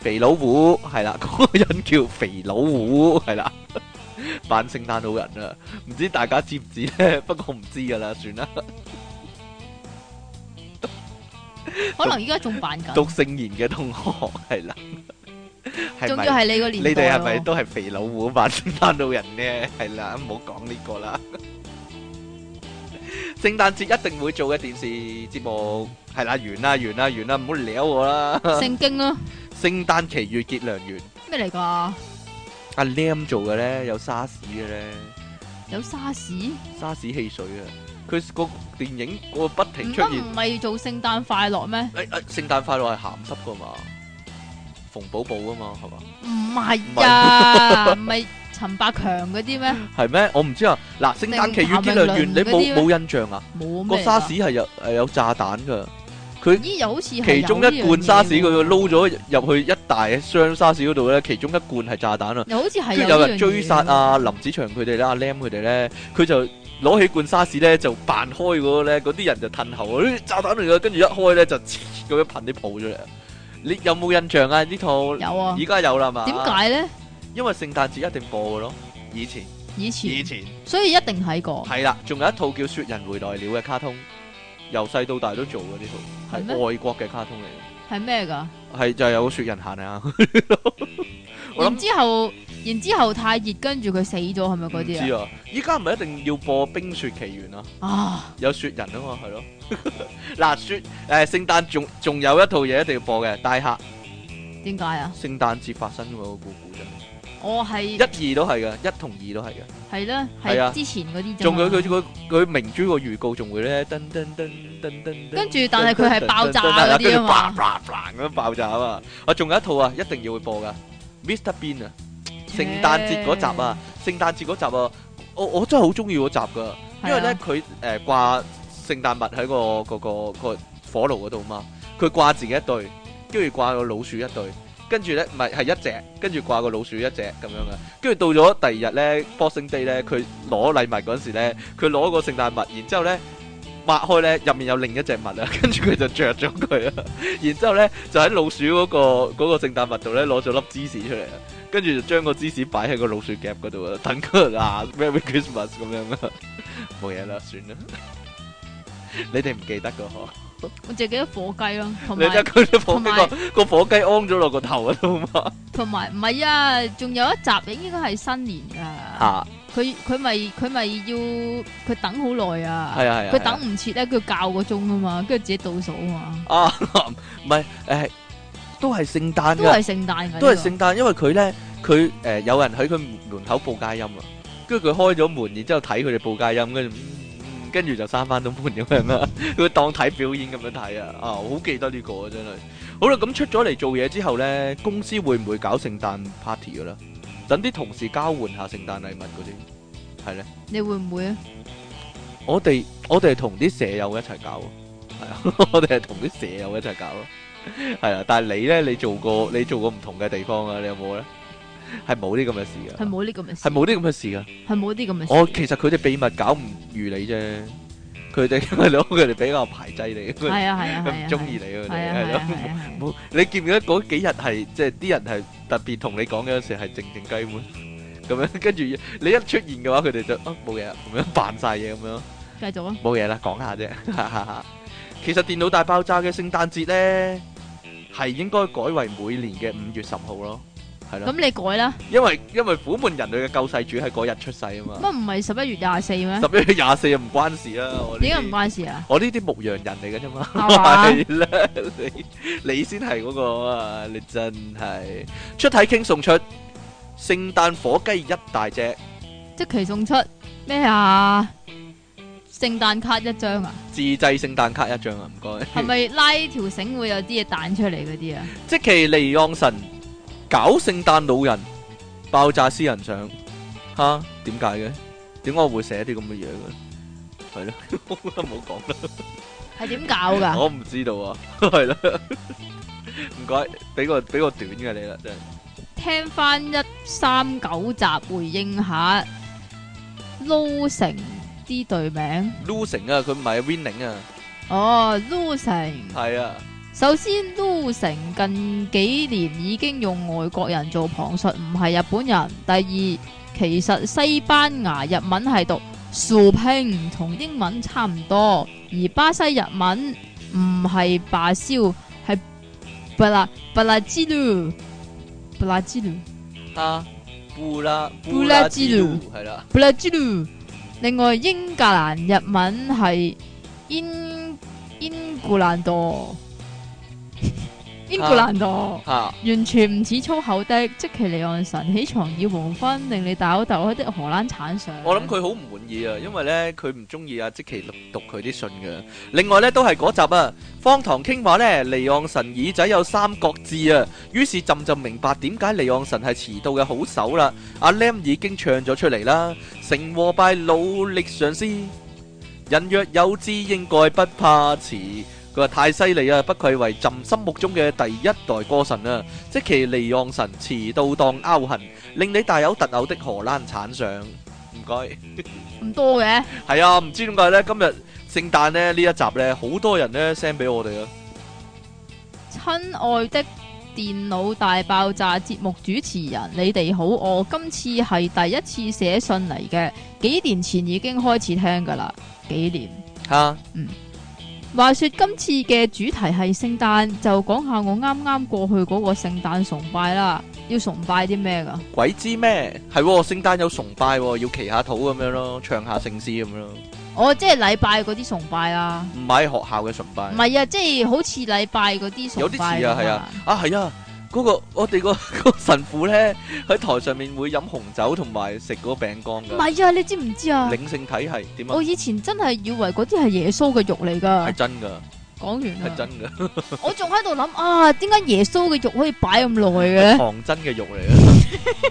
[SPEAKER 2] 肥老虎係啦， 嗰、個人叫肥老虎係啦， 扮聖誕老人啊，唔知大家知唔知咧？ 不過唔知噶啦，算啦。
[SPEAKER 1] 可能而家仲扮緊，
[SPEAKER 2] 讀聖言嘅同學係啦，係
[SPEAKER 1] 仲
[SPEAKER 2] 咪
[SPEAKER 1] 要係你個年代啊
[SPEAKER 2] 你哋係咪
[SPEAKER 1] 咯
[SPEAKER 2] 都係肥老虎 扮聖誕老人呢？係啦，唔好講呢個 啦。聖誕節一定會做嘅電視節目係啦，完啦，完啦，完啦，唔好撩我 啦。
[SPEAKER 1] 聖經咯？
[SPEAKER 2] 聖誕奇遇結良緣，
[SPEAKER 1] 咩嚟㗎？
[SPEAKER 2] 阿 Lam 做嘅呢，有沙士嘅呢，
[SPEAKER 1] 有沙士？
[SPEAKER 2] 沙士汽水啊，佢個電影個不
[SPEAKER 1] 唔
[SPEAKER 2] 停出
[SPEAKER 1] 得
[SPEAKER 2] 現。
[SPEAKER 1] 唔係做聖誕快樂咩？
[SPEAKER 2] 誒誒，聖誕快樂係鹹濕噶嘛，馮寶寶噶嘛，係嘛？
[SPEAKER 1] 唔係啊，唔係陳百強嗰啲咩？
[SPEAKER 2] 係咩？我唔知啊。嗱，聖誕奇遇結良緣，你
[SPEAKER 1] 定譚詠麟嗰
[SPEAKER 2] 冇
[SPEAKER 1] 啲
[SPEAKER 2] 冇印象啊？
[SPEAKER 1] 冇咩
[SPEAKER 2] 個
[SPEAKER 1] 嚟㗎
[SPEAKER 2] 沙士係有誒有炸彈噶，佢
[SPEAKER 1] 咦，又好似係
[SPEAKER 2] 其中一
[SPEAKER 1] 有呢樣
[SPEAKER 2] 罐
[SPEAKER 1] 嘢
[SPEAKER 2] 沙士佢
[SPEAKER 1] 喎
[SPEAKER 2] 就撈咗入去一大箱沙士嗰度咧，其中一罐係炸彈啊！
[SPEAKER 1] 又好似係
[SPEAKER 2] 跟住
[SPEAKER 1] 有
[SPEAKER 2] 有
[SPEAKER 1] 呢
[SPEAKER 2] 人
[SPEAKER 1] 樣
[SPEAKER 2] 追
[SPEAKER 1] 嘢
[SPEAKER 2] 殺啊
[SPEAKER 1] 喎
[SPEAKER 2] 林子祥佢哋啦、阿 Lam 佢哋咧，佢就攞起罐沙士咧就扮開嗰個咧，嗰啲人就褪後，咦炸彈嚟噶，跟住一開咧就咁樣噴啲泡出嚟啊！你有冇印象啊？呢套
[SPEAKER 1] 有啊
[SPEAKER 2] 而？家有啦嘛？
[SPEAKER 1] 點？解咧？
[SPEAKER 2] 因為聖誕節一定播嘅咯，以前
[SPEAKER 1] 以
[SPEAKER 2] 以
[SPEAKER 1] 前
[SPEAKER 2] 前
[SPEAKER 1] 所以一定睇過，
[SPEAKER 2] 係啦，仲有一套叫《雪人回來了》嘅卡通，由細到大都做嘅呢套。
[SPEAKER 1] 係
[SPEAKER 2] 係
[SPEAKER 1] 咩？
[SPEAKER 2] 外國嘅卡通嚟
[SPEAKER 1] 係咩㗎？
[SPEAKER 2] 嘅，係就係有個雪人行啊！我
[SPEAKER 1] 然
[SPEAKER 2] 諗
[SPEAKER 1] 之後，然之後太熱，跟住佢死咗，係咪
[SPEAKER 2] 唔
[SPEAKER 1] 嗰
[SPEAKER 2] 知
[SPEAKER 1] 啲
[SPEAKER 2] 啊，依家唔係一定要播《冰雪奇緣》啊，
[SPEAKER 1] 啊？啊，
[SPEAKER 2] 有雪人啊嘛，係咯。 嗱，雪誒聖誕仲仲有一套嘢一定要播嘅，《大客》
[SPEAKER 1] 點解啊？
[SPEAKER 2] 聖誕節發生嗰個故故仔，
[SPEAKER 1] 我係
[SPEAKER 2] 一二都係嘅，一同二都係嘅。
[SPEAKER 1] 係啦，
[SPEAKER 2] 係啊
[SPEAKER 1] 係之前嗰啲啫嘛
[SPEAKER 2] 仲有佢佢佢明珠個預告仲會咧，噔噔噔噔噔。
[SPEAKER 1] 跟住，但係佢係爆炸嗰啲啊嘛，
[SPEAKER 2] 嘛，咁樣爆炸啊嘛。啊，仲有一套啊，一定要會播噶，Mr Bean 啊，聖誕節嗰集啊，聖誕節嗰集啊，我我真係好中意嗰集噶，
[SPEAKER 1] 啊
[SPEAKER 2] 因為咧佢誒掛聖誕物喺個個個個火爐嗰度嘛，佢掛自己一對，跟住掛個老鼠一對。跟住咧，唔係係一隻，跟住掛個老鼠一隻咁樣嘅。跟住到咗第二日咧，Boxing Day 咧，佢攞禮物嗰陣時咧，佢攞個聖誕物，然之後咧抹開咧，入面有另一隻物啊， 跟住佢就着咗佢啊。然之後咧就喺老鼠嗰、個嗰、個聖誕物度咧攞咗粒芝士出嚟啊，跟住就將個芝士擺喺個老鼠夾嗰度啊，等佢啊 Merry Christmas 咁樣啊，冇嘢啦， 算啦。你哋唔記得噶嗬？
[SPEAKER 1] 我淨係記得火雞咯，同
[SPEAKER 2] 你
[SPEAKER 1] 埋
[SPEAKER 2] 睇佢啲火
[SPEAKER 1] 同
[SPEAKER 2] 雞
[SPEAKER 1] 埋
[SPEAKER 2] 個個火雞安咗落個頭嗰度嘛？
[SPEAKER 1] 同埋唔係啊，仲有一集應該係新年㗎，
[SPEAKER 2] 啊，
[SPEAKER 1] 佢佢咪佢咪要佢等好耐啊，
[SPEAKER 2] 係啊係啊。
[SPEAKER 1] 佢
[SPEAKER 2] 係啊
[SPEAKER 1] 等唔切咧，佢校個鐘啊嘛，跟住自己倒數啊嘛，
[SPEAKER 2] 啊，唔係啊誒，都係聖誕
[SPEAKER 1] 都
[SPEAKER 2] 嘅，
[SPEAKER 1] 係聖誕㗎，
[SPEAKER 2] 都係
[SPEAKER 1] 呢個
[SPEAKER 2] 聖誕，因為佢咧，佢誒有人喺佢門口報佳音啊，跟住佢開咗門，然之後睇佢哋報佳音，跟住嗯嗯跟住就閂翻到門咁樣啦。 佢當睇表演咁樣睇啊！啊，我好記得呢個啊，真係。好啦，咁出咗嚟做嘢之後呢，公司會唔會搞聖誕 party 噶啦？等啲同事交換下聖誕禮物嗰啲，係呢。
[SPEAKER 1] 你會唔會啊？
[SPEAKER 2] 我哋我哋係同啲舍友一齊搞喎，係啊，我哋係同啲舍友一齊搞咯，係啊。但係你咧，你做過你做過唔同嘅地方啊？你有冇咧？係冇啲咁嘅事噶，
[SPEAKER 1] 係冇呢咁嘅事，
[SPEAKER 2] 係冇啲咁嘅事噶。
[SPEAKER 1] 係冇啲咁嘅事。
[SPEAKER 2] 我其實佢哋秘密搞唔預你啫，佢哋 係咯，佢哋比較排擠
[SPEAKER 1] 係
[SPEAKER 2] 你，佢
[SPEAKER 1] 啊係啊係
[SPEAKER 2] 佢
[SPEAKER 1] 啊，
[SPEAKER 2] 唔中意你佢
[SPEAKER 1] 係
[SPEAKER 2] 哋
[SPEAKER 1] 啊
[SPEAKER 2] 係
[SPEAKER 1] 係啊。
[SPEAKER 2] 咯
[SPEAKER 1] 係啊係啊，
[SPEAKER 2] 冇，你記唔記得嗰幾日係即係啲人係特別同你講嘅時係靜靜雞碗咁樣，跟住你一出現嘅話，佢哋就啊冇嘢啊咁樣扮晒嘢咁樣。
[SPEAKER 1] 繼續啊！
[SPEAKER 2] 冇嘢啦，講下啫。 其實電腦大爆炸嘅聖誕節呢，係應該改為每年嘅五月十號咯，係咯
[SPEAKER 1] 咁，你改啦，
[SPEAKER 2] 因為因為苦悶人類嘅救世主係嗰日出世啊嘛，
[SPEAKER 1] 乜唔係十一月廿四咩？
[SPEAKER 2] 十一月廿四又唔關事啦，我呢
[SPEAKER 1] 點解唔
[SPEAKER 2] 啲
[SPEAKER 1] 關事啊？
[SPEAKER 2] 我呢啲牧羊人嚟嘅啫嘛，
[SPEAKER 1] 係嘛
[SPEAKER 2] 係啦，你你先係嗰個啊，你真係出體傾送出聖誕火雞一大隻。
[SPEAKER 1] 即期送出咩啊？聖誕卡一張啊？
[SPEAKER 2] 自製聖誕卡一張啊，唔該。
[SPEAKER 1] 係咪拉條繩會有啲嘢彈出嚟嗰啲啊？
[SPEAKER 2] 即其尼昂神搞聖誕老人爆炸私人相，吓點解嘅？點解我會寫啲咁嘅嘢嘅？係咯， 唔好講啦，
[SPEAKER 1] 係點搞噶？
[SPEAKER 2] 我唔知道啊， 係啦，唔該，俾個俾個短嘅你啦，真係
[SPEAKER 1] 聽翻一三九集回應下撈成啲隊名
[SPEAKER 2] losing 啊，佢唔係 winning 啊，
[SPEAKER 1] 哦，撈成。
[SPEAKER 2] 係啊，
[SPEAKER 1] 首先，Lu 成近幾年已經用外國人做旁述，唔係日本人。第二，其實西班牙日文係讀 shopping，同英文差唔多，而巴西日文唔係罷燒，係 bla bla 之 lu bla 之 lu
[SPEAKER 2] 哈布拉
[SPEAKER 1] 布拉之路
[SPEAKER 2] 係啦，
[SPEAKER 1] bla 之 lu。另外，英格蘭日文係 in in 古蘭 多 in 古蘭多。
[SPEAKER 2] 吓
[SPEAKER 1] 完全唔似粗口的，即其離岸神起床要黃昏，令你大口大口的荷蘭產相。
[SPEAKER 2] 我諗佢好唔滿意啊，因為咧佢唔中意啊，即其讀佢啲信嘅。另外咧都係嗰集啊，方唐傾話咧，尼昂神耳仔有三角痣啊，於是朕就明白點解尼昂神係遲到嘅好手啦。阿 Lam 已經唱咗出嚟啦，成和拜努力上司，人若有志應該不怕遲。佢話太犀利啊，不愧為朕心目中嘅第一代歌神啊！即其尼昂神遲到當勾痕，令你大有特有的荷蘭產相。唔該。
[SPEAKER 1] 唔多嘅，
[SPEAKER 2] 系啊，唔知點解咧？今日聖誕咧呢一集咧，好多人咧 send 俾我哋啊，
[SPEAKER 1] 親愛的電腦大爆炸節目主持人，你哋好，我今次係第一次寫信嚟嘅，幾年前已經開始聽噶啦，幾年。
[SPEAKER 2] 吓
[SPEAKER 1] 話說今次嘅主題係聖誕，就講下我啱啱過去嗰個聖誕崇拜啦。要崇拜啲咩噶？
[SPEAKER 2] 鬼知咩？係喎，聖誕有崇拜喎，要祈下禱咁樣咯，唱下聖詩咁樣咯，
[SPEAKER 1] 我哦即係禮拜嗰啲崇拜啦。
[SPEAKER 2] 唔係學校嘅崇拜
[SPEAKER 1] 唔，係啊，即係好似禮拜嗰啲崇
[SPEAKER 2] 有啲
[SPEAKER 1] 拜
[SPEAKER 2] 似啊，
[SPEAKER 1] 咁
[SPEAKER 2] 係啊，啊係啊，嗰、個我哋個 個神父咧喺台上面會飲紅酒同埋食嗰個餅乾
[SPEAKER 1] 唔
[SPEAKER 2] 噶，
[SPEAKER 1] 係啊，你知唔知啊？
[SPEAKER 2] 領性體係點啊
[SPEAKER 1] 我？以前真係以為嗰啲係耶穌嘅肉嚟噶
[SPEAKER 2] 係。真噶，
[SPEAKER 1] 講完
[SPEAKER 2] 係
[SPEAKER 1] 啦，
[SPEAKER 2] 真噶，
[SPEAKER 1] 我仲喺度諗啊，點解耶穌嘅肉可以擺咁耐嘅？
[SPEAKER 2] 唐真嘅肉 嚟嘅，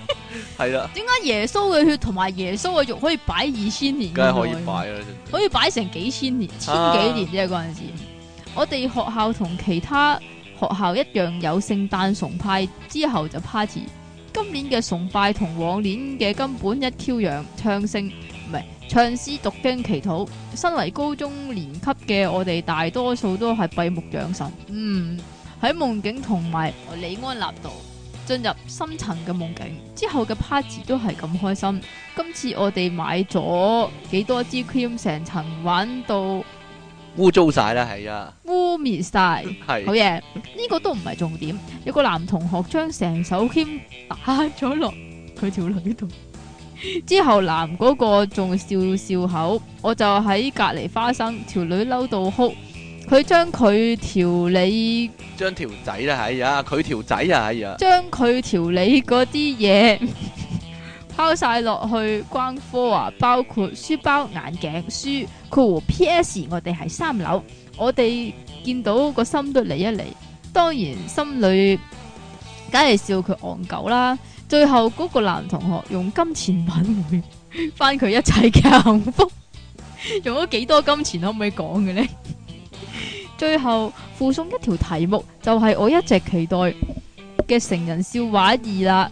[SPEAKER 2] 係啦，
[SPEAKER 1] 點解耶穌嘅血同埋耶穌嘅肉可以擺二千年？
[SPEAKER 2] 梗係可以擺，啦，
[SPEAKER 1] 可以擺成幾千年、千
[SPEAKER 2] 啊
[SPEAKER 1] 幾年啫嗰陣時。我哋學校同其他學校一樣有聖誕崇拜，之後就 party。今年嘅崇拜同往年嘅根本一 Q 樣，唱聖唔係唱詩、讀經、祈禱。身為高中年級嘅我哋，大多數都係閉目養神。嗯，喺夢境同埋李安納度進入深層嘅夢境之後嘅 party 都係咁開心。今次我哋買咗幾多支 cream，成層玩到
[SPEAKER 2] 污糟晒啦，係啊，
[SPEAKER 1] 污蔑晒。好
[SPEAKER 2] 係
[SPEAKER 1] 嘢，呢個都唔係重點。有個男同學將成手 cream 打咗落佢條女度，之後男嗰個仲笑笑口，我就喺隔離花生，條女嬲到哭。佢將佢條理
[SPEAKER 2] 將條仔哎啦，係啊，佢條仔啊，係啊。
[SPEAKER 1] 將佢條理嗰啲嘢 拋晒落去關科啊，包括書包、眼鏡、書。括弧 P.S. 我哋係三樓，我哋見到個心都嚟一嚟，當然心裏梗係笑佢戇狗啦。最後嗰個男同學用金錢挽回 翻佢一切嘅幸福， 用咗幾多金錢可唔可以講嘅呢？ 最後附送一條題目，就係、我一直期待嘅成人笑話二啦。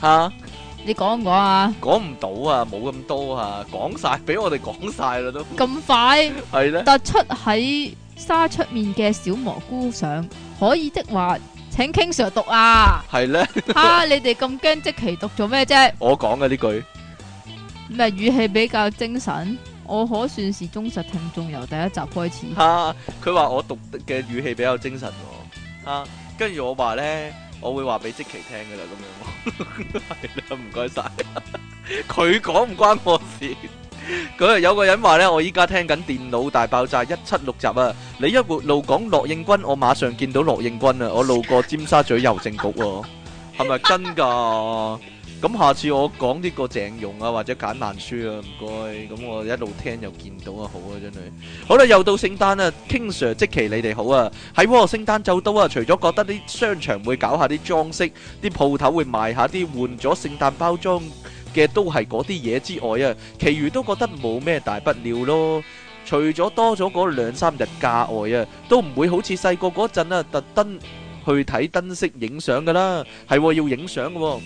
[SPEAKER 2] 吓，
[SPEAKER 1] 你講唔講啊？
[SPEAKER 2] 講唔到啊，冇咁多啊，講晒俾我哋講晒啦都，
[SPEAKER 1] 咁快
[SPEAKER 2] 係咧，
[SPEAKER 1] 突出喺沙出面嘅小蘑菇上，可以的話請 King Sir 讀 啊！
[SPEAKER 2] 係咧，
[SPEAKER 1] 哈，你哋咁驚即其讀做咩啫？
[SPEAKER 2] 我講嘅呢句
[SPEAKER 1] 咩語氣比較精神？我可算是忠實聽眾，由第一集開始。
[SPEAKER 2] 吓， 佢話我讀嘅語氣比較精神喎， 吓，跟住我話咧，我會話俾即奇聽噶啦， 咁樣喎，係啦，唔該晒， 佢講唔關我事。 佢啊有個人話咧，我依家聽緊《電腦大爆炸》一七六集啊，你一活路講樂應軍，我馬上見到樂應軍啊，我路過尖沙咀郵政局喎，係咪真㗎？咁下次我講呢個鄭融啊，或者簡難書啊，唔該，咁我一路聽又見到啊，好啊，真係。好啦，又到聖誕啦，King Sir 即期你哋好啊，係喎，聖誕就到啊！除咗覺得啲商場會搞下啲裝飾，啲鋪頭會賣下啲換咗聖誕包裝嘅都係嗰啲嘢之外啊，其餘都覺得冇咩大不了咯。除咗多咗嗰兩三日假外啊，都唔會好似細個嗰陣啊，特登去睇燈飾影相噶啦，係喎要影相嘅喎。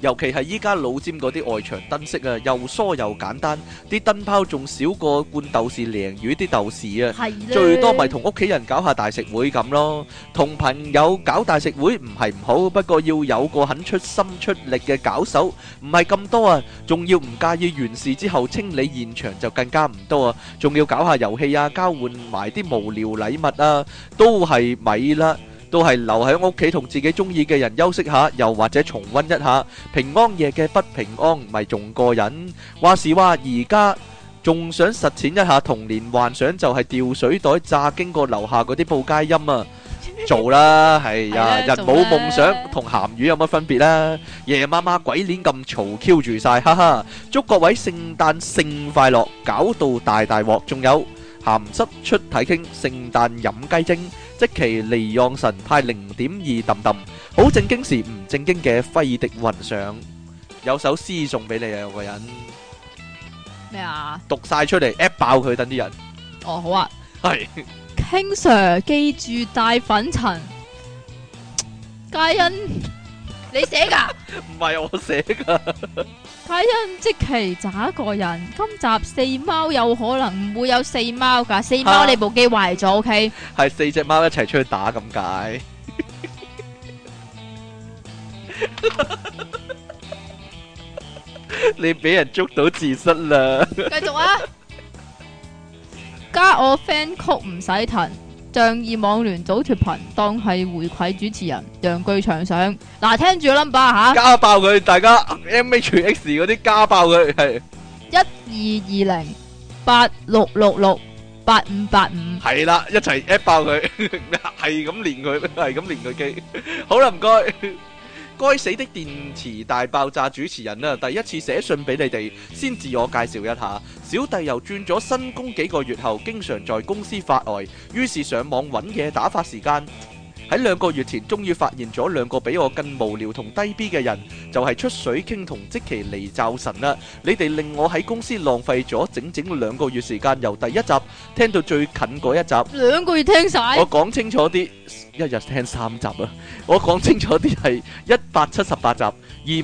[SPEAKER 2] 尤其係依家老尖嗰啲外牆燈飾啊，又疏又簡單，啲燈泡仲少過灌豆豉鯪魚啲豆豉啊。
[SPEAKER 1] 係咧
[SPEAKER 2] 最多咪同屋企人搞下大食會咁咯，同朋友搞大食會唔係唔好，不過要有個肯出心出力嘅搞手，唔係咁多啊，仲要唔介意完事之後清理現場就更加唔多啊，仲要搞下遊戲啊，交換埋啲無聊禮物啊，都係咪啦？都係留喺屋企同自己中意嘅人休息下，又或者重温一下平安夜嘅不平安，咪仲過癮。話時話而家。仲想實踐一下童年幻想，就係掉水袋炸經過樓下嗰啲報街 音啊！做啦，係啊，
[SPEAKER 1] 係啦
[SPEAKER 2] 人
[SPEAKER 1] 做
[SPEAKER 2] 冇
[SPEAKER 1] 啦
[SPEAKER 2] 夢想同鹹魚有乜分別啦？夜媽媽鬼臉咁嘈 Q 住晒，哈哈！祝各位聖誕聖快樂，搞到大大鑊，仲有鹹濕出體傾聖誕飲雞精，即其離讓神派零點二揼揼，好正經時唔正經嘅輝迪雲上，有首詩送俾你啊，有個人。
[SPEAKER 1] 咩啊？
[SPEAKER 2] 讀晒出嚟 app 爆佢，等啲人
[SPEAKER 1] 哦，好啊
[SPEAKER 2] 係
[SPEAKER 1] ，King Sir 記住帶粉塵。嘉欣，你寫㗎？
[SPEAKER 2] 唔係我寫噶？
[SPEAKER 1] 皆因即其渣個人，今集四貓有可能唔會有四貓噶，四貓
[SPEAKER 2] 啊
[SPEAKER 1] 你部機壞咗，OK？
[SPEAKER 2] 係四隻貓一齊出去打咁解。你俾人捉到自失啦！
[SPEAKER 1] 繼續啊！加我 friend 曲唔使騰，仗義網聯組脱貧，當係回饋主持人，楊巨長上嗱，聽住個 number 啊
[SPEAKER 2] 加爆佢，大家 M H X 嗰啲加爆佢，係
[SPEAKER 1] 吓，一二二零八六六六八五八五，
[SPEAKER 2] 係啦，一齊 app 爆佢， 係咁連佢， 係咁連佢機。 好啦，唔該。 該死的電池大爆炸主持人啊，第一次寫信俾你哋，先自我介紹一下。小弟由轉咗新工幾個月後，經常在公司發呆，於是上網揾嘢打發時間。喺兩個月前，終於發現咗兩個比我更無聊同低 B 嘅人，就係、出水傾同即其離罩神啦。你哋令我喺公司浪費咗整整兩個月時間，由第一集聽到最近嗰一集。
[SPEAKER 1] 兩個月聽晒
[SPEAKER 2] 我，講清楚啲，一日聽三集啊！我講清楚啲係一百七十八集，而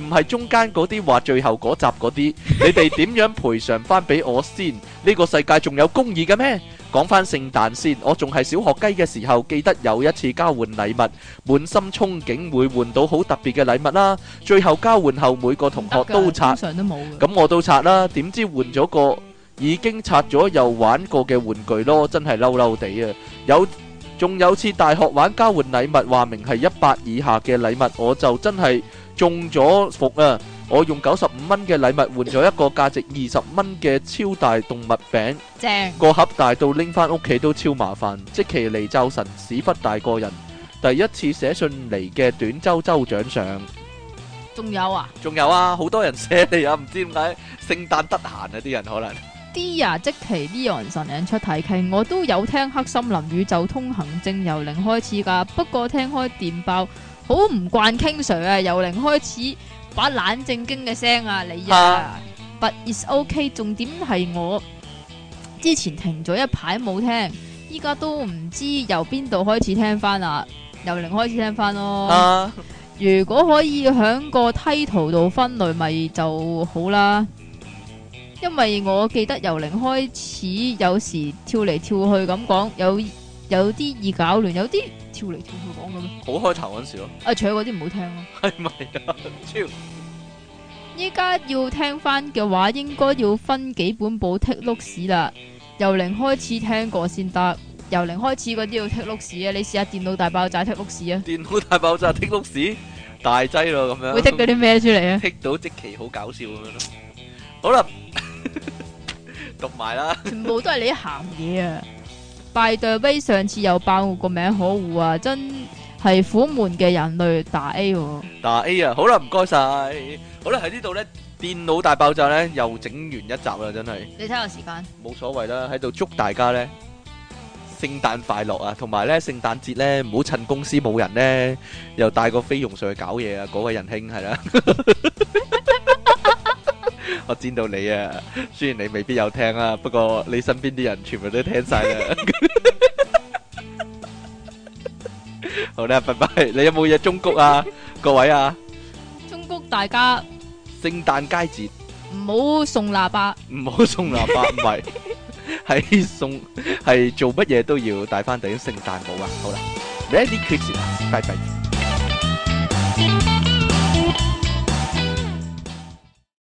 [SPEAKER 2] 唔係中間嗰啲話最後嗰集嗰啲。你哋點樣賠償翻俾我先？呢個世界仲有公義嘅咩？講翻聖誕先，我仲係小學雞嘅時候，記得有一次交換禮物，滿心憧憬會換到好特別嘅禮物啦。最後交換後，每個同學都
[SPEAKER 1] 通。
[SPEAKER 2] 拆
[SPEAKER 1] 常都冇嘅。
[SPEAKER 2] 咁我都拆啦，點知換咗個已經拆咗又玩過嘅玩具咯，真係嬲嬲地啊！有仲有次大學玩交換禮物，話明係一百以下嘅禮物，我就真係中咗伏啊！我用九十五蚊嘅禮物換咗一個價值二十蚊嘅超大動物餅。
[SPEAKER 1] 正
[SPEAKER 2] 個盒大到拎翻屋企都超麻煩，即其離咒神屎忽大個人。第一次寫信嚟嘅短洲州長上，
[SPEAKER 1] 仲有啊，
[SPEAKER 2] 仲有啊，好多人寫你啊，唔知點解聖誕得閒啊，啲人可能
[SPEAKER 1] Dear 即其 Leon 神人出題傾，我都有聽黑森林宇宙通行證由零開始噶，不過聽開電爆好唔慣 King Sir 啊，由零開始把懶正經嘅聲啊，你啊
[SPEAKER 2] 啊
[SPEAKER 1] ，But it's OK，重點係我之前停咗一排冇聽，依家都唔知由邊度開始聽翻啦，由零開始聽翻咯。
[SPEAKER 2] 啊，
[SPEAKER 1] 如果可以喺個 title 度分類，咪就好啦。因為我記得由零開始，有時跳嚟跳去咁講，有有啲易搞亂，有啲跳嚟跳去講咁樣。
[SPEAKER 2] 好開頭嗰 陣時咯，
[SPEAKER 1] 啊，除咗嗰啲唔好聽咯。
[SPEAKER 2] 係咪啊？超
[SPEAKER 1] 依家要聽翻嘅話，應該要分幾本簿剔碌屎啦。由零開始聽過先得，由零開始嗰啲要剔碌屎啊！你試下電腦大爆炸剔碌屎啊，
[SPEAKER 2] 電腦大爆炸剔碌屎，大劑咯咁樣，
[SPEAKER 1] 會剔嗰啲咩出 嚟啊？
[SPEAKER 2] 剔到即期好搞笑咁樣咯。好啦，讀埋啦，
[SPEAKER 1] 全部都系你行嘢啊！拜對威上次又爆我個名可惡啊，真係苦悶嘅人類打 A 喎，
[SPEAKER 2] 嗱 A 啊，好啦，唔該晒，好啦喺呢度咧，電腦大爆炸咧又整完一集啦，真係。
[SPEAKER 1] 你睇下時間，
[SPEAKER 2] 冇所謂啦， 喺度祝大家咧聖誕快樂啊！同埋咧聖誕節咧，唔好趁公司冇人咧，又帶個菲傭上去搞嘢啊！嗰位仁兄係啦， 我知道你啊，雖然你未必有聽啊，不過你身邊啲人全部都聽晒啦。好啦，拜拜！你有冇嘢忠告啊，各位啊？
[SPEAKER 1] 中谷大家
[SPEAKER 2] 聖誕佳節。
[SPEAKER 1] 唔好送喇叭，
[SPEAKER 2] 唔好送喇叭，唔係，係送係做乜嘢都要戴翻頂聖誕帽啊！好啦，Merry Christmas，拜拜。